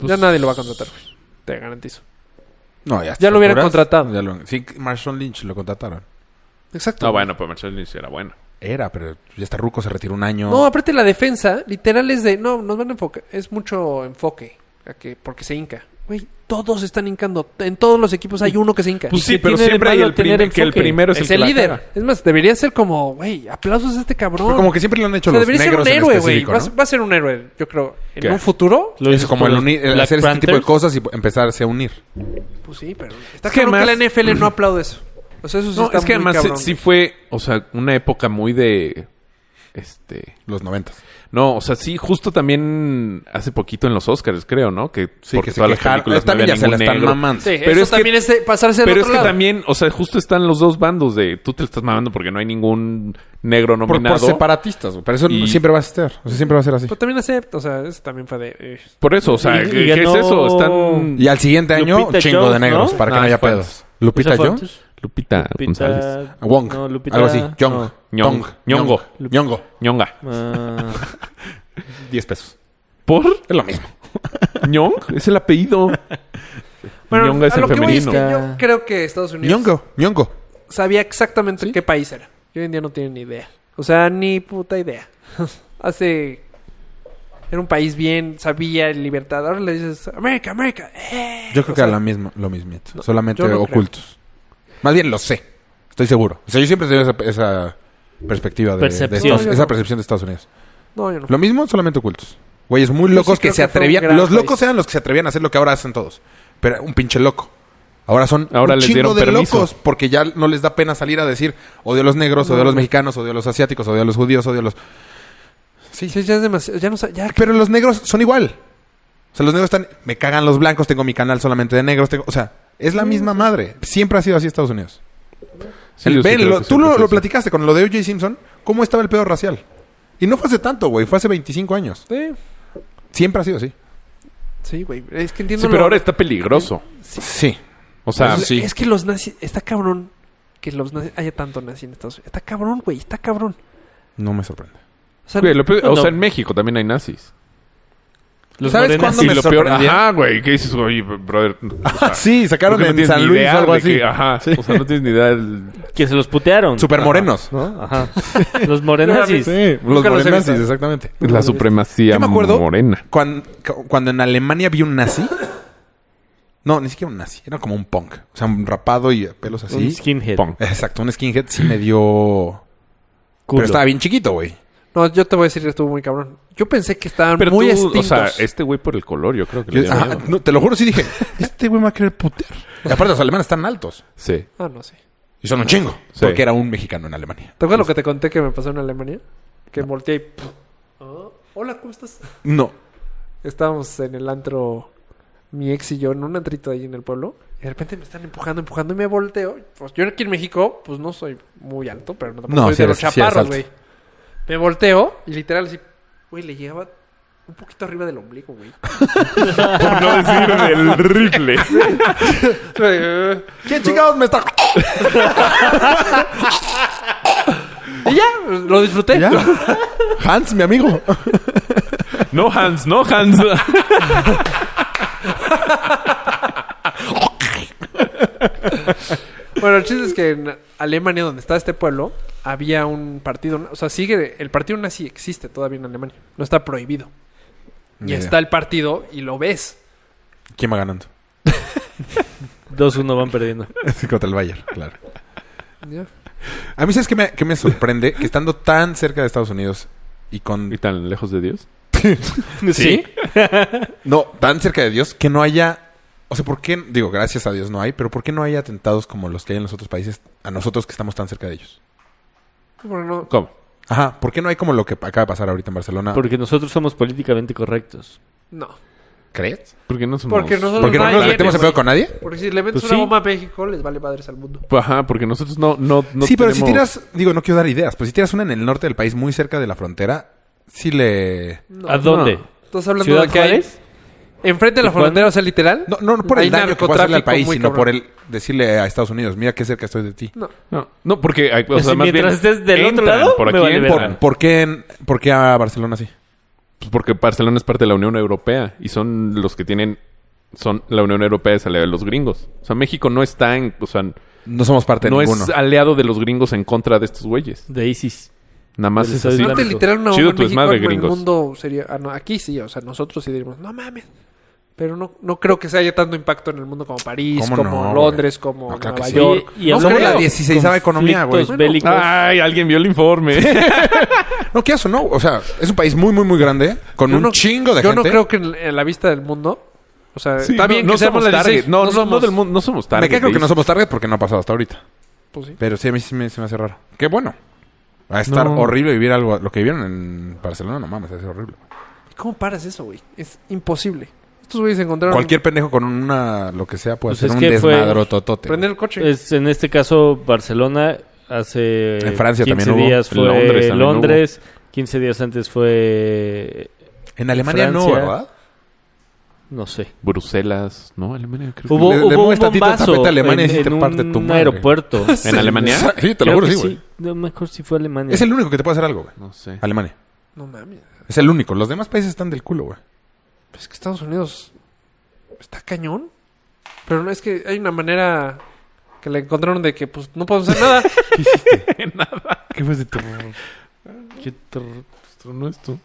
B: Ya nadie lo va a contratar, güey. Te garantizo.
C: No, ya. a
B: Ya
C: estas
B: lo hubieran
C: alturas,
B: contratado.
C: ya lo- sí, Marshawn Lynch lo contrataron.
B: Exacto.
D: No, bueno, pues Marshall Lynch era bueno.
C: Era, pero ya está Ruco, se retiró un año.
B: No, aparte la defensa, literal es de, no, nos van a enfocar, es mucho enfoque, a que, porque se hinca. Güey, todos están hincando, en todos los equipos hay uno que se hinca.
A: Pues sí, pero siempre hay el primer- que el primero
B: es el, líder. Es más, debería ser como, güey, aplausos a este cabrón.
C: Pero como que siempre lo han hecho
B: O sea,
C: los
B: debería ser un
C: negros en
B: héroe, güey.
C: específico,
B: Va, a
C: ¿no?
B: ser- va a ser un héroe, yo creo. En
D: ¿Qué?
B: un futuro,
A: Lo
C: Es
A: hizo
C: como
A: con
C: el,
A: los
C: unir, el
A: Black
C: hacer este tipo de
A: Panthers.
C: cosas y empezarse a unir.
B: pues sí, pero está
D: Es que
B: claro que la
D: además-
B: NFL no aplaude eso. O sea, eso sí
D: No,
B: está
D: es que
B: muy
D: además sí,
B: cabrón,
D: sí
B: güey.
D: fue, o sea, una época muy de. Este.
C: Los noventas.
D: No, o sea, sí, justo también hace poquito en los Oscars, creo, ¿no? Que
C: Sí,
D: porque
C: que se quejaron. También ya se la están
D: negro.
C: mamando.
B: Sí,
D: pero
B: eso
D: es que-
B: también es de pasarse al
D: Pero es
B: otro
D: que
B: lado.
D: también, o sea, justo están los dos bandos de tú te lo estás mamando porque no hay ningún negro
C: Por,
D: nominado.
C: por
D: Por,
C: separatistas, güey. Pero eso
D: Y-
C: siempre va a ser. O sea, siempre va a ser así.
B: Pero Pues también acepto, o sea, eso también fue de... eh.
D: eso, o sea,
A: Y- y
D: ¿qué, qué
A: ganó-
D: es eso? Están
C: Y al siguiente año,
A: Lupita
C: un chingo de
A: Jones,
C: negros
A: ¿no?
C: para que
D: Ah,
C: no haya
D: ¿cuál?
C: pedos. ¿Lupita
A: ¿Esa
C: Jones? Ah, pues,
A: Fontes?
D: Lupita, González.
A: Lupita...
C: Wong.
A: No, Lupita...
C: Algo así. Young.
A: no.
D: Ñong.
C: Tong.
D: Ñongo.
C: Ñongo.
D: Ñonga.
A: Ah,
C: 10 pesos.
D: ¿Por?
C: Es lo mismo.
D: ¿Ñong? Es el apellido.
B: Bueno,
D: Ñonga es
B: a
D: el
B: lo que voy es
D: femenino.
B: que yo creo que Estados Unidos
C: Ñongo. Ñongo.
B: sabía exactamente qué país era. Y hoy en día no tienen ni idea. O sea, ni puta idea. Hace... Era un país bien, sabía, libertad. Ahora le dices, América, América. eh".
C: Yo creo
B: O
C: que
B: sea,
C: era la misma, lo mismo. Solamente
B: yo no creo.
C: ocultos. Más bien lo sé. Estoy seguro. O sea, yo siempre he tenido esa, esa perspectiva de, de
A: Percepción.
C: Estados-
B: No, yo
C: esa
B: no.
C: percepción de Estados Unidos.
B: No, yo no.
C: Lo mismo, solamente ocultos. Güeyes muy
B: Yo
C: locos
B: sí
C: que
B: creo
C: se
B: que fue un
C: atrevían.
B: gran
C: Los locos
B: país.
C: eran los que se atrevían a hacer lo que ahora hacen todos. Pero un pinche loco. Ahora son
D: Ahora
C: un
D: les dieron
C: de
D: permiso.
C: locos porque ya no les da pena salir a decir odio a los negros, odio a los mexicanos, odio a los asiáticos, odio a los judíos, odio a los...
B: Sí, ya es demasiado. Ya no sa- ya-
C: Pero los negros son igual. O sea, los negros están... Me cagan los blancos, tengo mi canal solamente de negros. tengo- O sea, es la misma madre. Siempre ha sido así Estados Unidos.
D: Sí,
C: El-
D: yo sí
C: ven,
D: creo
C: lo-
D: que
C: tú
D: siempre
C: lo,
D: fue
C: lo
D: así.
C: platicaste con lo de O.J. Simpson. ¿Cómo estaba el pedo racial? Y no fue hace tanto, güey. Fue hace 25 años.
B: Sí.
C: Siempre ha sido así.
B: Sí, güey. Es que entiendo.
D: Sí,
B: lo-
D: pero
B: Ah,
D: ahora está peligroso.
C: Sí.
D: O sea,
C: Pues, sí.
B: Es que los nazis. Está cabrón que los nazis. Haya tanto nazi en Estados Unidos. Está cabrón, güey. Está cabrón.
C: No me sorprende.
B: O sea,
D: güey, lo peor- o
A: No.
D: sea, en México también hay nazis.
A: los
C: ¿Sabes
A: morenas-
C: cuándo
D: Y
C: me
D: lo peor,
C: sorprendió?
D: ajá, güey, ¿qué dices, güey, brother? O sea,
C: Sí,
D: ¿por
C: sacaron
D: qué Ah, no
C: en
D: tienes
C: San
D: ni
C: Luis o
D: idea
C: algo
D: de
C: así.
D: que- ah, ajá, o sea, no tienes ni idea del...
A: Que se los putearon.
C: Super
D: ah,
C: morenos.
A: ¿No? Ajá. Los morenazis.
C: Los
B: Nunca los he
C: morenazis,
B: visto.
C: exactamente.
D: La supremacía
C: Yo me acuerdo
D: morena.
C: Cuando, cu- cuando en Alemania vi un nazi. No, ni siquiera un nazi. Era como un punk. O sea, un rapado y pelos así.
A: Un skinhead.
D: Punk.
C: Exacto, un skinhead sí me dio...
A: Culo.
C: Pero estaba bien chiquito, güey.
B: No, yo te voy a decir que estuvo muy cabrón. Yo pensé que estaban
D: Pero
B: muy
D: tú,
B: extintos.
D: o sea, este güey por el color, yo creo que
C: Yo-
D: le dio
C: ajá,
D: miedo.
C: no, te lo juro, sí dije. Este güey me va a querer putear. Y aparte, los alemanes están altos.
D: Sí.
B: Ah, no sé.
C: Y son un chingo.
D: Sí.
C: Porque era un mexicano en Alemania.
B: ¿Te acuerdas lo que te conté que me pasó en Alemania? Que volteé y. ¡pum! Oh, hola, ¿cómo estás?
C: No.
B: Estábamos en el antro, mi ex y yo, en un antrito ahí en el pueblo. Y de repente me están empujando, empujando y me volteo. Pues yo aquí en México, pues no soy muy alto, pero no tampoco
C: No,
B: soy
C: sí
B: de los
C: eres- sí eres
B: chaparros,
C: alto.
B: güey. me volteo y literal así, güey, le llegaba un poquito arriba del ombligo, güey.
D: Por no decir del rifle.
C: ¿Quién chingados me está...?
B: y ya, pues, lo disfruté.
C: ¿Ya? Hans, mi amigo.
D: No Hans, no Hans.
B: Bueno, el chiste es que en Alemania, donde está este pueblo, había un partido. O sea, sigue. El partido nazi existe todavía en Alemania. No está prohibido. Y
C: Ni idea.
B: está el partido y lo ves.
C: ¿Quién va ganando?
A: 2-1 van perdiendo.
C: Sí, Contra el Bayern, claro.
B: Ya.
C: A mí, ¿sabes qué me, qué me sorprende? Que estando tan cerca de Estados Unidos y con...
D: ¿Y tan lejos de Dios?
A: ¿Sí?
C: No, tan cerca de Dios que no haya... O sea, ¿por qué? Digo, gracias a Dios no hay, pero ¿por qué no hay atentados como los que hay en los otros países a nosotros que estamos tan cerca de ellos?
B: Bueno, no-
D: ¿Cómo?
C: Ajá, ¿por qué no hay como lo que acaba de pasar ahorita en Barcelona?
A: Porque nosotros somos políticamente correctos.
B: no.
C: ¿Crees?
D: Porque no somos...
B: Porque nosotros-
C: ¿Porque no
B: no
C: nos
B: hay
C: metemos en
B: bienes,
C: pedo con nadie?
B: Porque si le metes
D: Pues
B: una
D: sí.
B: bomba a México, les vale padres al mundo.
D: Pues, Ajá, porque nosotros no, no, no
C: sí, pero si
D: tenemos-
C: tiras, digo, no quiero dar ideas, pero si tiras una en el norte del país, muy cerca de la frontera, sí le...
B: No.
A: ¿A dónde?
B: ¿Estás hablando
A: ¿Ciudad
B: de que hay-
A: Juárez?
B: Enfrente de la
A: ¿Y cuándo?
B: frontera, o sea, literal.
C: No, no, no por
B: Hay
C: el daño que puede hacerle al
B: narcotráfico
C: país,
B: muy
C: sino
B: cabrón.
C: por el decirle a Estados Unidos, mira qué cerca estoy de ti.
B: No.
D: No, no, porque... ay, O
A: Pues
D: sea,
A: si
D: más
A: mientras
D: bien,
A: estés del otro
D: entran
A: lado,
D: por
A: me
D: aquí
A: vale
D: entran.
A: verga.
C: ¿Por, por qué, en- ¿Por qué a Barcelona sí?
D: Pues porque Barcelona es parte de la Unión Europea y son los que tienen... Son la Unión Europea es aliada de los gringos. O sea, México no está en... O sea,
C: No somos parte de
D: no
C: ninguno.
D: es aliado de los gringos en contra de estos güeyes.
A: De ISIS.
D: Nada más
A: Del
D: es
A: Estado
B: Si
D: así.
B: no te
A: Islámico.
B: literal una
D: Chido
B: bomba en
D: tu
B: México,
D: desmadre,
B: en el
D: gringos.
B: mundo sería... ah, no, aquí sí, o sea, nosotros sí diríamos, no mames. Pero no, no creo que se haya tanto impacto en el mundo como París,
C: ¿Cómo
B: como
C: no,
B: Londres,
C: güey?
B: como
C: No, claro
B: Nueva
C: que sí.
B: York.
A: Y, y
B: No
A: hablamos
B: creo.
C: la 16 economía, güey.
A: conflictos bélicos.
B: Ah,
D: Ay, alguien vio el informe.
C: No, ¿qué eso? No, o sea, es un país muy, muy, muy grande, con
B: Yo
C: un
B: no-
C: chingo de
B: Yo
C: gente.
B: no creo que en, en la vista del mundo... O sea,
D: Sí,
B: está bien que seamos la 16,
D: No, no,
B: somos-
D: no del mundo, no somos target.
C: me cago que
D: dice.
C: no somos target porque no ha pasado hasta ahorita.
B: Pues sí.
C: Pero sí, a mí sí me, se me hace raro. Qué bueno. Va a estar
D: No.
C: horrible vivir algo. Lo que vivieron en Barcelona, no mames, es horrible.
B: ¿Cómo paras eso, güey? Es imposible. Estos güeyes encontraron...
C: Cualquier pendejo con una, lo que sea, puede
A: Pues
C: hacer
A: es
C: un
A: que fue-
C: desmadro totote.
D: Este,
B: Prender el coche.
A: Es, en este caso, Barcelona hace.
C: En Francia
A: 15
C: también hubo.
A: días
D: En
A: fue
D: Londres
A: Londres.
D: también
A: 15 días antes fue.
C: En Alemania no,
A: Francia.
C: ¿verdad?
A: No sé.
D: Bruselas, ¿no? Alemania, creo que-
A: Hubo,
C: le- le
A: hubo un
C: mueves tantito
A: bombazo
C: tapete a Alemania y
A: en,
C: sí te
A: en
C: parte tu
A: un
C: madre.
A: aeropuerto.
D: ¿En Alemania?
C: Sí, te lo
A: Creo
C: juro,
A: que
C: sí, güey.
A: No, mejor si fue Alemania.
C: Es el único que te puede hacer algo, güey.
D: No sé.
C: Alemania.
B: No mames.
C: Es el único. Los demás países están del culo, güey.
B: Es que Estados Unidos está cañón. Pero no es que hay una manera que le encontraron de que pues no podemos hacer nada.
D: ¿Qué fue de terror? ¿Qué terror? Pues, No es tú.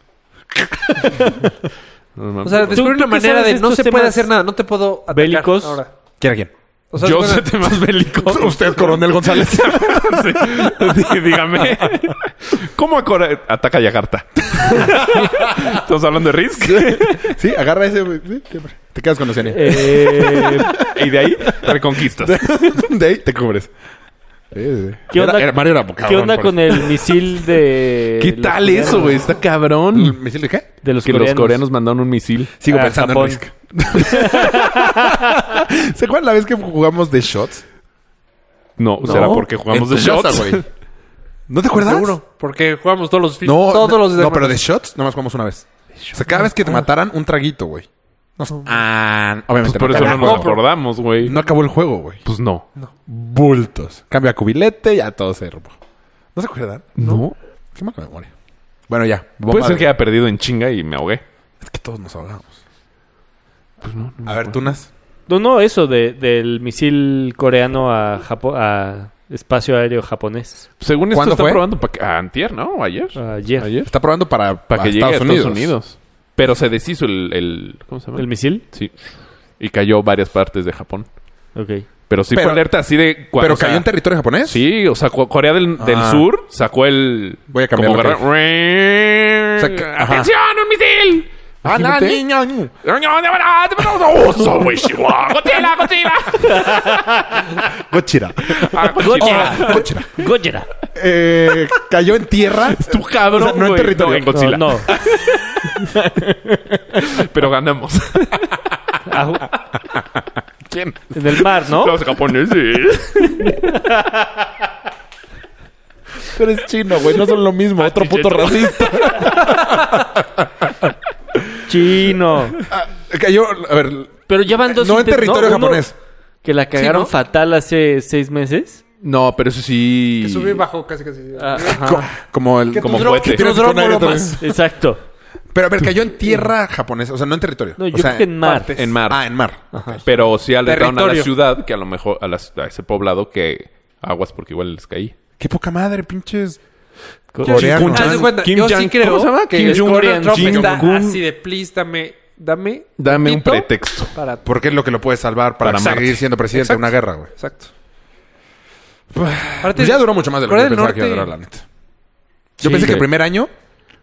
D: No, mames.
B: O sea, descubrieron
A: tú
B: una
A: qué
B: manera
A: sabes
B: de no
A: estos
B: se puede
A: temas
B: hacer nada, no te puedo atacar
A: bélicos?
B: ahora.
C: ¿Quién a quién?
B: O sea,
D: yo
B: haz de
D: sé
B: cuenta-
D: temas
A: Pues
D: bélicos.
C: Usted, coronel González.
D: Sí, Dígame. ¿Cómo acora- ataca Yakarta? Estamos hablando de Risk.
C: sí, agarra ese, güey. Sí, siempre. Te quedas con Oceania.
A: Eh,
D: Y de ahí, reconquistas.
C: De ahí te cubres. Sí, sí.
A: ¿Qué
C: Era-
A: onda-
C: era- Mario era boca,
A: ¿Qué
C: cabrón,
A: onda
C: por
A: con
C: eso.
A: el misil de.
D: ¿Qué
A: los
D: tal
A: coreanos?
D: eso, güey? Está
C: ¿El
D: cabrón.
C: misil de qué?
A: De los
D: Mm. que
A: coreanos.
D: los coreanos mandaron un misil.
C: Sigo
A: Ah,
C: pensando
A: Japón.
C: en Risk. ¿Se acuerdan la vez que jugamos de shots?
D: No, será
C: No,
D: porque jugamos
C: en
D: de
C: tu casa,
D: shots. Pues,
C: güey. ¿No te acuerdas?
B: Seguro, porque jugamos todos los
C: No,
B: todos
C: no,
B: los
C: no, pero de shots nomás jugamos una vez. O sea, cada vez que te mataran, un traguito, güey. No, ah,
D: Pues
C: obviamente
D: por
C: no,
D: eso no
C: acabó.
D: nos acordamos, güey.
C: No acabó el juego, güey.
D: Pues no.
C: Bultos. Cambia a cubilete, ya todo se robó. ¿No se acuerdan?
D: No.
C: Qué mala memoria. Bueno, ya.
D: Puede
C: Bomba
D: ser
C: de-
D: que haya perdido en chinga y me ahogué.
C: Es que todos nos ahogamos.
D: Pues no.
C: A ver, Tunas.
A: No, no, eso de, del misil coreano a, Japo- a espacio aéreo japonés.
D: Según esto
C: ¿Cuándo
D: está
C: fue?
D: probando para que... ah, antier, ¿no? Ayer.
A: Ayer.
D: Ayer.
C: Está probando para,
D: Para
C: a
D: que llegue a Estados Unidos. Pero se deshizo el, el- ¿Cómo se llama?
A: ¿El misil?
D: Sí. Y cayó varias partes de Japón.
A: Ok.
D: Pero sí
C: Pero-
D: fue alerta así de... cua-
C: ¿Pero
D: o sea,
C: cayó en territorio japonés?
D: Sí, o sea, cu- Corea del, del
C: Ah.
D: Sur sacó el...
C: Voy a cambiar
D: como
C: lo que
D: guerra-
C: sea, que- ajá.
D: ¡Atención, un misil!
C: Ah, no,
D: Imagínate.
C: niño, niño.
D: ¡Oso, güey, Chihuahua! ¡Oh, ¡Godzilla, Godzilla!
C: Gochira.
D: Ah, Godzilla.
C: Gochira.
A: Gojira.
C: Eh, cayó en tierra.
D: Tú cabrón,
C: O sea, no en
D: güey.
C: territorio.
D: en Godzilla.
A: No, no.
D: Pero ganamos.
A: Ah,
D: ¿Quién?
A: en el mar, ¿no?
D: Los japoneses.
C: Pero es chino, güey. No son lo mismo. Otro puto
D: chicheto.
C: racista.
A: Chino.
C: Ah, cayó, a ver.
A: Pero ya van dos
C: No en
A: inten-
C: territorio
A: Uno
C: japonés.
A: Que la cagaron
B: ¿no?
A: fatal hace seis meses.
D: No, pero eso sí.
B: Que subí bajo casi casi.
A: Ah, ajá.
C: Co- Como el.
D: Como
C: Como
D: cohete.
C: tiras con aire
A: Exacto.
C: Pero a ver, cayó en tierra japonesa, o sea, no en territorio.
A: No,
C: O
A: yo
C: sea,
A: creo que en mar.
B: partes.
D: En mar.
C: Ah, en mar.
D: Pero sí alertaron a la
C: Territorio.
D: ciudad, que a lo mejor a, las- a ese poblado que aguas porque igual les caí.
C: Qué poca madre, pinches.
A: Co-
C: Coreano.
B: Haz de cuenta,
D: Kim
B: yo sí
D: Jong-
B: creo
D: ¿cómo se llama?
B: que
D: Kim
B: el
D: Jong
B: Donald
A: Un,
B: Trump
A: Kim
B: está
A: Jong-un.
B: así de please, dame, dame,
D: Dame un
B: tantito
D: pretexto.
B: para tu-
C: Porque es lo que lo puede salvar para,
D: Para
C: seguir
D: Marte.
C: siendo presidente de
B: Exacto.
C: una guerra, güey.
B: Exacto.
C: Pues ya duró mucho más de lo que
B: Corea
C: yo
B: del
C: pensaba que iba a
B: Norte-
C: durar, la neta. Yo
D: Sí,
C: pensé que
D: güey.
C: el primer año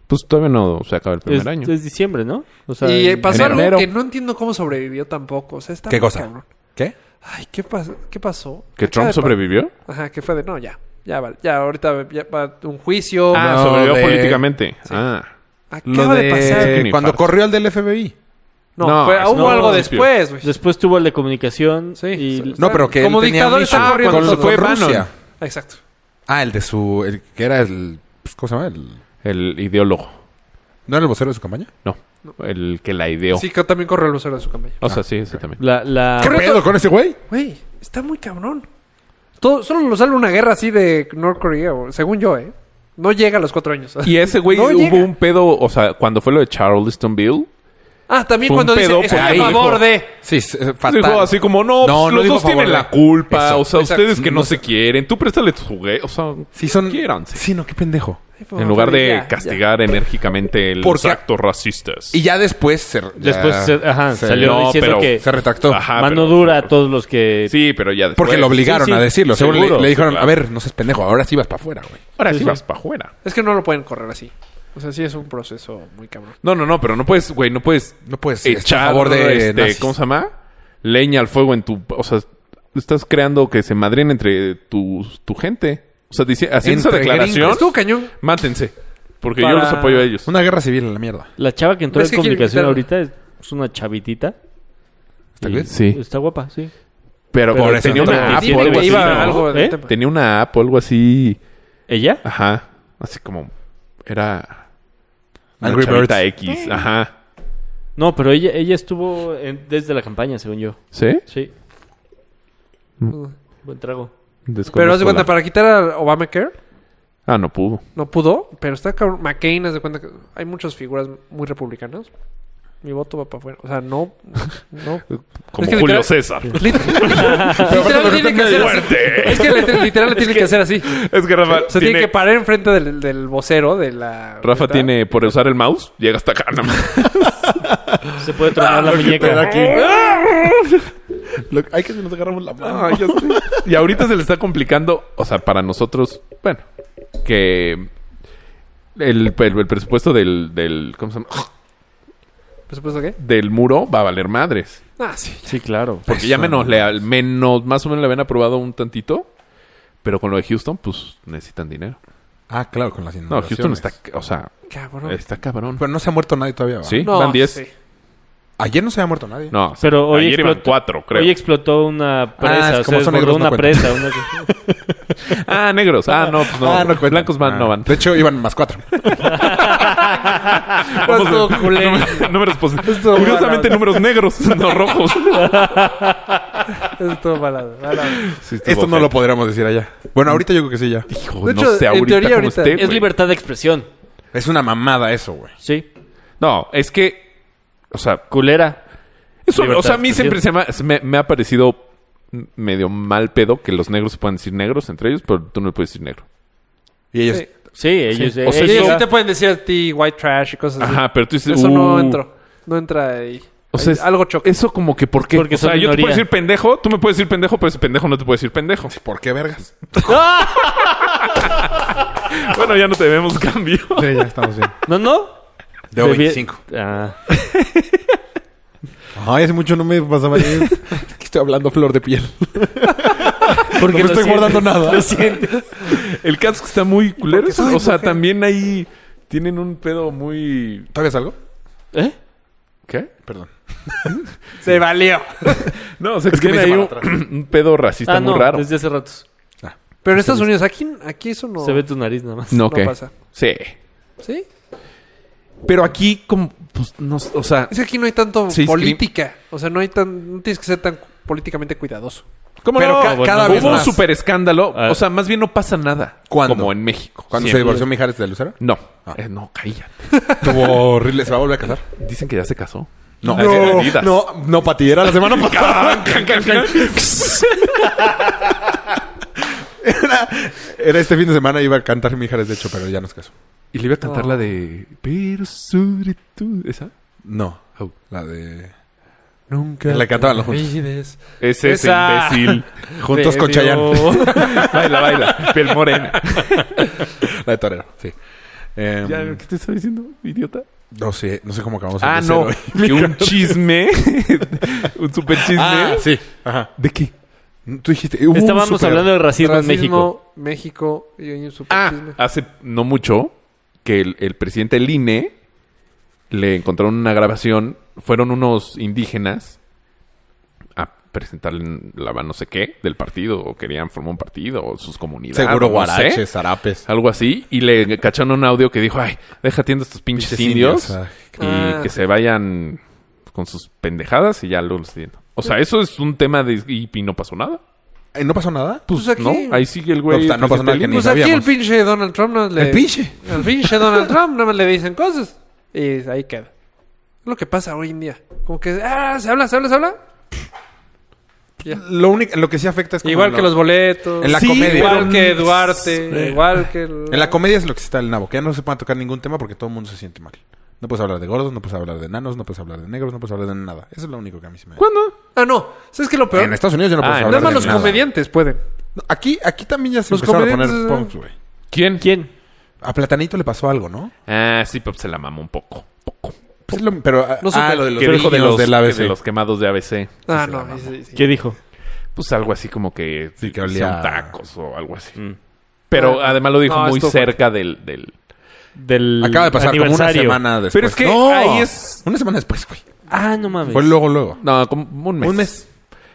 D: Pues todavía no se acaba el primer
A: es,
D: año.
A: es diciembre, ¿no? O sea,
B: y eh,
A: en-
B: pasó
D: en
B: algo
D: enero.
B: que no entiendo cómo sobrevivió tampoco. O sea, está
C: ¿Qué
B: muy
C: cosa?
B: cabrón.
C: ¿Qué?
B: Ay, ¿qué, pasó? ¿qué pasó?
D: ¿Que
B: Acaba
D: Trump
B: de pa-
D: sobrevivió?
B: Ajá, que fue de no, ya. Ya, vale. Ya, ahorita ya va un juicio.
D: Ah,
C: No,
D: sobrevivió
C: de-
D: políticamente. Ah.
B: Acaba de... pasar.
D: Tiene
C: cuando
D: infarto.
C: corrió al del FBI.
B: No,
D: No,
B: fue-
D: eso
B: hubo
D: no,
B: algo
D: no,
B: después, güey.
A: Después tuvo el de comunicación.
B: Sí,
A: y-
B: sí, sí.
C: No, pero que
B: Como
C: él tenía
B: dictador
C: mission
B: estaba
C: con-
B: corriendo
C: con,
B: todo. Fue
C: Rusia.
D: Bannon.
B: Exacto.
C: Ah, el de su... El, que era el... pues, ¿Cómo se llama? El-
D: El ideólogo.
C: ¿No era el vocero de su campaña?
D: No. El que la ideó.
B: Sí, que también corrió el lucero de su campaña.
D: O sea, sí, ese también.
A: La, la-
C: ¿Qué pedo con ese güey?
B: Güey, está muy cabrón. Todo, solo lo sale una guerra así de North Korea, o- según yo, ¿eh? No llega a los cuatro años.
D: Y ese güey
B: No
D: hubo
B: llega.
D: un pedo, o sea, cuando fue lo de Charlestonville.
B: ah, también
D: fue un
B: cuando dice,
D: pedo
B: estoy
D: porque
B: a
D: dijo-
B: favor de...
C: Sí, es- es
D: Fatal.
C: fatal.
D: así como,
C: No,
D: no, pues,
C: no
D: los
C: dijo a
D: dos
C: favor
D: tienen
C: de-
D: la culpa.
C: Eso,
D: o sea,
B: exacto.
D: ustedes que no,
C: No
D: se quieren. Tú préstale tus juguetes. O sea,
C: Sí, son...
D: quiéranse.
C: Sí, no, qué pendejo.
B: Ay, por
D: En lugar
B: favor,
D: de
B: ya, ya.
D: castigar enérgicamente los
C: Porque-
D: actos racistas.
C: Y ya después se... ya-
A: Después se- ajá,
C: se-
A: salió
D: no,
A: diciendo
D: pero-
A: que
C: Se retractó.
D: Ajá,
A: mano
D: pero-
A: dura a todos los que...
D: Sí, pero ya después.
C: Porque lo obligaron
A: sí, sí,
C: a decirlo. Según
D: seguro,
C: le, le dijeron,
D: sí,
C: a
D: claro.
C: ver, no seas pendejo, ahora sí vas para afuera, güey.
D: Ahora sí,
A: Sí, sí.
D: vas para afuera.
B: Es que no lo pueden correr así. O sea, sí es un proceso muy cabrón.
D: No, no, no, pero no puedes, güey, no puedes
C: No puedes estar
D: echar
C: a favor de
D: este,
C: nazis.
D: ¿cómo se llama? Leña al fuego en tu, o sea, estás creando que se madrien entre tu, tu gente. O sea, dice, haciendo esa
C: Entre
D: declaración,
B: Estuvo cañón.
D: mátense, porque yo
A: Para-
D: los apoyo a ellos.
C: Una guerra civil en la mierda.
A: La chava que entró
B: ¿Ves
A: en
B: que quiere
A: comunicación
B: quitarla?
A: ahorita es, es una chavitita.
C: ¿Está
A: Y-
C: bien?
D: Sí.
A: Está guapa, sí.
D: Pero,
A: Pero
C: tenía
D: tenía
C: una
D: una
C: app
D: app
A: Sí,
D: o
A: tiene
D: Ah, algo
A: que
D: así.
A: iba
D: ¿no?
A: a algo del
D: ¿Eh?
B: tema.
D: Tenía una app o algo así.
A: ¿Ella?
D: Ajá. Así como era una
C: Angry
D: chavita
C: Birds.
D: X. Ajá.
A: No, pero ella, ella estuvo en- desde la campaña, según yo.
D: ¿Sí?
A: Sí. Uh, Buen trago.
B: Pero
D: Desconozco
B: haz de cuenta,
D: la-
B: para quitar a Obamacare,
D: Ah, no pudo.
B: no pudo, pero está cabrón. McCain, haz de cuenta que hay muchas figuras muy republicanas. Mi voto va para afuera. O sea, no. no.
D: Como
B: Es que
D: Julio
B: literal-
D: César.
B: literal tiene que hacer así.
D: ¡Fuerte!
B: Es que literal, literal le tiene que hacer así. Se
D: Es que Rafa
B: tiene que parar enfrente del, del vocero de la.
D: Rafa
B: ¿verdad?
D: tiene, por usar el mouse, llega hasta acá. nada más.
A: Se puede tronar la muñeca. Ah.
C: Lo- Ay, que si nos agarramos la
B: Ah,
C: mano.
D: Ah, y ahorita se le está complicando, o sea, para nosotros, bueno, que el, el- el presupuesto del, del, ¿cómo se llama?
B: ¿Por supuesto que?
D: del muro va a valer madres.
B: Pues, Ah, sí.
A: Sí, claro.
D: Porque ya menos, le, al menos, más o menos le habían aprobado un tantito. Pero con lo de Houston, pues necesitan dinero.
C: Ah, claro, con las
D: No,
C: inundaciones.
D: Houston está, o sea,
B: Cabrón.
D: está cabrón.
C: Pero no se ha muerto nadie todavía, ¿va?
D: ¿Sí?
B: No,
D: ¿Van 10?
B: sí.
C: Ayer no se había muerto nadie.
D: No, o sea,
A: Pero hoy
D: ayer iban
A: explotó-
D: cuatro, creo.
A: Hoy explotó una presa.
C: es
A: o sea,
C: como son
A: desbordó
C: negros, no
A: una
C: cuentan.
A: presa. una-
D: Ah, negros. Ah, no, pues no.
C: Ah, no cuentan.
D: Blancos van,
C: Ah.
D: no van.
C: De hecho, iban más cuatro.
D: Ah, Vamos
B: Estuvo
D: de-
B: culero.
D: número- números positivos.
B: Estuvo
D: Curiosamente,
B: mal.
D: números negros, no rojos.
B: Eso estuvo malado. malado.
C: Esto no lo podríamos decir allá. Bueno, ahorita yo creo que sí ya.
D: Hijo,
B: De
D: no
B: hecho,
D: sé
B: en
D: ahorita
B: teoría
D: cómo
B: ahorita
D: esté,
A: es
D: güey.
A: libertad de expresión.
C: Es una mamada eso, güey.
A: Sí.
D: No, es que. O sea,
A: Culera.
D: eso-
A: Libertad
D: o sea, a mí
A: de
D: siempre se me, ha- me, me ha parecido medio mal pedo que los negros puedan decir negros entre ellos, pero tú no le puedes decir negro.
C: Y ellos...
B: Sí.
A: Sí, ellos...
D: O sea,
B: Sí,
A: ella-
D: eso-
B: sí te pueden decir a ti white trash y cosas así.
D: Ajá, pero tú dices.
B: Eso no
D: "Uh".
B: entró. No entra ahí.
D: O sea,
B: Ahí
D: es-
B: algo choca.
D: Eso como que por qué.
A: Porque
D: o sea,
A: son
D: yo te
A: minoría.
D: puedo decir pendejo, tú me puedes decir pendejo, pero ese pendejo no te puede decir pendejo.
C: ¿Por qué vergas?
D: Bueno, ya no te vemos cambio.
C: Sí, ya estamos bien.
A: No, no.
C: De
A: Debí-
C: 25.
A: Ah.
C: Ay, hace mucho no me pasaba eso. Es que estoy hablando flor de piel.
A: Porque
C: no me estoy guardando nada.
D: El caso es que está muy culero.
B: Porque soy
D: O sea,
B: mujer.
D: también ahí tienen un pedo muy.
C: ¿Todavía salgo?
A: ¿Eh?
D: ¿Qué?
C: Perdón.
B: Se valió.
D: No, o sea,
C: Es
D: que
C: que me
D: tienen ahí
C: hice para
D: un, un pedo racista
A: Ah,
D: muy
A: no,
D: raro.
C: pues,
A: Desde hace ratos.
B: Pero en Estados Unidos, aquí, aquí eso
C: Oh.
B: no,
A: Se ve tu nariz nada más.
D: No,
B: no
D: ¿qué?
B: pasa.
D: Sí.
B: ¿Sí?
D: Pero aquí, como, pues, no, o sea,
B: Es que aquí no hay tanto
D: Sí, es que-
B: política. O sea, no hay tan. No tienes que ser tan cu- políticamente cuidadoso.
D: ¿Cómo
C: Pero
D: no?
C: ca-
D: Bueno,
C: cada vez
D: Hubo
C: más.
D: un super escándalo.
A: Ah.
D: O sea, más bien no pasa nada.
C: ¿Cuándo?
D: Como en México.
C: Cuando se
D: Siempre.
C: divorció Mijares de Lucero.
D: No.
C: Ah.
D: Eh, no, cállate.
C: Tuvo horrible. ¿Se va a volver a casar?
D: Dicen que ya se casó.
C: No,
D: Ah, era Adidas.
C: no, no, Pati, era la semana pasada. era, era este fin de semana, iba a cantar Mijares, de hecho, pero ya no es caso.
D: Y le iba a cantar la de... Pero sobre tú... ¿Esa?
C: No,
D: Au.
C: la de...
B: Nunca.
C: La cantaban
D: Pues,
C: los juntos.
B: olvides.
D: Es ese
A: Esa.
D: imbécil.
C: Juntos con Chayanne.
D: baila, baila. Piel morena.
C: La de Torero, sí. Em,
D: Ya, ¿Qué te estoy diciendo, idiota?
C: no sé, no sé cómo acabamos
D: Ah,
C: el
D: no.
C: cero hoy.
D: Que un chisme. un super chisme.
C: Ah, sí. Ajá.
D: ¿De qué?
C: Tú dijiste... hubo un
A: Estábamos
C: super-
A: hablando del racismo, en México.
B: Racismo, México. y hay un
D: Ah,
B: superchisme.
D: hace no mucho que el, el presidente del INE le encontraron una grabación. Fueron unos indígenas a presentarle la no sé qué del partido o querían formar un partido o sus comunidades.
C: Seguro
D: no sé,
C: guaraches, zarapes.
D: Algo así, y le cacharon un audio que dijo: Ay, deja atiendo a estos pinches,
C: Pinches
D: indios,
C: indios,
D: y
B: ah.
D: que se vayan con sus pendejadas y ya luego los atiendo". O sea, eso es un tema de. Y, y no pasó nada.
C: Eh, ¿No pasó nada?
D: Pues,
B: Pues aquí-
D: no, ahí sigue el güey.
C: No, no pasó nada que ni
B: Pues aquí
C: sabíamos.
B: el pinche Donald Trump no le.
C: El pinche.
B: El pinche Donald Trump no me le dicen cosas. Y ahí queda. Es lo que pasa hoy en día. Como que. Ah, se habla, se habla, se habla. Ya.
C: Lo único, lo que sí afecta es como
B: Igual
C: lo-
B: que los boletos.
C: En la comedia.
B: Igual
C: Pero-
B: que Duarte. Igual que. el-
C: En la comedia es lo que está el nabo, que ya no se puede tocar ningún tema porque todo el mundo se siente mal. No puedes hablar de gordos, no puedes hablar de enanos, no puedes hablar de negros, no puedes hablar de nada. Eso es lo único que a mí se me...
D: ¿Cuándo?
B: Ah, no. ¿Sabes qué es lo peor?
C: En Estados Unidos ya no
D: Ah,
C: puedes
D: en
C: hablar
B: Nada más
C: de
B: los
C: nada.
B: comediantes pueden.
C: No, Aquí, aquí también ya se
B: Los
C: empezaron a poner
B: comediantes, eh.
C: punks, güey.
D: ¿Quién?
A: ¿Quién?
C: A Platanito le pasó algo, ¿no?
D: Ah, sí, pero se la mamó un poco. Poco.
C: Pues es lo- pero... ah,
B: No sé
C: ah,
B: qué-
C: lo de los
D: Que dijo de
C: niños
D: los,
C: del
D: que de
C: ABC.
D: los quemados de ABC.
B: Ah,
C: se la
B: no.
C: mamó.
B: sí, sí.
A: ¿Qué dijo?
D: Pues algo así como que...
C: Sí, que
D: son
C: olía-
D: tacos o algo así. Pero
B: Mm. Ah,
D: además lo dijo
B: no,
D: muy
B: esto-
D: cerca del... del...
A: Del
C: Acaba de pasar como una
A: aniversario.
C: semana después.
D: Pero es que
C: ¡No!
D: ahí es- Pues
C: Una semana después, güey.
A: Ah, no mames.
C: Fue luego, luego.
D: No, como un mes.
C: Un mes.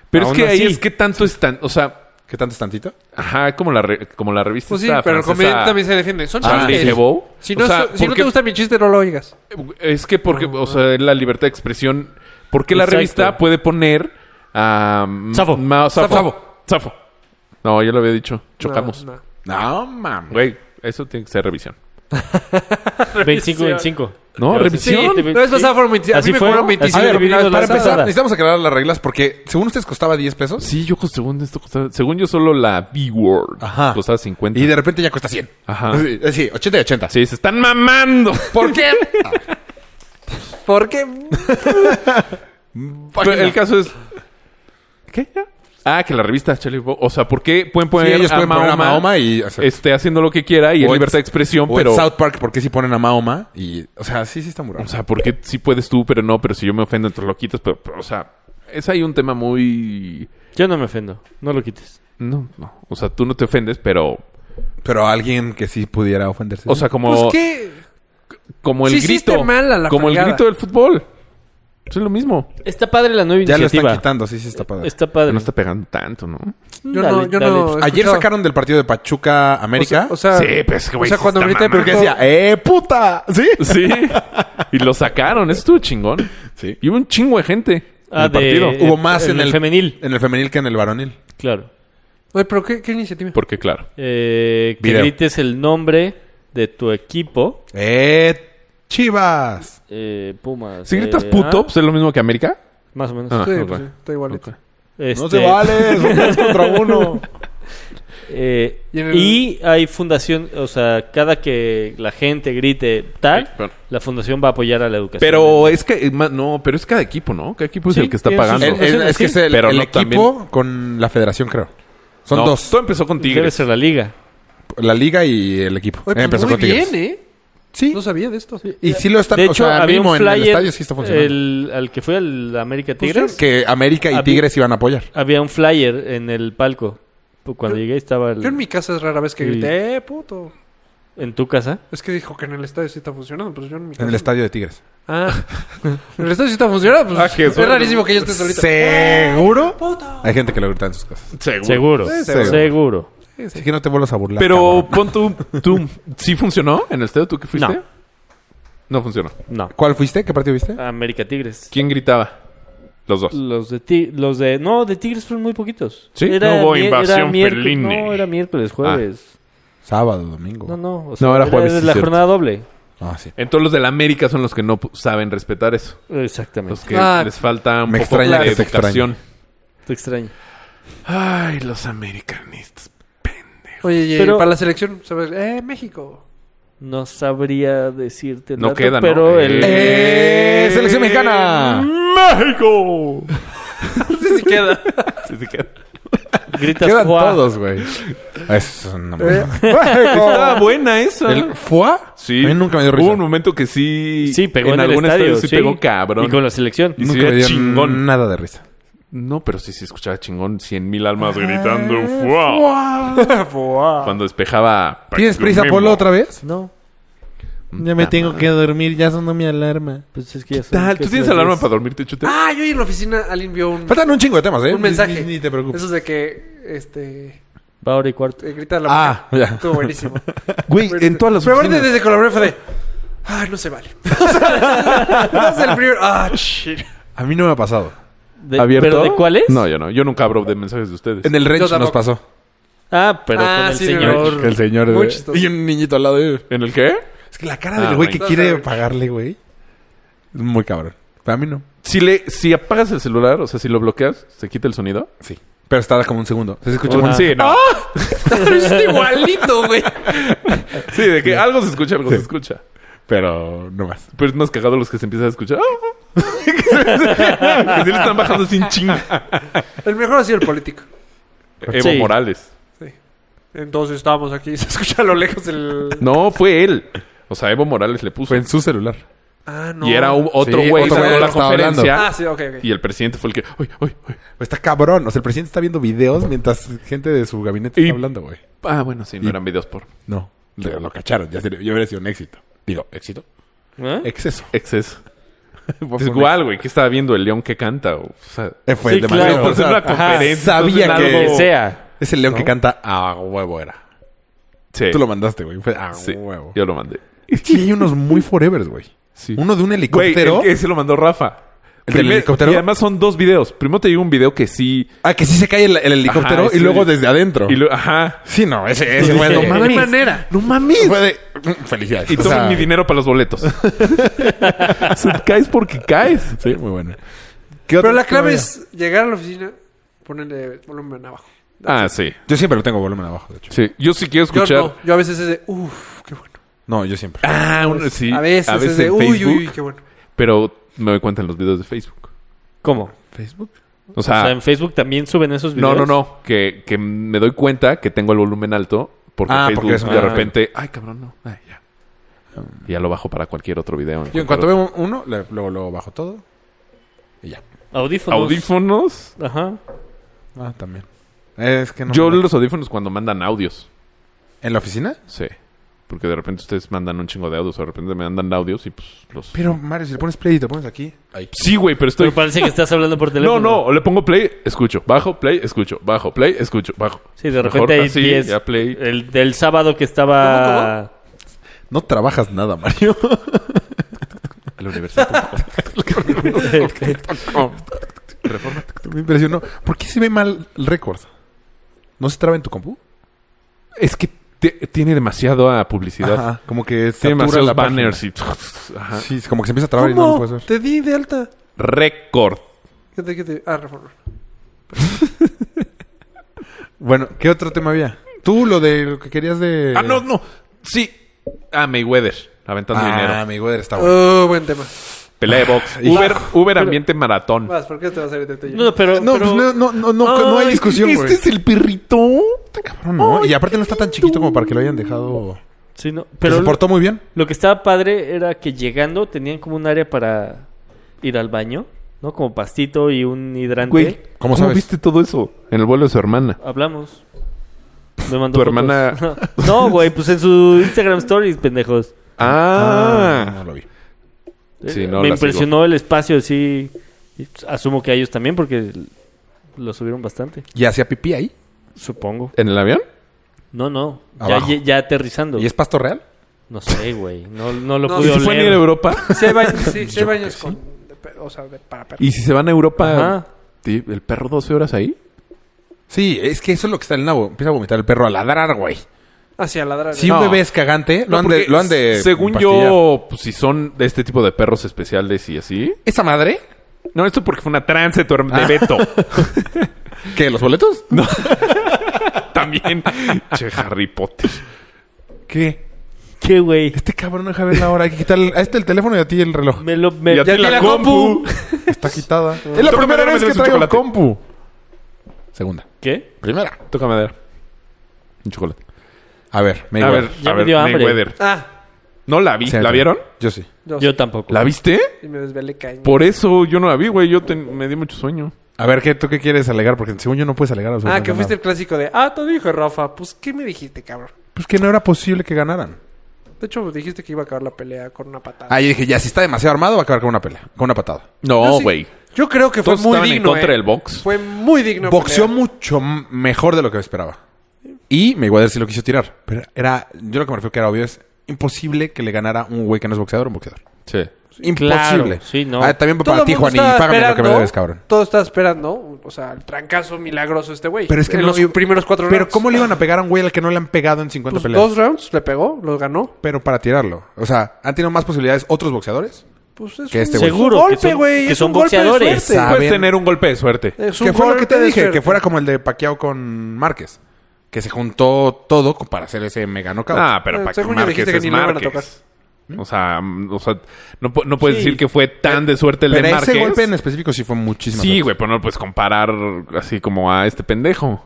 D: Pero
A: Aún
D: es que ahí
A: así.
D: es que tanto están... O sea,
C: ¿Qué tanto es tantito?
D: ajá, como la, re- como la revista
B: Pues sí,
D: esta
B: pero el
D: francesa ah,
B: comediante también se defiende. Son
C: Ah,
D: Charlie
B: chistes.
D: Hebdo.
B: Si no,
D: O sea,
B: si no
D: porque-
B: te gusta mi chiste, no lo oigas.
D: Es que porque... O sea, la libertad de expresión... ¿Por qué la
A: Exacto.
D: revista puede poner... a
A: Safo.
D: Safo.
C: Safo.
D: Safo. No, ya lo había dicho. Chocamos.
B: No, no.
C: No, mames.
D: Güey, eso tiene que ser revisión.
A: 25, 25.
D: No,
A: Ya,
D: revisión.
A: sí, te-
B: La vez pasada
A: sí.
B: fueron 25. A
A: Así
B: mí me
A: fue.
B: cobraron
A: Así
B: 25.
A: fue
B: La vez
A: para
B: pasada.
A: empezar.
C: Necesitamos aclarar las reglas porque según ustedes costaba 10 pesos
D: Sí, yo cos- según esto costaba, según yo solo la B-Word
C: Ajá.
D: costaba 50.
C: y de repente ya cuesta 100.
D: Ajá.
C: Sí, eh, sí, 80 y 80.
D: Sí, se están mamando.
C: ¿Por qué?
B: ¿Por qué?
D: Pero el
C: el caso
D: caso es ¿Qué? Ah, que la revista Charlie Hebdo, o sea, ¿por qué pueden poner
C: ellos
D: a,
C: pueden
D: Mahoma,
C: poner a Mahoma y o sea,
D: esté haciendo lo que quiera y
C: O
D: es
C: es-
D: libertad de expresión,
C: o en
D: pero
C: South Park porque si ponen a Mahoma y o sea, sí sí está muy raro.
D: o sea, ¿por qué sí puedes tú, pero no, pero si yo me ofendo entonces lo quitas, pero, pero, o sea, es ahí un tema muy
A: Yo no me ofendo. No lo quites.
D: no, no, o sea, tú no te ofendes, pero
C: pero alguien que sí pudiera ofenderse.
D: o sea, como
B: Pues qué.
D: como el
B: Sí hiciste
D: grito,
B: mal a la
D: como el
B: fregada.
D: grito del fútbol. Eso es lo mismo.
A: Está padre la nueva
C: ya lo
A: iniciativa.
C: están quitando, sí sí está padre.
A: Está padre.
D: No está pegando tanto, ¿no?
B: Yo
A: Dale,
B: no, yo
A: dale.
B: no. he
C: Ayer
B: escuchado.
C: sacaron del partido de Pachuca América.
B: O sea,
D: Sí, pues, es que, güey,
B: o sea
D: sí
B: cuando
D: está
B: ahorita
D: mamando.
C: porque decía, "Eh, puta." ¿Sí?
D: Sí. Y lo sacaron. Eso estuvo chingón.
C: Sí.
D: Y hubo un chingo de gente en
A: Ah,
D: el
A: de-
D: partido.
A: eh,
C: Hubo más en,
A: en el femenil.
C: En el femenil que en el varonil.
A: Claro.
B: Oye, pero ¿qué, qué iniciativa?
D: Porque, claro.
A: Eh, que
C: Video.
A: grites el nombre de tu equipo.
C: Eh, Chivas.
A: Eh, Pumas.
D: Si gritas
A: eh,
D: puto,
A: ah,
D: pues es lo mismo que América.
A: Más o menos.
D: Ah,
B: sí,
D: ok.
B: pues sí, está igualito.
D: Ok.
A: Este,
C: No se vale, son dos contra uno.
A: eh,
B: Y
A: y,
B: en el-
A: hay fundación, o sea, cada que la gente grite
D: Ay,
A: tal,
D: perdón.
A: la fundación va a apoyar a la educación.
D: Pero es que, eh, ma- no, pero es cada equipo, ¿no? Cada equipo es
A: Sí,
D: el que está
A: tiene sus
D: pagando.
C: El-
A: fundaciones.
C: el- es que es el,
D: Pero
C: el
D: no,
C: equipo
D: también-
C: con la federación, creo. Son
D: No,
C: dos.
D: Todo empezó con
A: debe
D: eh, Tigres.
A: ser la liga.
C: La liga y el equipo.
B: Oye,
C: Eh,
B: pues
C: empezó
B: muy
C: con Tigres.
B: bien, ¿eh?
C: Sí.
B: No sabía de esto.
C: Y sí lo están,
A: De hecho,
C: o sea,
A: había
C: mismo
A: un flyer,
C: en el estadio sí está funcionando.
A: el- al que fue al América
B: Pues
A: Tigres,
C: Que América y
A: Había-
C: Tigres iban a apoyar.
A: había un flyer en el palco. Pues Cuando llegué estaba el-
B: Yo en mi casa es rara vez que
A: Sí.
B: grité, eh, puto.
A: en tu casa.
B: Es que dijo que en el estadio sí está funcionando, pero yo en mi casa.
C: En el estadio de Tigres.
B: Ah. en el estadio sí está funcionando, pues.
D: Ah, qué
B: es
D: suerte.
B: rarísimo que yo esté solito.
C: ¿Seguro?
B: Puto.
C: Hay gente que lo grita en sus casas.
D: Seguro.
A: Seguro.
C: Sí,
A: seguro.
C: seguro.
B: Sí, sí.
C: Así que no te vuelvas a burlar.
D: Pero
C: cabrón.
D: pon tú, tú, ¿sí funcionó en el estadio tú que fuiste?
A: No.
D: No funcionó.
A: No.
C: ¿Cuál fuiste? ¿Qué partido viste?
A: América Tigres.
D: ¿Quién gritaba? Los dos.
A: Los de ti, los de no, de Tigres fueron muy poquitos.
D: ¿Sí? No hubo
A: mi-
D: invasión
A: miércoles-
D: Fellini.
A: No, era miércoles, jueves.
C: Sábado, domingo.
A: No, no, o
D: No, era jueves, sí,
A: la
D: cierto.
A: jornada doble.
C: Ah, sí.
D: Entonces los del América son los que no pu- saben respetar eso. Los
A: Exactamente.
D: que
B: Ah,
D: les falta un
C: me
D: poco
C: extraña
D: de
C: que te
D: educación.
A: Pues, Te extraño.
D: Ay, los americanistas.
B: Oye, y, eh,
A: Pero-
B: para la selección, ¿sabes? Eh, México.
A: No sabría decirte
D: No
A: nada,
D: queda, ¿no?
A: pero el
C: ¡Eh! ¡Selección mexicana!
D: ¡México! sí, sí queda. Sí, sí queda.
A: gritas
C: Quedan
A: "Fua".
C: todos, güey. Es una
B: Eh.
C: mamada.
D: Estaba buena esa.
C: ¿El FUA?
D: Sí.
C: A mí nunca me dio
D: Hubo
C: risa.
D: un momento que sí.
A: Sí, pegó en, el
D: algún
A: estadio,
D: sí, pegó cabrón.
A: Y con la selección.
D: Y
C: nunca
D: sí,
C: me dio
D: chingón.
C: nada de risa.
D: No, pero sí se escuchaba chingón. Cien mil almas gritando. ¡Fua! Cuando despejaba.
C: Ah, ¿Tienes prisa,
D: Memo.
C: Polo, otra vez?
A: No,
C: Ya me tengo que dormir, ya sonó mi alarma.
A: pues es que ya son
D: Tal, ¿Tú
A: casi
D: tienes
A: las
D: alarma
A: diez.
D: para dormirte, chute?
B: Ah, yo ahí en la oficina alguien vio un,
C: Faltan un chingo de temas, ¿eh?
B: un mensaje.
C: Ni, ni te preocupes.
B: Eso de que, este,
A: Va hora y cuarto.
B: eh, grita la
C: Ah,
B: mujer.
C: ya.
B: Estuvo buenísimo.
C: Güey, en todas las
B: Pero aparte
C: oficinas.
B: desde que lo abrí fue de, ay, no se vale. O sea, no es el primer, ah, shit.
C: A mí no me ha pasado.
A: De-
D: ¿Abierto?
A: ¿Pero de cuáles?
D: No, yo no. Yo nunca abro de mensajes de ustedes.
C: En el range
B: tampoco.
C: nos pasó.
A: Ah, pero
B: Ah,
A: con el
B: sí,
A: señor.
C: El señor.
B: Muy
C: de-
B: chistoso.
C: Y un niñito al lado. eh. de-
D: ¿En el qué?
C: Es que la cara
D: Ah,
C: del güey que
D: bueno.
C: quiere pagarle, güey. Es muy cabrón. Para mí no.
D: Si, le, si apagas el celular, o sea, si lo bloqueas, ¿se quita el sonido?
C: Sí. Pero está como un segundo. Se escucha
A: Ah.
C: un-
D: Sí, no.
B: Está igualito, güey.
D: Sí, de que algo se escucha, algo se
C: Sí.
D: escucha.
C: Pero no más.
D: Pero es más cagado los que se empiezan a escuchar. que se le están bajando sin chinga.
B: El mejor ha sido el político.
D: Evo
A: Sí.
D: Morales.
B: Entonces estábamos aquí, se escucha a lo lejos el...
D: No, fue él. O sea, Evo Morales le puso.
C: Fue en su celular.
B: Ah, no.
D: Y era un- otro
C: Sí,
D: güey
C: otro
D: sacó
C: güey
D: la
C: estaba
D: conferencia.
B: Ah, sí, ok, ok.
D: Y el presidente fue el que. "Ay, ay, ay".
C: Pues Está cabrón. O sea, el presidente está viendo videos mientras gente de su gabinete
D: Y-
C: está hablando, güey.
D: Ah, bueno, sí, no
C: Y-
D: eran videos por
C: No. Lo, lo cacharon. Ya sería- yo hubiera sido un éxito. Digo, éxito.
A: ¿Eh?
C: Exceso.
D: exceso.
C: Fue
D: Es
C: un
D: igual, güey. ¿Qué estaba viendo el león que canta? O sea,
C: éxito. Eh, Fue
A: Sí,
C: el de
A: claro.
C: Madrid.
D: Estás
C: O sea,
D: en una
C: ajá,
D: conferencia,
C: Sabía
D: estás en
C: que...
A: Que
D: algo.
A: sea.
C: Es el león que canta a huevo era.
D: sí.
C: Tú lo mandaste, güey. Fue a
D: Sí,
C: huevo.
D: yo lo mandé.
C: Es que hay unos muy forevers, güey.
D: Sí.
C: Uno de un
D: Güey,
C: helicóptero.
D: el- ese lo mandó Rafa.
C: ¿El del helicóptero?
D: Y además son dos videos. Primero te llega un video que sí.
C: Ah, que sí se cae el, el helicóptero
D: Ajá,
C: y
D: sí.
C: luego desde adentro.
D: Y lo- ajá.
C: Sí, no, ese, ese güey.
A: Sí.
C: No
A: ¿De qué
C: mames.
B: manera?
C: No mames. Fue de... mm, Felicidades.
D: Y
C: O
D: tomen
C: sea,
D: mi dinero para los boletos. O sea, caes porque caes.
C: Sí, muy bueno.
B: Pero la clave es llegar a la oficina, ponerle volumen abajo.
D: Ah, sí.
C: Yo siempre lo tengo volumen abajo, de hecho.
D: Sí. Yo sí quiero
B: Yo
D: escuchar.
B: no, yo a veces es de, uff, qué bueno.
C: No, yo siempre.
D: Ah, uno- sí.
B: a veces, es de,
D: en
B: uy, uy,
D: Facebook,
B: uy, qué bueno.
D: Pero me doy cuenta en los videos de Facebook.
A: ¿Cómo?
C: ¿Facebook?
D: O
A: O sea,
D: sea,
A: en Facebook también suben esos
D: Ah. no,
A: videos.
D: no, no. Que, que me doy cuenta que tengo el volumen alto. Porque
C: Ah,
D: Facebook
C: porque es un-
D: de
A: ah.
D: repente. Ay, cabrón, no. Ay, ya.
A: Um,
D: Y ya lo bajo para cualquier otro video.
C: Yo en cuanto veo uno, le- luego, luego bajo todo. Y ya.
A: Audífonos.
D: Audífonos.
A: Ajá.
C: Ah, también. Es que no.
D: Yo
C: me-
D: los audífonos cuando mandan audios.
C: ¿En la oficina?
D: Sí. Porque de repente ustedes mandan un chingo de audios. o De repente me mandan audios y pues los.
C: Pero, Mario, si le pones play y te pones aquí. Ahí.
D: Sí, güey, pero estoy.
A: Pero parece que estás hablando por teléfono.
D: No, no, o le pongo play, escucho, bajo, play, escucho, bajo, play, escucho, bajo.
A: Sí, de
D: Mejor
A: repente hay Eh.
D: así,
A: 10.
D: ya play.
A: El del sábado que estaba.
C: No trabajas nada, Mario.
D: La universidad. Reforma.
C: Me impresionó. ¿Por qué se ve mal el récord? ¿No se traba en tu compu?
D: Es que te- tiene demasiada publicidad.
C: Ajá. Como que
D: Tiene
C: satura
D: demasiados
C: la página.
D: banners y. Ajá.
C: Sí, es como que se empieza a trabar y no lo puedes ver.
B: Te di de alta.
D: Récord.
B: ¿Qué te, qué te- Ah, reforma.
C: Bueno, ¿qué otro tema había? Tú, lo de lo que querías de...
D: Ah, no, no. Sí. Ah, Mayweather. Aventando
C: Ah,
D: dinero.
C: mi güey, está bueno.
B: Oh, buen tema.
D: Pelea de box. Uber, Uber ambiente maratón.
B: Vas, ¿por qué te vas a ir de tuyo?
A: No, no, pero.
C: No,
A: pero-
C: pues no, no, no, no, no hay discusión, güey.
D: ¿este el perrito.
C: Está cabrón, ¿no? y aparte no está tan chiquito como para que lo hayan dejado...
A: Sí, no,
C: Pero
A: Pero
C: se portó muy bien.
A: lo que estaba padre era que llegando tenían como un área para ir al baño, ¿no? Como pastito y un hidrante.
D: Güey,
C: ¿Cómo
D: ¿cómo,
C: sabes?
D: viste todo eso? En el vuelo de su hermana.
A: Hablamos. Me mandó
D: Tu
A: fotos.
D: hermana-
A: No, güey, pues en su Instagram Stories, pendejos.
D: Ah.
C: no lo vi.
D: Sí,
A: Eh,
D: no,
A: Me
D: la sigo.
A: impresionó el espacio, sí. Y, pues, Asumo que a ellos también, porque lo subieron bastante.
C: ¿Y hacía pipí ahí?
A: Supongo.
D: ¿En el avión?
A: No, no. Ya,
C: Abajo.
A: ya- ya aterrizando.
C: ¿Y es pasto real?
A: No sé, güey. No, no lo
B: No,
A: pude
B: ¿y si
A: oler.
D: fue en Europa?
B: Sí hay baños, sí, sí hay baños con... O o sea, de- para perros.
D: Y si se van a Europa,
A: Ajá.
D: sí, el perro 12 horas ahí.
C: Sí, es que eso es lo que está en el nabo. Empieza a vomitar el perro a ladrar, güey.
B: Hacia ladrar.
C: Si
D: No.
C: un bebé es cagante, lo han de.
D: porque
C: Lo han de
D: Según
C: pastillar.
D: yo, pues, si son de este tipo de perros especiales y así.
C: ¿Esa madre?
D: No, esto porque fue una trance de tu herma- de Beto.
C: ¿Qué? ¿Los boletos?
D: También. che, Harry Potter.
C: ¿Qué?
A: ¿Qué, güey?
C: Este cabrón no deja ver la hora. Hay que quitarle a este el teléfono y a ti el reloj.
A: Me lo... Me...
D: Y a ti la compu.
C: Está quitada. es
D: Tócame
C: la primera
D: madera,
C: vez que
D: me des un
C: traigo
D: chocolate.
C: compu. Segunda.
A: ¿Qué?
C: Primera.
D: Toca madera. Un chocolate.
C: A ver, me
D: a ver,
A: Ya
D: a
A: me
D: ver,
A: dio hambre.
D: Mayweather.
B: Ah,
D: No la vi. ¿La vieron?
C: Yo sí.
B: yo,
A: Yo tampoco.
D: ¿La viste?
B: y me desvelé cañón.
D: Por eso yo no la vi, güey. Yo ten- me di mucho sueño.
C: A ver, ¿qué, ¿tú qué quieres alegar? Porque según yo no puedes
B: Ah,
C: alegar.
B: que
C: absolutamente
B: fuiste el
C: nada.
B: clásico de, ah, te dijo Rafa, pues, ¿qué me dijiste, cabrón?
C: Pues que no era posible que ganaran.
B: De hecho, dijiste que iba a acabar la pelea con una patada.
C: Ah, yo dije, ya, si está demasiado armado, va a acabar con una pelea. Con una patada.
B: Yo
D: No,
B: sí-
D: güey.
B: Yo creo que fue
D: Todos
B: muy
D: estaban en
B: digno.
D: contra
B: ¿eh?
D: del box.
B: Fue muy digno.
C: Boxeó
B: pelea.
C: mucho m- mejor de lo que esperaba. Y Mayweather sí lo quiso tirar. Pero era, yo lo que me refiero que era obvio es imposible que le ganara un güey que no es boxeador a un boxeador.
D: Sí.
C: Imposible.
A: claro. Sí, no.
C: Ah, también
B: Todo
C: para
B: el
C: ti,
B: mundo
C: Juan, y
B: estaba
C: págame lo que me
B: esperando-
C: debes, cabrón.
B: Todo estaba esperando, o sea, el trancazo milagroso este güey.
C: Pero es que
B: en
C: no-
B: los primeros cuatro
C: Pero
B: rounds.
C: ¿cómo le iban a pegar a un güey al que no le han pegado en 50
B: Pues,
C: peleas?
B: dos rounds le pegó, los ganó.
C: Pero para tirarlo. O sea, ¿han tenido más posibilidades otros boxeadores?
B: Pues es
C: Que
B: un
C: este güey.
A: Seguro. que
B: golpe,
A: son-
B: güey.
A: Que
B: es
A: son
B: un golpe de
A: boxeadores.
B: suerte.
C: Saben.
D: Puedes tener un golpe de suerte.
B: Es un
C: Que fue lo que
B: golpe
C: te
B: de
C: dije,
B: suerte.
C: que fuera como el de Pacquiao con Márquez. Que se juntó todo co- para hacer ese mega knockout.
D: Ah,
B: Eh,
D: pero para que
B: según yo
D: Márquez
B: dijiste que
D: es
B: ni lo iban a
D: Márquez. O sea, mm, o sea, no, pu- no puedes decir que fue tan
B: Eh,
D: de suerte el
C: pero
D: de
C: ese
D: Márquez.
C: golpe en específico sí fue muchísimo.
D: Sí, güey, pero no lo puedes comparar así como a este pendejo.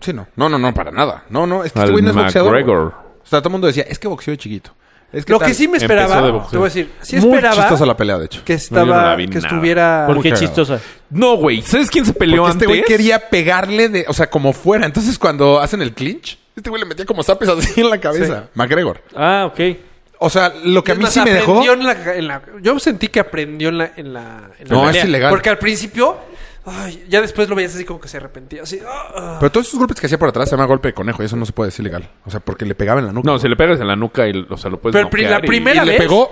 C: Sí, no. No, no, no, para nada. No, no, es que este
D: Al
C: güey no es boxeador. güey.
D: McGregor.
C: O sea, todo el mundo decía, es que boxeó de chiquito. Es que
B: Lo
C: tal.
B: que sí me
D: Empezó
B: esperaba,
D: de
B: te
D: boxeo.
B: voy a decir, sí
C: Muy
B: esperaba
C: chistosa la pelea, de hecho.
B: que
D: yo no
B: estaba,
D: la vi
B: que
D: nada.
B: estuviera...
A: ¿Por qué
C: cagado.
A: chistosa?
D: No, güey. ¿Sabes quién se peleó
C: Porque
D: antes?
C: este güey quería pegarle de, o sea, como fuera. Entonces, cuando hacen el clinch, este güey le metía como zapes así en la cabeza. McGregor.
A: Ah, ok.
C: O sea, lo que a mí
B: Además,
C: sí me dejó.
B: aprendió en la- en la- yo sentí que aprendió en la, en la, en la
C: No, es ilegal.
B: Porque al principio, ay, ya después lo veías así como que se arrepentía. Así, ah, ah.
C: Pero todos esos golpes que hacía por atrás se llama golpe de conejo y eso no se puede decir legal. O sea, porque le pegaba en la nuca.
D: No, si le pegas en la nuca y, o sea, lo puedes
B: Pero pri-
D: noquear
B: la
D: y-
B: primera-
C: y le
B: vez?
C: pegó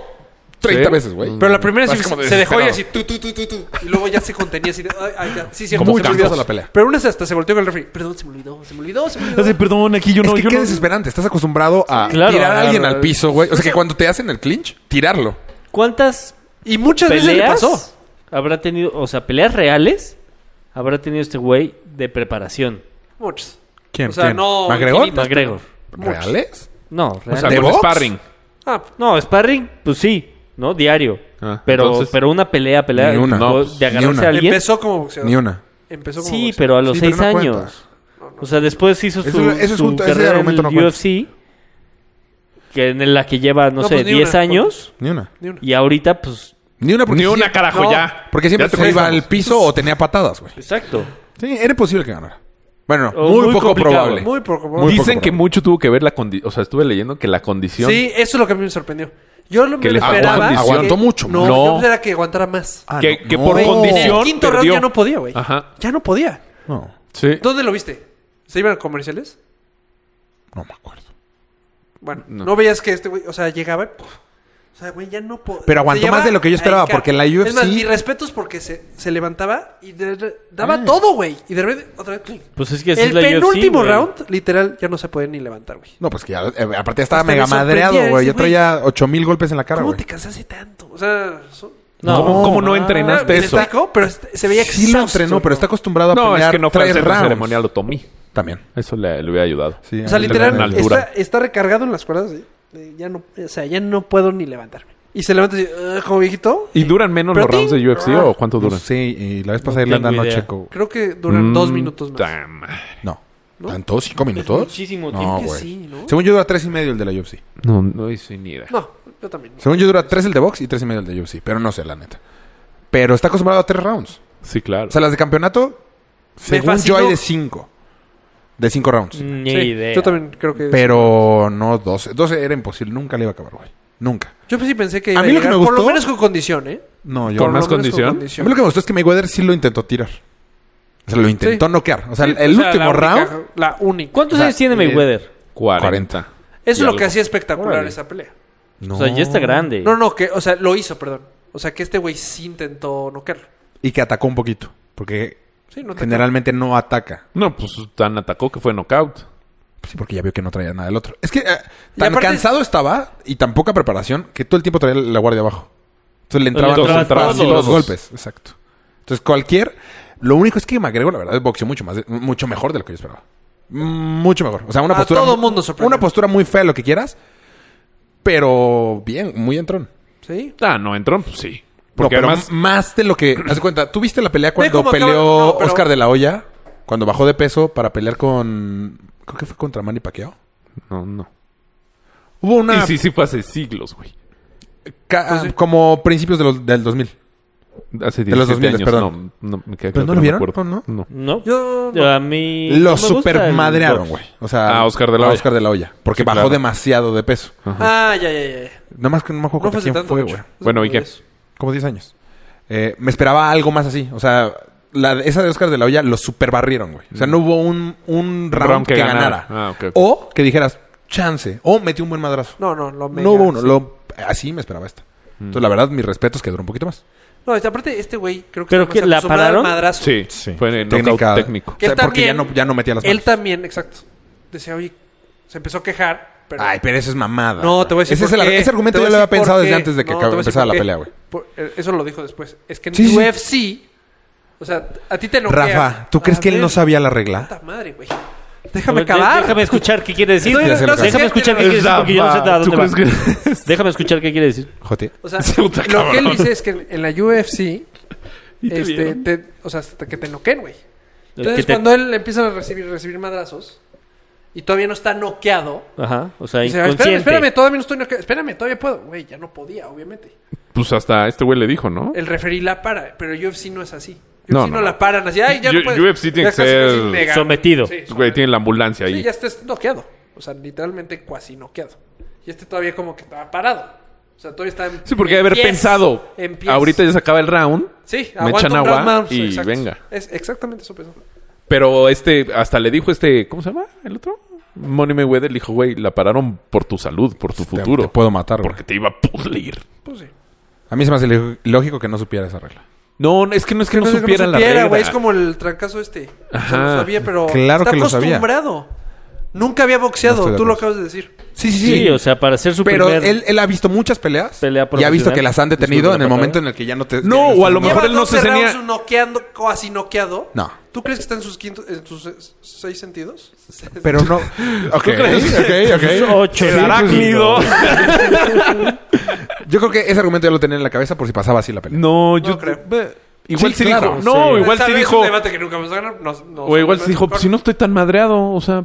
C: 30
D: Sí.
C: veces, güey.
B: Pero la primera sí
C: Así como
B: se dejó y así,
C: desesperado.
B: tú, tú, tú, tú, tú. Y luego ya se contenía así de, ay, ay, ya. Sí, cierto,
C: Como
B: se me
C: chistosa
B: olvidó.
C: la pelea.
B: Pero una vez hasta se volteó con el refri. Perdón, se me olvidó, se me olvidó, se me olvidó.
D: perdón, aquí yo
C: Es que qué desesperante. Estás acostumbrado a
A: Claro,
C: tirar a
A: claro,
C: alguien al
A: claro.
C: piso, güey. O
B: Pues
C: sea, que cuando te hacen el clinch, tirarlo.
A: ¿Cuántas
B: Y muchas veces le
A: peleas
B: pasó.
A: habrá tenido, o sea, peleas reales habrá tenido este güey de preparación?
B: Muchas.
C: ¿Quién?
B: O sea,
C: ¿Quién?
B: no,
C: ¿McGregor?
B: infinitas.
A: McGregor.
C: ¿Reales?
A: No,
D: O
A: real.
D: sea,
C: ¿De
D: con
C: box?
D: sparring.
B: Ah,
A: no, sparring, pues sí, ¿no? Diario.
D: Ah,
A: pero,
D: entonces-
A: pero una pelea, pelea
C: Ni una.
A: de-
D: No, pues,
A: de agarrarse
C: ni una.
A: a alguien.
B: empezó como boxeador.
C: Ni una.
B: Empezó como
A: Sí,
B: boxeador.
A: pero a los
C: Sí, pero
A: seis
C: no cuenta.
A: años. O sea, después hizo
C: Eso-
A: su,
C: eso es
A: su
C: un- ese
A: carrera en
C: argumento
A: el
C: no cuenta.
A: UFC, que en la que lleva, no,
B: No,
A: sé,
B: pues, ni
A: 10
B: una.
A: años.
C: Ni una.
B: Ni una.
A: Y ahorita, pues...
C: Ni una porque
D: Ni
C: siempre-
D: una, carajo,
B: no,
D: ya.
C: Porque siempre
D: Ya te
C: se iba
D: prestamos.
C: al piso o tenía patadas, güey.
A: Exacto.
C: Sí, era imposible que ganara. Bueno,
A: O
C: muy,
A: muy
C: poco
A: complicado.
C: probable.
B: Oh, Muy poco.
C: Muy
D: Dicen
C: poco
D: que
C: probable.
D: mucho tuvo que ver la condición. O sea, estuve leyendo que la condición.
B: Sí, eso es lo que a mí me sorprendió. Yo lo
D: Que
B: que
D: le
B: esperaba.
D: aguantó-
C: aguantó mucho,
B: No,
D: no.
B: yo pensaba que aguantara más.
C: Ah,
D: que- que por
B: Güey, En
D: condición-
B: el quinto round
D: perdió.
B: ya no podía, güey.
D: Ajá.
B: Ya no podía.
C: No,
D: Sí.
B: ¿Dónde lo viste? ¿Se iban a comerciales?
C: no me acuerdo.
B: Bueno,
D: No.
B: no, veías que este güey, o sea, llegaba y. puf, o sea, güey, ya no podía.
C: Pero aguantó más de lo que yo esperaba, porque en la UFC
B: Es más, mi respeto es porque se, se levantaba y de- de- daba
C: Ah.
B: todo, güey. Y de repente, otra vez, clink.
A: Pues es que así
B: El
A: es la UFC,
B: penúltimo
A: güey.
B: round, literal, ya no se podía ni levantar, güey.
C: No, pues que ya, eh, aparte ya estaba
B: Hasta me
C: mega madreado,
B: sorprendía
C: güey.
B: ese
C: Ya traía 8000 golpes en la cara,
B: ¿Cómo
C: güey.
B: te cansaste tanto? O sea, son-
A: No,
D: ¿Cómo, cómo no
A: mames.
D: entrenaste
B: Me
D: eso?
B: explicó, pero este- se veía
C: Sí lo
B: exhausto,
C: entrenó,
B: ¿no?
C: pero está acostumbrado a
D: No,
C: pelear
D: es que no fue a
C: tres
D: hacer la
C: rounds.
D: ceremonia lo tomí.
C: También.
D: Eso le, le hubiera ayudado.
C: Sí,
B: O sea,
C: a mí
D: en
B: literal,
C: también.
D: altura.
B: está, está recargado en las cuerdas. ¿eh? Eh, Ya no, o sea, ya no puedo ni levantarme. Y se levanta así, "Ugh", como viejito.
D: ¿Y duran menos
B: Pero
D: los rounds
B: ting-
D: de UFC o cuánto
C: No
D: duran? Mm,
C: sé, y la vez pasada
A: tengo
C: Irlanda no
A: idea.
C: checo. güey.
B: Creo que
C: Mm,
B: duran dos minutos más.
D: Ta madre.
C: No. ¿Tanto? ¿Cinco minutos?
A: muchísimo
C: no,
A: tiempo
B: que
C: güey.
B: sí, ¿no?
C: Según yo dura tres y medio el de la UFC.
D: No, no hice ni idea.
B: No, yo también.
C: Según yo dura tres el de box y tres y medio el de UFC. Pero no sé, la neta. Pero está acostumbrado a tres rounds.
D: Sí, claro.
C: O sea, las de campeonato, según yo
B: fascinó.
C: hay de cinco. De cinco rounds.
A: Mm, Ni
B: Sí,
A: idea.
B: Yo también creo que.
C: Pero no 12. 12 era imposible. Nunca le iba a acabar, güey. Nunca.
B: Yo sí pensé que.
C: A
B: Iba a
C: mí lo que
B: llegar,
C: me
B: Por
C: gustó-
B: lo menos con condición, ¿eh?
C: No,
D: Con
C: yo.
B: Por
D: más
B: lo menos
D: condición.
C: A mí lo que me gustó es que Mayweather sí lo intentó tirar. O sea, lo intentó
B: Sí.
C: noquear. O sea,
B: Sí,
C: el
B: o sea,
C: último
B: la única-
C: round.
B: La única.
A: ¿Cuántos
C: O sea,
A: años tiene
C: eh,
A: Mayweather?
D: 40.
B: Eso es
D: Y
B: lo que
D: algo.
B: hacía espectacular
D: Órale.
B: esa pelea.
C: No.
A: O sea, ya está grande.
B: No, no, que, o sea, lo hizo, perdón. O sea, que este güey sí intentó noquearlo.
C: Y que atacó un poquito. Porque
B: Sí, no te
C: generalmente no ataca.
D: No, pues tan atacó que fue knockout.
C: Pues Sí, porque ya vio que no traía nada del otro. Es que eh,
B: Y
C: tan
B: aparte-
C: cansado estaba y tan poca preparación que todo el tiempo traía la guardia abajo. Entonces le entraban
D: Entonces,
C: todos,
D: entraban
C: así,
D: todos.
C: los golpes. Exacto. Entonces cualquier... Lo único es que McGregor, la verdad, boxeó mucho más, de- mucho mejor de lo que yo esperaba. Mm, Mucho mejor. O sea, una
B: A
C: postura...
B: todo mundo sorprendió.
C: Una postura muy fea, lo que quieras. Pero bien, muy entrón.
B: Sí.
D: Ah, no entró, pues sí.
C: Porque
D: Porque
C: más,
D: además,
C: más de lo que... Haz de cuenta, ¿tú viste la pelea cuando
B: cómo acaba-
C: peleó
B: no, pero-
C: Oscar de la Hoya? Cuando bajó de peso para pelear con... Creo que fue contra Manny Pacquiao.
D: no, no.
C: Hubo una...
D: Y sí, sí fue hace siglos, güey.
C: Ca- ah, Como principios de los- del 2000.
D: Hace 17
C: De los 2000,
D: años.
C: perdón.
D: No, no, me
C: ¿Pero no
D: queda claro que
C: lo
D: me
C: vieron?
D: acuerdo.
C: ¿No,
D: No.
A: No.
B: Yo-
A: a mí.
C: Lo
A: no me gusta el
C: supermadrearon,
A: box.
C: güey. O sea,
D: A Oscar de la Hoya.
C: a Oscar de la Hoya. Porque
D: Sí,
C: bajó
D: claro.
C: demasiado de peso.
B: Ah, ya, ya, ya, ya.
C: Nada más que no me acuerdo
B: No
C: contra
B: fue hace
C: quién
B: tanto.
C: fue,
B: mucho.
C: güey.
D: Bueno, ¿y qué?
B: Eso.
C: Como 10 años. Eh, me esperaba algo más así. O sea, la, de- esa de Oscar de la Hoya lo superbarrieron, güey. O
B: Mm.
C: sea, no hubo un, un round, que, ganara.
D: Ah, ok, ok.
C: O que dijeras, chance. O metió un buen madrazo.
B: No, Mm. no, lo mega-
C: no hubo uno. Lo, así me esperaba esta. Entonces, la verdad, mis respetos que duró un poquito más.
B: No, este- aparte, este güey creo que
A: ¿Pero
B: está
A: qué,
B: más
A: la
B: acostumbrado al
A: pararon?
B: madrazo.
D: Sí, fue en
C: Técnica-
D: knockout técnico.
C: O sea,
B: Él
C: porque ya
B: también-
C: no, ya no metía las manos.
B: Él también, exacto. Decía, oye, se empezó a quejar, pero...
C: Ay, pero eso es mamada.
B: No, te voy a decir
C: Ese, es
B: por
C: el-
B: qué.
C: ese argumento
B: Te
C: yo
B: voy
C: lo
B: a
C: había
B: decir por
C: pensado
B: qué.
C: desde antes de que
B: No,
C: acab-
B: te voy a decir
C: empezara la
B: por qué.
C: pelea, güey.
B: Por- eh, Eso lo dijo después. Es que en
C: Sí, sí.
B: UFC, o sea, a ti te noquean.
C: Rafa, ¿tú
B: A
C: crees que él
B: ver,
C: no sabía la regla?
B: Puta madre, güey.
A: A
B: Déjame
A: ver,
B: acabar.
A: Pues, Déjame escuchar qué quiere decir.
B: No, no,
C: no, no,
A: déjame
B: sí,
A: escuchar qué
B: sí,
A: quiere decir porque yo no sé de
D: Rafa,
A: dónde
D: ¿tú
A: va.
D: crees que-
A: Déjame escuchar qué quiere decir.
C: Jote.
B: O sea,
D: Puta
B: lo que él
D: cabrón.
B: dice es que en la UFC,
D: ¿Y te
B: este,
D: vieron?
B: te- o sea, hasta que te noqueen, güey. Entonces,
A: Que te-
B: cuando él empieza a recibir, recibir madrazos y todavía no está noqueado,
A: Ajá, o sea,
B: dice, espérame,
A: inconsciente.
B: espérame, todavía no estoy noqueado. Espérame, todavía puedo. Güey, ya no podía, obviamente.
D: Pues hasta este güey le dijo, ¿no?
B: El referí la para, pero UFC no es así. UFC
D: No,
B: no,
D: no, no.
B: la paran así. Ay, ya
D: Yo-
B: no puedes.
D: UFC tiene
B: Ya
D: que
B: casi,
D: ser
B: casi mega-
A: sometido.
B: Sí,
D: Güey, tiene la ambulancia
B: Sí,
D: ahí.
B: ya estés noqueado. O sea, literalmente cuasi noqueado. Y este todavía como que estaba parado. O sea, todavía está en-
D: Sí, porque
B: en
D: haber
B: pies,
D: pensado,
B: en pies.
D: ahorita ya se acaba el round,
B: Sí,
D: me echan
B: aguanta un
D: agua
B: round más,
D: y
B: exacto.
D: venga.
B: Es exactamente eso pensó.
D: Pero este, hasta le dijo este, ¿cómo se llama el otro? Money Mayweather le dijo, güey, la pararon por tu salud, por tu
C: Te-
D: futuro.
C: Te, puedo matar, güey.
D: porque te iba a pulir.
B: Pues sí.
C: A mí se me hace lo- lógico que no supiera esa regla.
D: No, no, es que no es que no,
B: Entonces,
D: supiera,
B: no
D: la
B: supiera,
D: regla.
B: güey, es como el trancazo este. O sea,
D: Ajá.
B: lo sabía, pero
C: Claro
B: está
C: que lo sabía.
B: acostumbrado. Nunca había
C: No
B: boxeado,
C: estoy de
B: tú lo
C: acuerdo.
B: acabas de decir.
C: Sí,
A: Sí, o sea, para ser su
C: Pero
A: primer-
C: él, él ha visto muchas peleas
A: Pelea
C: y ha visto
A: profesional.
C: que las han detenido
A: Disculpe
C: en
A: la
C: el
A: patada.
C: momento en el que ya no te...
D: No,
C: ya
D: o a lo
C: estás-
D: mejor él no se tenía-
B: rounds noqueando, casi noqueado.
C: No.
B: ¿Tú crees que está en sus, quinto- en sus se- seis sentidos?
C: Pero no... Ok, ok, ok.
A: Ocho.
D: El
A: Sí, pues,
D: arácnido.
C: Yo creo que ese argumento ya lo tenía en la cabeza por si pasaba así la pelea.
D: No, yo...
B: creo.
D: ve, Igual
C: Sí,
D: sí,
C: claro,
D: dijo. No,
C: sí.
D: igual
B: Tal
D: sí
B: vez
D: dijo...
B: un debate que nunca vamos a ganar. No, no,
D: O igual
B: no,
D: sí dijo, pues,
B: no.
D: si no estoy tan madreado, o sea...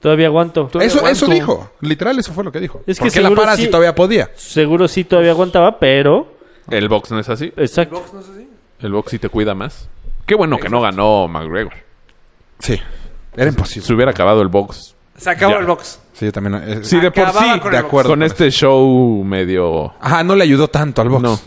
A: Todavía aguanto.
D: Todavía-
C: Eso, eso
D: aguanto.
C: dijo. Literal, eso fue lo que dijo.
A: Es que
C: ¿Por qué la
A: seguro
C: paras
A: sí-
C: si todavía podía?
A: Seguro sí todavía
C: Pues,
A: aguantaba, pero...
D: El box no es así.
B: El
A: Exacto.
B: box no es así.
D: El box sí te cuida más. Qué bueno que no ganó McGregor.
C: Sí. Era
D: Si
C: imposible.
D: se hubiera acabado el box.
B: Se acabó
D: Ya.
B: el box.
C: Sí, yo también... eh,
D: Sí, de por
B: Acababa
D: sí,
B: con
C: de
B: el box.
C: acuerdo.
D: Con
C: con
D: este show medio...
C: Ajá, no le ayudó tanto al box.
D: No.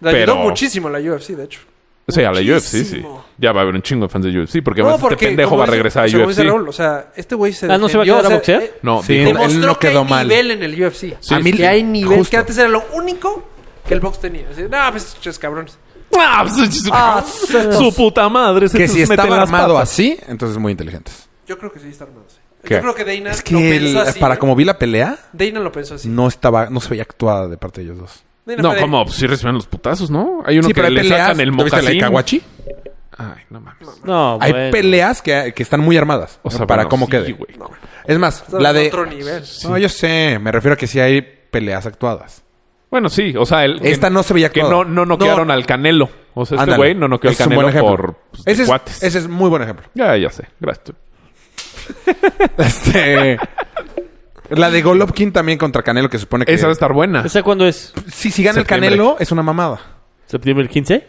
B: Le ayudó
D: Pero-
B: muchísimo la UFC, de hecho.
D: O sea, a la UFC, sí.
B: Muchísimo.
D: Ya va a haber un chingo de fans de UFC. Porque,
B: No,
D: además
B: porque,
D: este pendejo
B: como
D: va a
B: dice-
D: regresar a
B: según dice
D: UFC.
B: Raúl, o sea, este güey se
A: Ah, ¿no se va a
B: defendió,
A: quedar a
B: o sea,
A: boxear?
B: eh,
D: No,
C: Sí,
D: dijo-
C: no-
B: Demostró
C: él no
B: que
C: quedó
B: hay
C: mal.
B: nivel en el UFC.
D: Sí,
C: a mí-
B: Que hay nivel
C: justo.
B: que antes era lo único que el box tenía. Así, no, pues ches cabrones.
D: ¡Ah! su-
B: Ah,
D: su, su puta madre. se
C: Que
D: nos
C: si
D: mete en
C: estaba
D: las
C: armado
D: patas.
C: así, entonces muy inteligentes.
B: Yo creo que sí está armado. sí.
D: ¿Qué?
B: Yo creo que Dana
C: Es
B: lo
C: que el-
B: pensó así.
C: para
B: ¿eh?
C: como vi la pelea,
B: Dana lo pensó así.
C: no estaba, no se veía actuada de parte de ellos dos.
B: Dana
D: No,
B: fue de-
D: ¿cómo? Pues sí reciben los putazos, ¿no? Hay uno que
C: hay
D: le sacan el
C: ¿no viste la de
D: mocasín.
C: Kawachi?
D: Ay, no mames.
A: No,
C: Hay
A: bueno.
C: peleas que, que están muy armadas.
D: O sea,
C: para
D: bueno,
C: cómo
D: sí,
C: quede.
D: güey.
C: Es más,
B: Está
C: la
B: en
C: de.
B: otro nivel.
C: No, yo sé. Me refiero a que sí hay peleas actuadas.
D: Bueno, sí, o sea, el, que-
C: Esta no se veía
D: que
C: actuada.
D: no no noquearon al Canelo. O sea, este
C: Ándale.
D: güey no noqueó al
C: Ese es un buen
D: Canelo
C: ejemplo.
D: por pues, de
C: ese, es,
D: cuates.
C: ese es muy buen ejemplo.
D: Ya, ya sé. Gracias.
C: Este. la de Golovkin también contra Canelo, que supone que.
D: Esa va a estar buena.
A: ¿Esa cuándo es?
C: Sí, si gana
D: Septiembre.
C: el Canelo, es una mamada.
A: ¿Septiembre 15?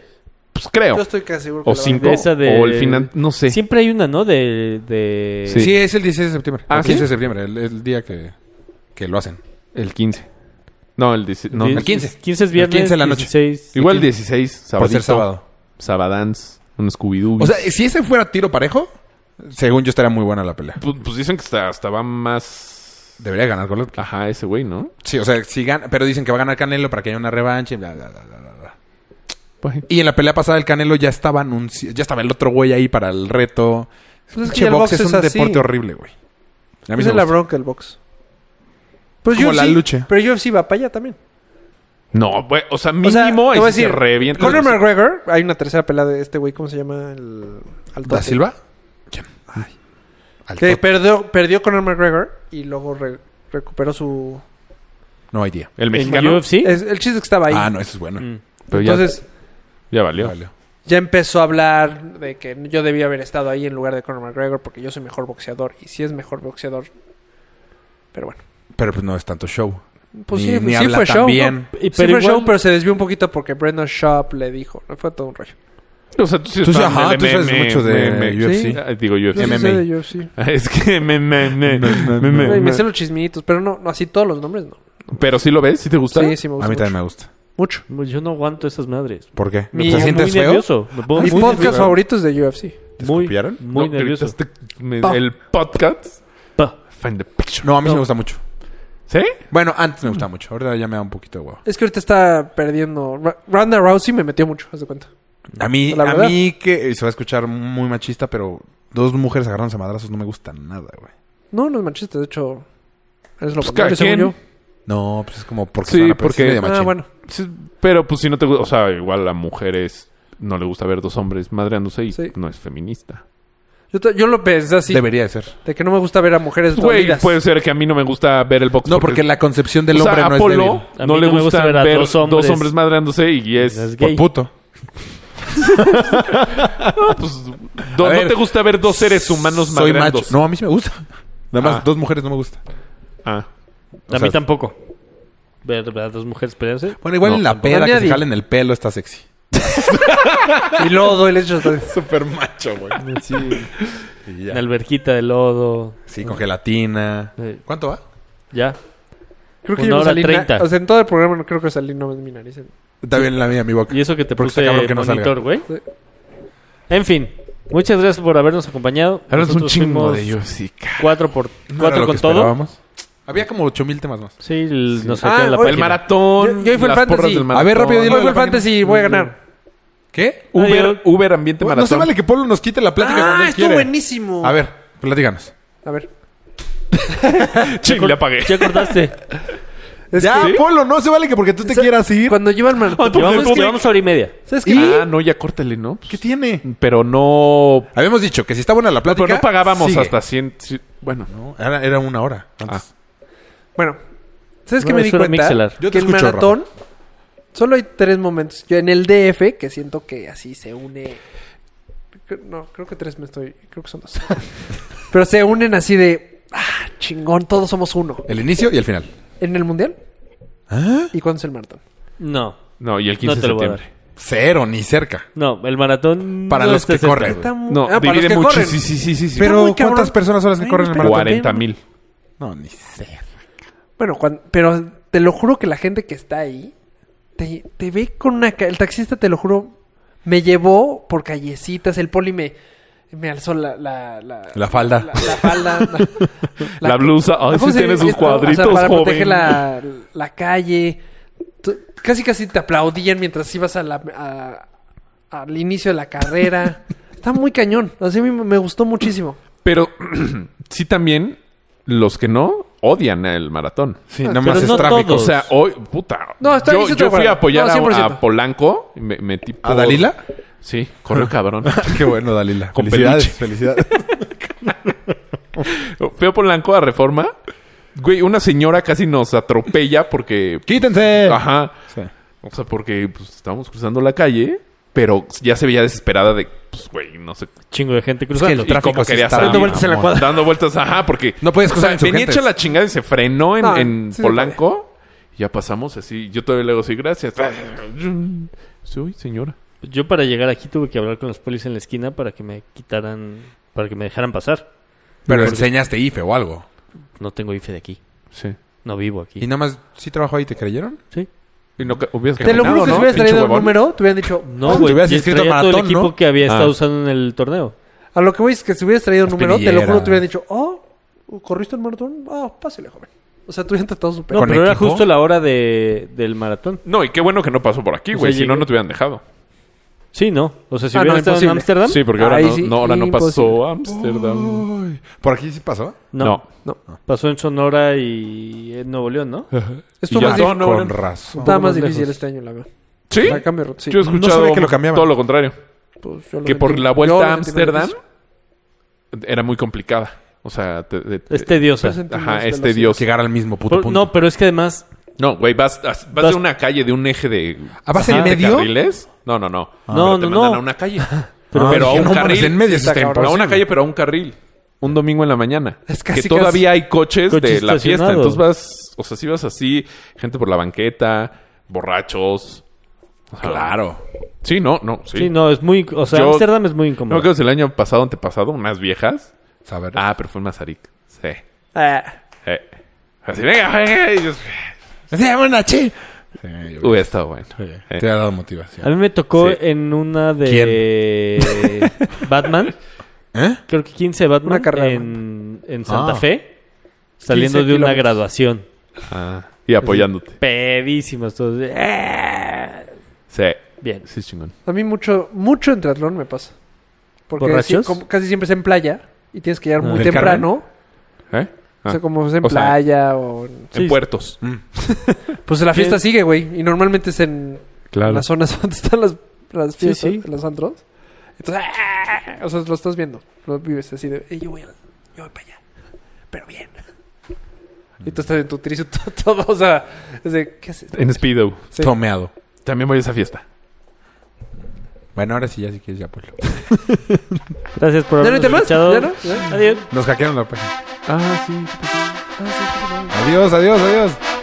D: Pues creo.
B: Yo estoy casi seguro que
D: O
B: la
D: cinco.
B: van
A: De esa de...
D: O el final, no sé.
A: Siempre hay una, ¿no? De... de...
D: Sí.
C: Sí, es el 16 de septiembre.
D: Ah,
C: el 15
D: ¿sí?
C: de septiembre, el, el día que, que lo hacen.
D: El 15. No, el 16. No,
A: Sí,
D: el
C: el 15.
A: 15 es viernes.
C: El 15 de la noche.
A: 16.
D: Igual 16,
C: Puede
D: sabadito.
C: ser sábado.
D: Sabadance, un Scooby-Doo.
C: O sea, si ese fuera tiro parejo, según yo estaría muy buena la pelea.
D: pues, pues dicen que hasta, hasta va más...
C: Debería ganar Golovkin.
D: Ajá, ese güey, ¿no?
C: Sí, o sea, si gana, pero dicen que va a ganar Canelo para que haya una revancha y bla, bla, bla, bla, bla.
D: página.
C: Y en la pelea pasada el Canelo ya estaba anunci- ya estaba el otro güey ahí para el reto.
B: Pues es que
C: Pinche
B: el
C: box
B: box
C: es
B: es
C: un
B: así.
C: deporte horrible, güey. A
B: Esa
C: mí se
B: es
C: me
B: la
C: gusta.
B: bronca el box. Pero
C: Como
B: UFC,
C: la lucha.
B: Pero UFC va para allá también.
D: No, güey, o sea,
B: O sea,
D: mínimo
B: te voy a
D: ese se
B: decir,
D: revienta.
B: Conor McGregor, hay una tercera pelea de este güey, ¿cómo se llama? El
C: ¿Da
B: Altote.
C: Silva? ¿Quién? Al
B: Que
C: top.
B: perdió, perdió Conor McGregor y luego re- recuperó su...
C: No hay día.
D: El
A: ¿En
D: mexicano.
A: UFC?
B: es- el chiste es que estaba ahí.
C: Ah, no, eso es bueno.
A: Mm.
D: Pero ya,
B: Entonces
D: ya valió.
C: Valió.
B: ya empezó a hablar de que yo debía haber estado ahí en lugar de Conor McGregor porque yo soy mejor boxeador. Y si es mejor boxeador... Pero bueno.
C: Pero pues no es tanto show.
B: Pues
C: Ni-
B: sí,
C: ni
B: sí
C: habla
B: fue
C: tan
B: show.
C: bien.
B: ¿no?
A: Y-
B: sí fue
A: pero igual-
B: show, pero se desvió un poquito porque Brendan Schaub le dijo. No fue todo un rollo.
D: O sea, tú sí
C: Tú sí,
D: estás en
C: ajá,
D: el
C: tú sabes
D: MM,
C: mucho de
D: MM.
C: UFC.
D: Sí. Ah, Digo
B: Yo sí
D: UFC.
B: sé de UFC.
D: Ah, Es que me, me, me, me, me,
B: Güey, me sé
D: me.
B: los chismitos, pero no, no, así todos los nombres no.
D: Pero sí lo ves, sí te gusta.
B: Sí, sí me gusta.
C: A mí
B: mucho.
C: también me gusta.
B: Mucho.
A: pues, Yo no aguanto esas madres.
C: ¿Por qué?
A: Me
B: Mi-
A: pongo
C: ¿Te sientes
A: muy
C: feo?
A: nervioso. Me pongo
B: Mis
A: muy
B: podcasts
A: nervioso.
B: favoritos de UFC.
C: ¿Te
A: Muy,
C: escupiaron?
A: muy
D: No,
A: nervioso.
D: gritaste, me-
B: Pa.
D: el podcast.
A: Pa.
D: Find the picture.
C: No, a mí sí me gusta mucho.
D: ¿Sí?
C: Bueno, antes me gustaba mucho. Ahora ya me da un poquito de huevo.
B: Es que ahorita está perdiendo. Ra- Ronda Rousey me metió mucho, haz de cuenta.
C: A mí,
B: La
C: a
B: verdad.
C: mí que y se va a escuchar muy machista, pero dos mujeres agarrándose a madrazos no me gusta nada, güey.
B: No, no es machista, de hecho. Es lo
D: Pues cada
B: contrario, según
D: quien.
B: yo.
C: No, pues es como porque
D: Sí,
C: se van a perder,
D: porque-
C: sí, medio
B: Ah,
C: machín.
B: bueno.
D: Sí, Pero pues si no te gusta, o sea, igual a mujeres no le gusta ver dos hombres madreándose y
B: Sí.
D: no es feminista.
B: Yo, te- yo lo pensé así.
C: Debería pues, de ser.
B: De que no me gusta ver a mujeres
D: Güey,
B: dolidas.
D: puede ser que a mí no me gusta ver el box.
C: No, porque la concepción del
D: o sea,
C: hombre no
D: Apolo
C: es débil.
A: A mí
D: no le
A: no me
D: gusta ver, dos, hombres. madreándose y
A: Es
D: es...
A: gay.
C: Por puto.
D: No, pues, do-
C: A
D: no
C: ver,
D: te gusta ver dos seres humanos
C: Soy macho.
D: madreándose.
C: No, a mí sí me gusta. Nada más,
D: Ah.
C: dos mujeres no me gusta.
D: Ah.
A: A
C: O
A: mí
C: sea,
A: tampoco. Ver ver a dos mujeres pelearse.
C: Bueno, igual
D: No,
C: en la
D: tampoco.
C: peda que se
B: Nadie.
C: jalen el pelo está sexy.
B: Y lodo, el hecho de...
C: Súper macho, güey.
A: Sí.
C: Y
A: En
C: ya.
A: alberquita de lodo.
C: Sí, con gelatina.
A: Eh,
C: ¿Cuánto va?
A: Ya.
B: Creo que
A: Una
B: yo no
A: hora
B: salí. na-
A: treinta.
B: O sea, en todo el programa no creo que salí no mi nariz.
C: Está bien la mía, mi boca.
A: Y eso que te
C: Porque está
A: puse
C: cabrón que no
A: monitor,
C: salga.
A: güey.
B: Sí.
A: En fin. Muchas gracias por habernos acompañado.
D: Ahora es un
A: Nosotros
D: chingo
A: fuimos
D: de ellos, sí, ca-
A: Cuatro, por,
C: No era
A: cuatro
C: lo
A: con
C: que
A: todo.
C: esperábamos. Había como ocho mil temas más.
A: Sí, el- nos
B: Ah,
A: sacaron la
B: hoy-
D: El
A: página.
D: maratón.
B: Yo- yo ahí fue el
D: las porras
B: fantasy.
D: del
C: A ver, rápido,
B: Hoy
C: dilo.
B: fue el
C: la página.
B: fantasy y voy a ganar.
C: ¿Qué?
A: Adiós.
D: Uber, Uber Ambiente
C: No
D: Maratón.
C: se vale que Polo nos quite la plática cuando
B: Ah,
C: él
B: estuvo
C: quiere.
B: buenísimo.
C: A ver, platícanos.
B: A ver.
D: Ching, le apagué.
A: Ya cortaste.
B: Es
C: ya,
B: que-
C: Ah, Polo, no se vale que porque tú te
B: O sea,
C: quieras ir.
B: Cuando llevan mal.
D: Ah, tú-
A: Llevamos,
D: tú-
A: llevamos hora y media.
B: ¿Sabes qué?
D: Ah, no, ya córtale, ¿no?
C: ¿Qué tiene?
D: Pero no...
C: Habíamos dicho que si está buena la plática.
D: Pero no pagábamos
C: sigue.
D: hasta Ah. 100... sí, Bueno,
C: No, era, era una hora. Antes.
B: Bueno, ¿sabes qué
A: No,
B: me
A: es
B: di
A: hora
B: cuenta?
A: mixelar.
C: Yo te
B: que el
C: escucho,
B: maratón solo hay tres momentos. Yo en el DF, que siento que así se une. cre- No, creo que tres me estoy. Creo que son dos. Pero se unen así de. Ah, chingón, todos somos uno.
C: El inicio y el final.
B: En el mundial.
C: ¿Ah?
B: ¿Y cuándo es el maratón?
A: No.
D: no, y el 15
A: No
D: de
A: te lo voy a
D: septiembre.
A: dar.
C: Cero, ni cerca.
A: No, el maratón.
C: Para
A: no
C: los
A: está
C: que
A: cerca,
C: corren.
A: güey.
B: Está mu-
D: No,
B: ah, para los
D: divide
B: que
D: mucho.
B: corren.
D: Sí, sí, sí, sí. sí.
B: Pero,
C: Pero,
B: muy cabrón.
C: ¿cuántas personas son las que
B: Ay,
C: corren el
B: espérate.
C: maratón?
D: 40 mil.
C: No, ni cerca.
B: Bueno, cuan- pero te lo juro que la gente que está ahí te, te ve con una. ca- El taxista, te lo juro, me llevó por callecitas. El poli me, me alzó la. La, la,
C: La falda.
B: La, la falda. la-
D: La blusa. Ay,
B: ¿cómo
D: sí
B: se
D: tiene
B: dice
D: sus
B: esto? O sea,
D: cuadritos,
B: para
D: joven.
B: proteger la, la calle. Tú- Casi, casi te aplaudían mientras ibas a la, a- al inicio de la carrera. Está muy cañón. Así me, me gustó muchísimo.
D: Pero sí también los que no odian el maratón.
C: Sí, nada
A: pero
C: más es
A: no
C: tráfico.
A: todos.
D: O sea, hoy, puta.
B: No, estoy-
D: yo,
B: sí estoy
D: yo
B: de
D: fui
B: acuerdo.
D: a apoyar
B: No,
D: a-
B: 100%.
D: a, Polanco. y Me, metí por-
C: ¿A Dalila?
D: Sí, corrió cabrón.
C: Qué bueno, Dalila.
D: Con
C: felicidades,
D: peluche.
C: felicidades.
D: fui a Polanco a Reforma. Güey, una señora casi nos atropella porque...
C: ¡Quítense!
D: Ajá.
C: Sí.
D: O sea, porque pues, estábamos cruzando la calle, pero ya se veía desesperada de... Pues, güey, no sé
A: Chingo de gente
C: Es que
A: cruzando.
C: el tráfico
D: cómo
C: sí
D: quería
C: está bien,
D: salir?
A: Dando vueltas en la
C: mamón.
A: cuadra.
D: Dando vueltas, ajá, porque...
C: No puedes
D: o sea,
C: cruzar
D: venía
C: insurgentes.
D: hecha la chingada y se frenó en,
B: No,
D: en
B: Ah, sí se
D: Polanco. y ya pasamos así. Yo todavía le digo, sí, gracias. Soy señora.
A: Yo para llegar aquí tuve que hablar con los polis en la esquina para que me quitaran, para que me dejaran pasar.
C: Pero enseñaste IFE o algo.
A: No tengo IFE de aquí.
D: Sí.
A: No vivo aquí.
C: Y nada más, ¿sí trabajó ahí? ¿Te creyeron?
A: Sí.
D: Y no ca- hubieras
B: Te lo
D: caminado,
B: juro que
D: ¿no?
B: si hubieras
D: Pinche
B: traído el
D: huevón.
B: número, te hubieran dicho,
A: No,
C: Ah, Te
A: güey.
C: hubieras
A: ya
C: inscrito
A: traía todo el
C: maratón, ¿no?
A: equipo que había estado
D: Ah.
A: usando en el torneo.
B: A lo que voy es que si hubieras traído el
C: Las
B: número, te lo juro,
C: pilleras.
B: te hubieran dicho, oh, ¿corriste el maratón? Ah, pásale, joven. O sea, tú hubieran tratado súper.
A: No,
C: ¿Con
A: pero era
C: equipo?
A: justo la hora de, del maratón.
D: No, y qué bueno que no pasó por aquí,
A: O
D: güey.
A: sea,
D: Si no,
A: llegué-
D: no te hubieran dejado.
A: Sí, no. O sea, si
B: Ah,
A: hubiera
B: no,
A: estado en
B: imposible.
A: Ámsterdam,
D: Sí, porque ahora,
B: Ahí
D: no,
B: sí,
D: no, ahora no pasó
B: imposible.
D: a Ámsterdam.
C: Uy, ¿Por aquí sí pasó?
A: no.
D: no.
B: No.
A: Pasó en Sonora y en Nuevo León, ¿no?
B: Esto
D: Y ya.
B: más difícil.
D: No, no,
C: Con
D: no.
C: razón.
B: Estaba
A: poco
B: más
A: más
B: difícil
A: lejos.
B: este año, la verdad.
D: ¿Sí?
B: La cambio de ruta, sí.
D: Yo he
C: No
D: escuchado
C: sabía que lo cambiaban.
D: todo lo contrario.
B: Pues, yo lo
D: Que por
B: sentí-
D: la
B: yo lo
D: vuelta a
B: sentí más
D: Ámsterdam
B: difícil.
D: era muy complicada. O sea, te- te- te-
A: Es tediosa.
B: Pues en-
D: ajá,
B: Las
D: este
B: velocidades.
D: dios.
C: Llegar al mismo puto
A: Por-
C: punto.
A: no, pero es que además
D: No, güey, vas, vas, vas
A: Vas-
D: de una calle, de un eje de.
C: ¿Ah, vas en
D: siete
C: medio?
D: carriles? No, no, no.
A: No,
D: Pero te
A: no,
D: mandan
A: no.
D: a una calle.
A: Pero-
D: pero,
C: Ay,
D: a un
C: no mames,
D: carril.
C: en medio
B: Sí,
C: eso
B: está
C: está
B: cabrón.
D: No a
C: imposible.
D: una calle, pero a un carril. Un domingo en la mañana.
B: Es casi,
D: que todavía hay coches,
A: Coches
D: de la fiesta.
A: estacionados.
D: Entonces vas, o sea, sí vas así, gente por la banqueta, borrachos. O sea,
C: Claro.
D: Sí, no, no, sí.
A: Sí, no, es muy... O sea,
D: Yo-
A: Ámsterdam es muy
D: No me
A: incómodo.
D: acuerdo si el año pasado, antepasado, unas viejas.
C: Saber.
D: Ah, pero fue en Mazarik. Sí.
B: Ah,
D: sí. Así, venga, venga. y yo-
C: Sí, buena chi. Sí, yo-
D: Hubiera estado bueno.
C: Sí,
D: Eh.
C: Te ha dado
A: A
C: motivación.
A: mí me tocó
D: Sí.
A: en una de Batman,
C: ¿Eh?
A: creo que 15 de Batman,
B: Una carrera de
A: en, en Santa
C: Ah.
A: Fe, saliendo
B: 15
A: de una
B: kilómetros.
A: graduación.
D: Ah, y apoyándote.
A: Pedísimos todos. ¡Eh!
D: Sí.
A: Bien.
D: Sí, chingón.
B: A mí mucho, mucho en triatlón me pasa. Porque sí,
A: ¿Borrachos?
B: como casi siempre es en playa y tienes que llegar muy
C: ¿Del
B: temprano.
D: ¿Eh? Ah.
B: O sea, como es en
D: O sea,
B: playa o... en-
A: Sí.
D: En puertos.
B: Pues la fiesta
A: Bien.
B: sigue, güey. Y normalmente es en
D: Claro.
B: las zonas donde están las, las
A: Sí,
B: fiestas,
A: sí.
B: en los antros. Entonces, ¡ah! o sea, lo estás viendo. Lo vives así de, "Ey, yo, voy al- yo voy para allá. Pero bien. Y tú estás en tu tris todo, o sea, es de, ¿qué haces?
D: En Speedo.
B: Sí.
C: Tomeado.
D: También voy a esa fiesta.
C: Bueno, ahora sí, ya si quieres, ya pues.
A: Gracias por
B: ¿Ya no
A: habernos
B: te más?
A: escuchado.
B: ¿Ya no? ¿Ya?
A: Adiós.
C: Nos hackearon la página.
D: Ah, sí.
B: Ah, sí, qué pasó.
C: Adiós, adiós, adiós.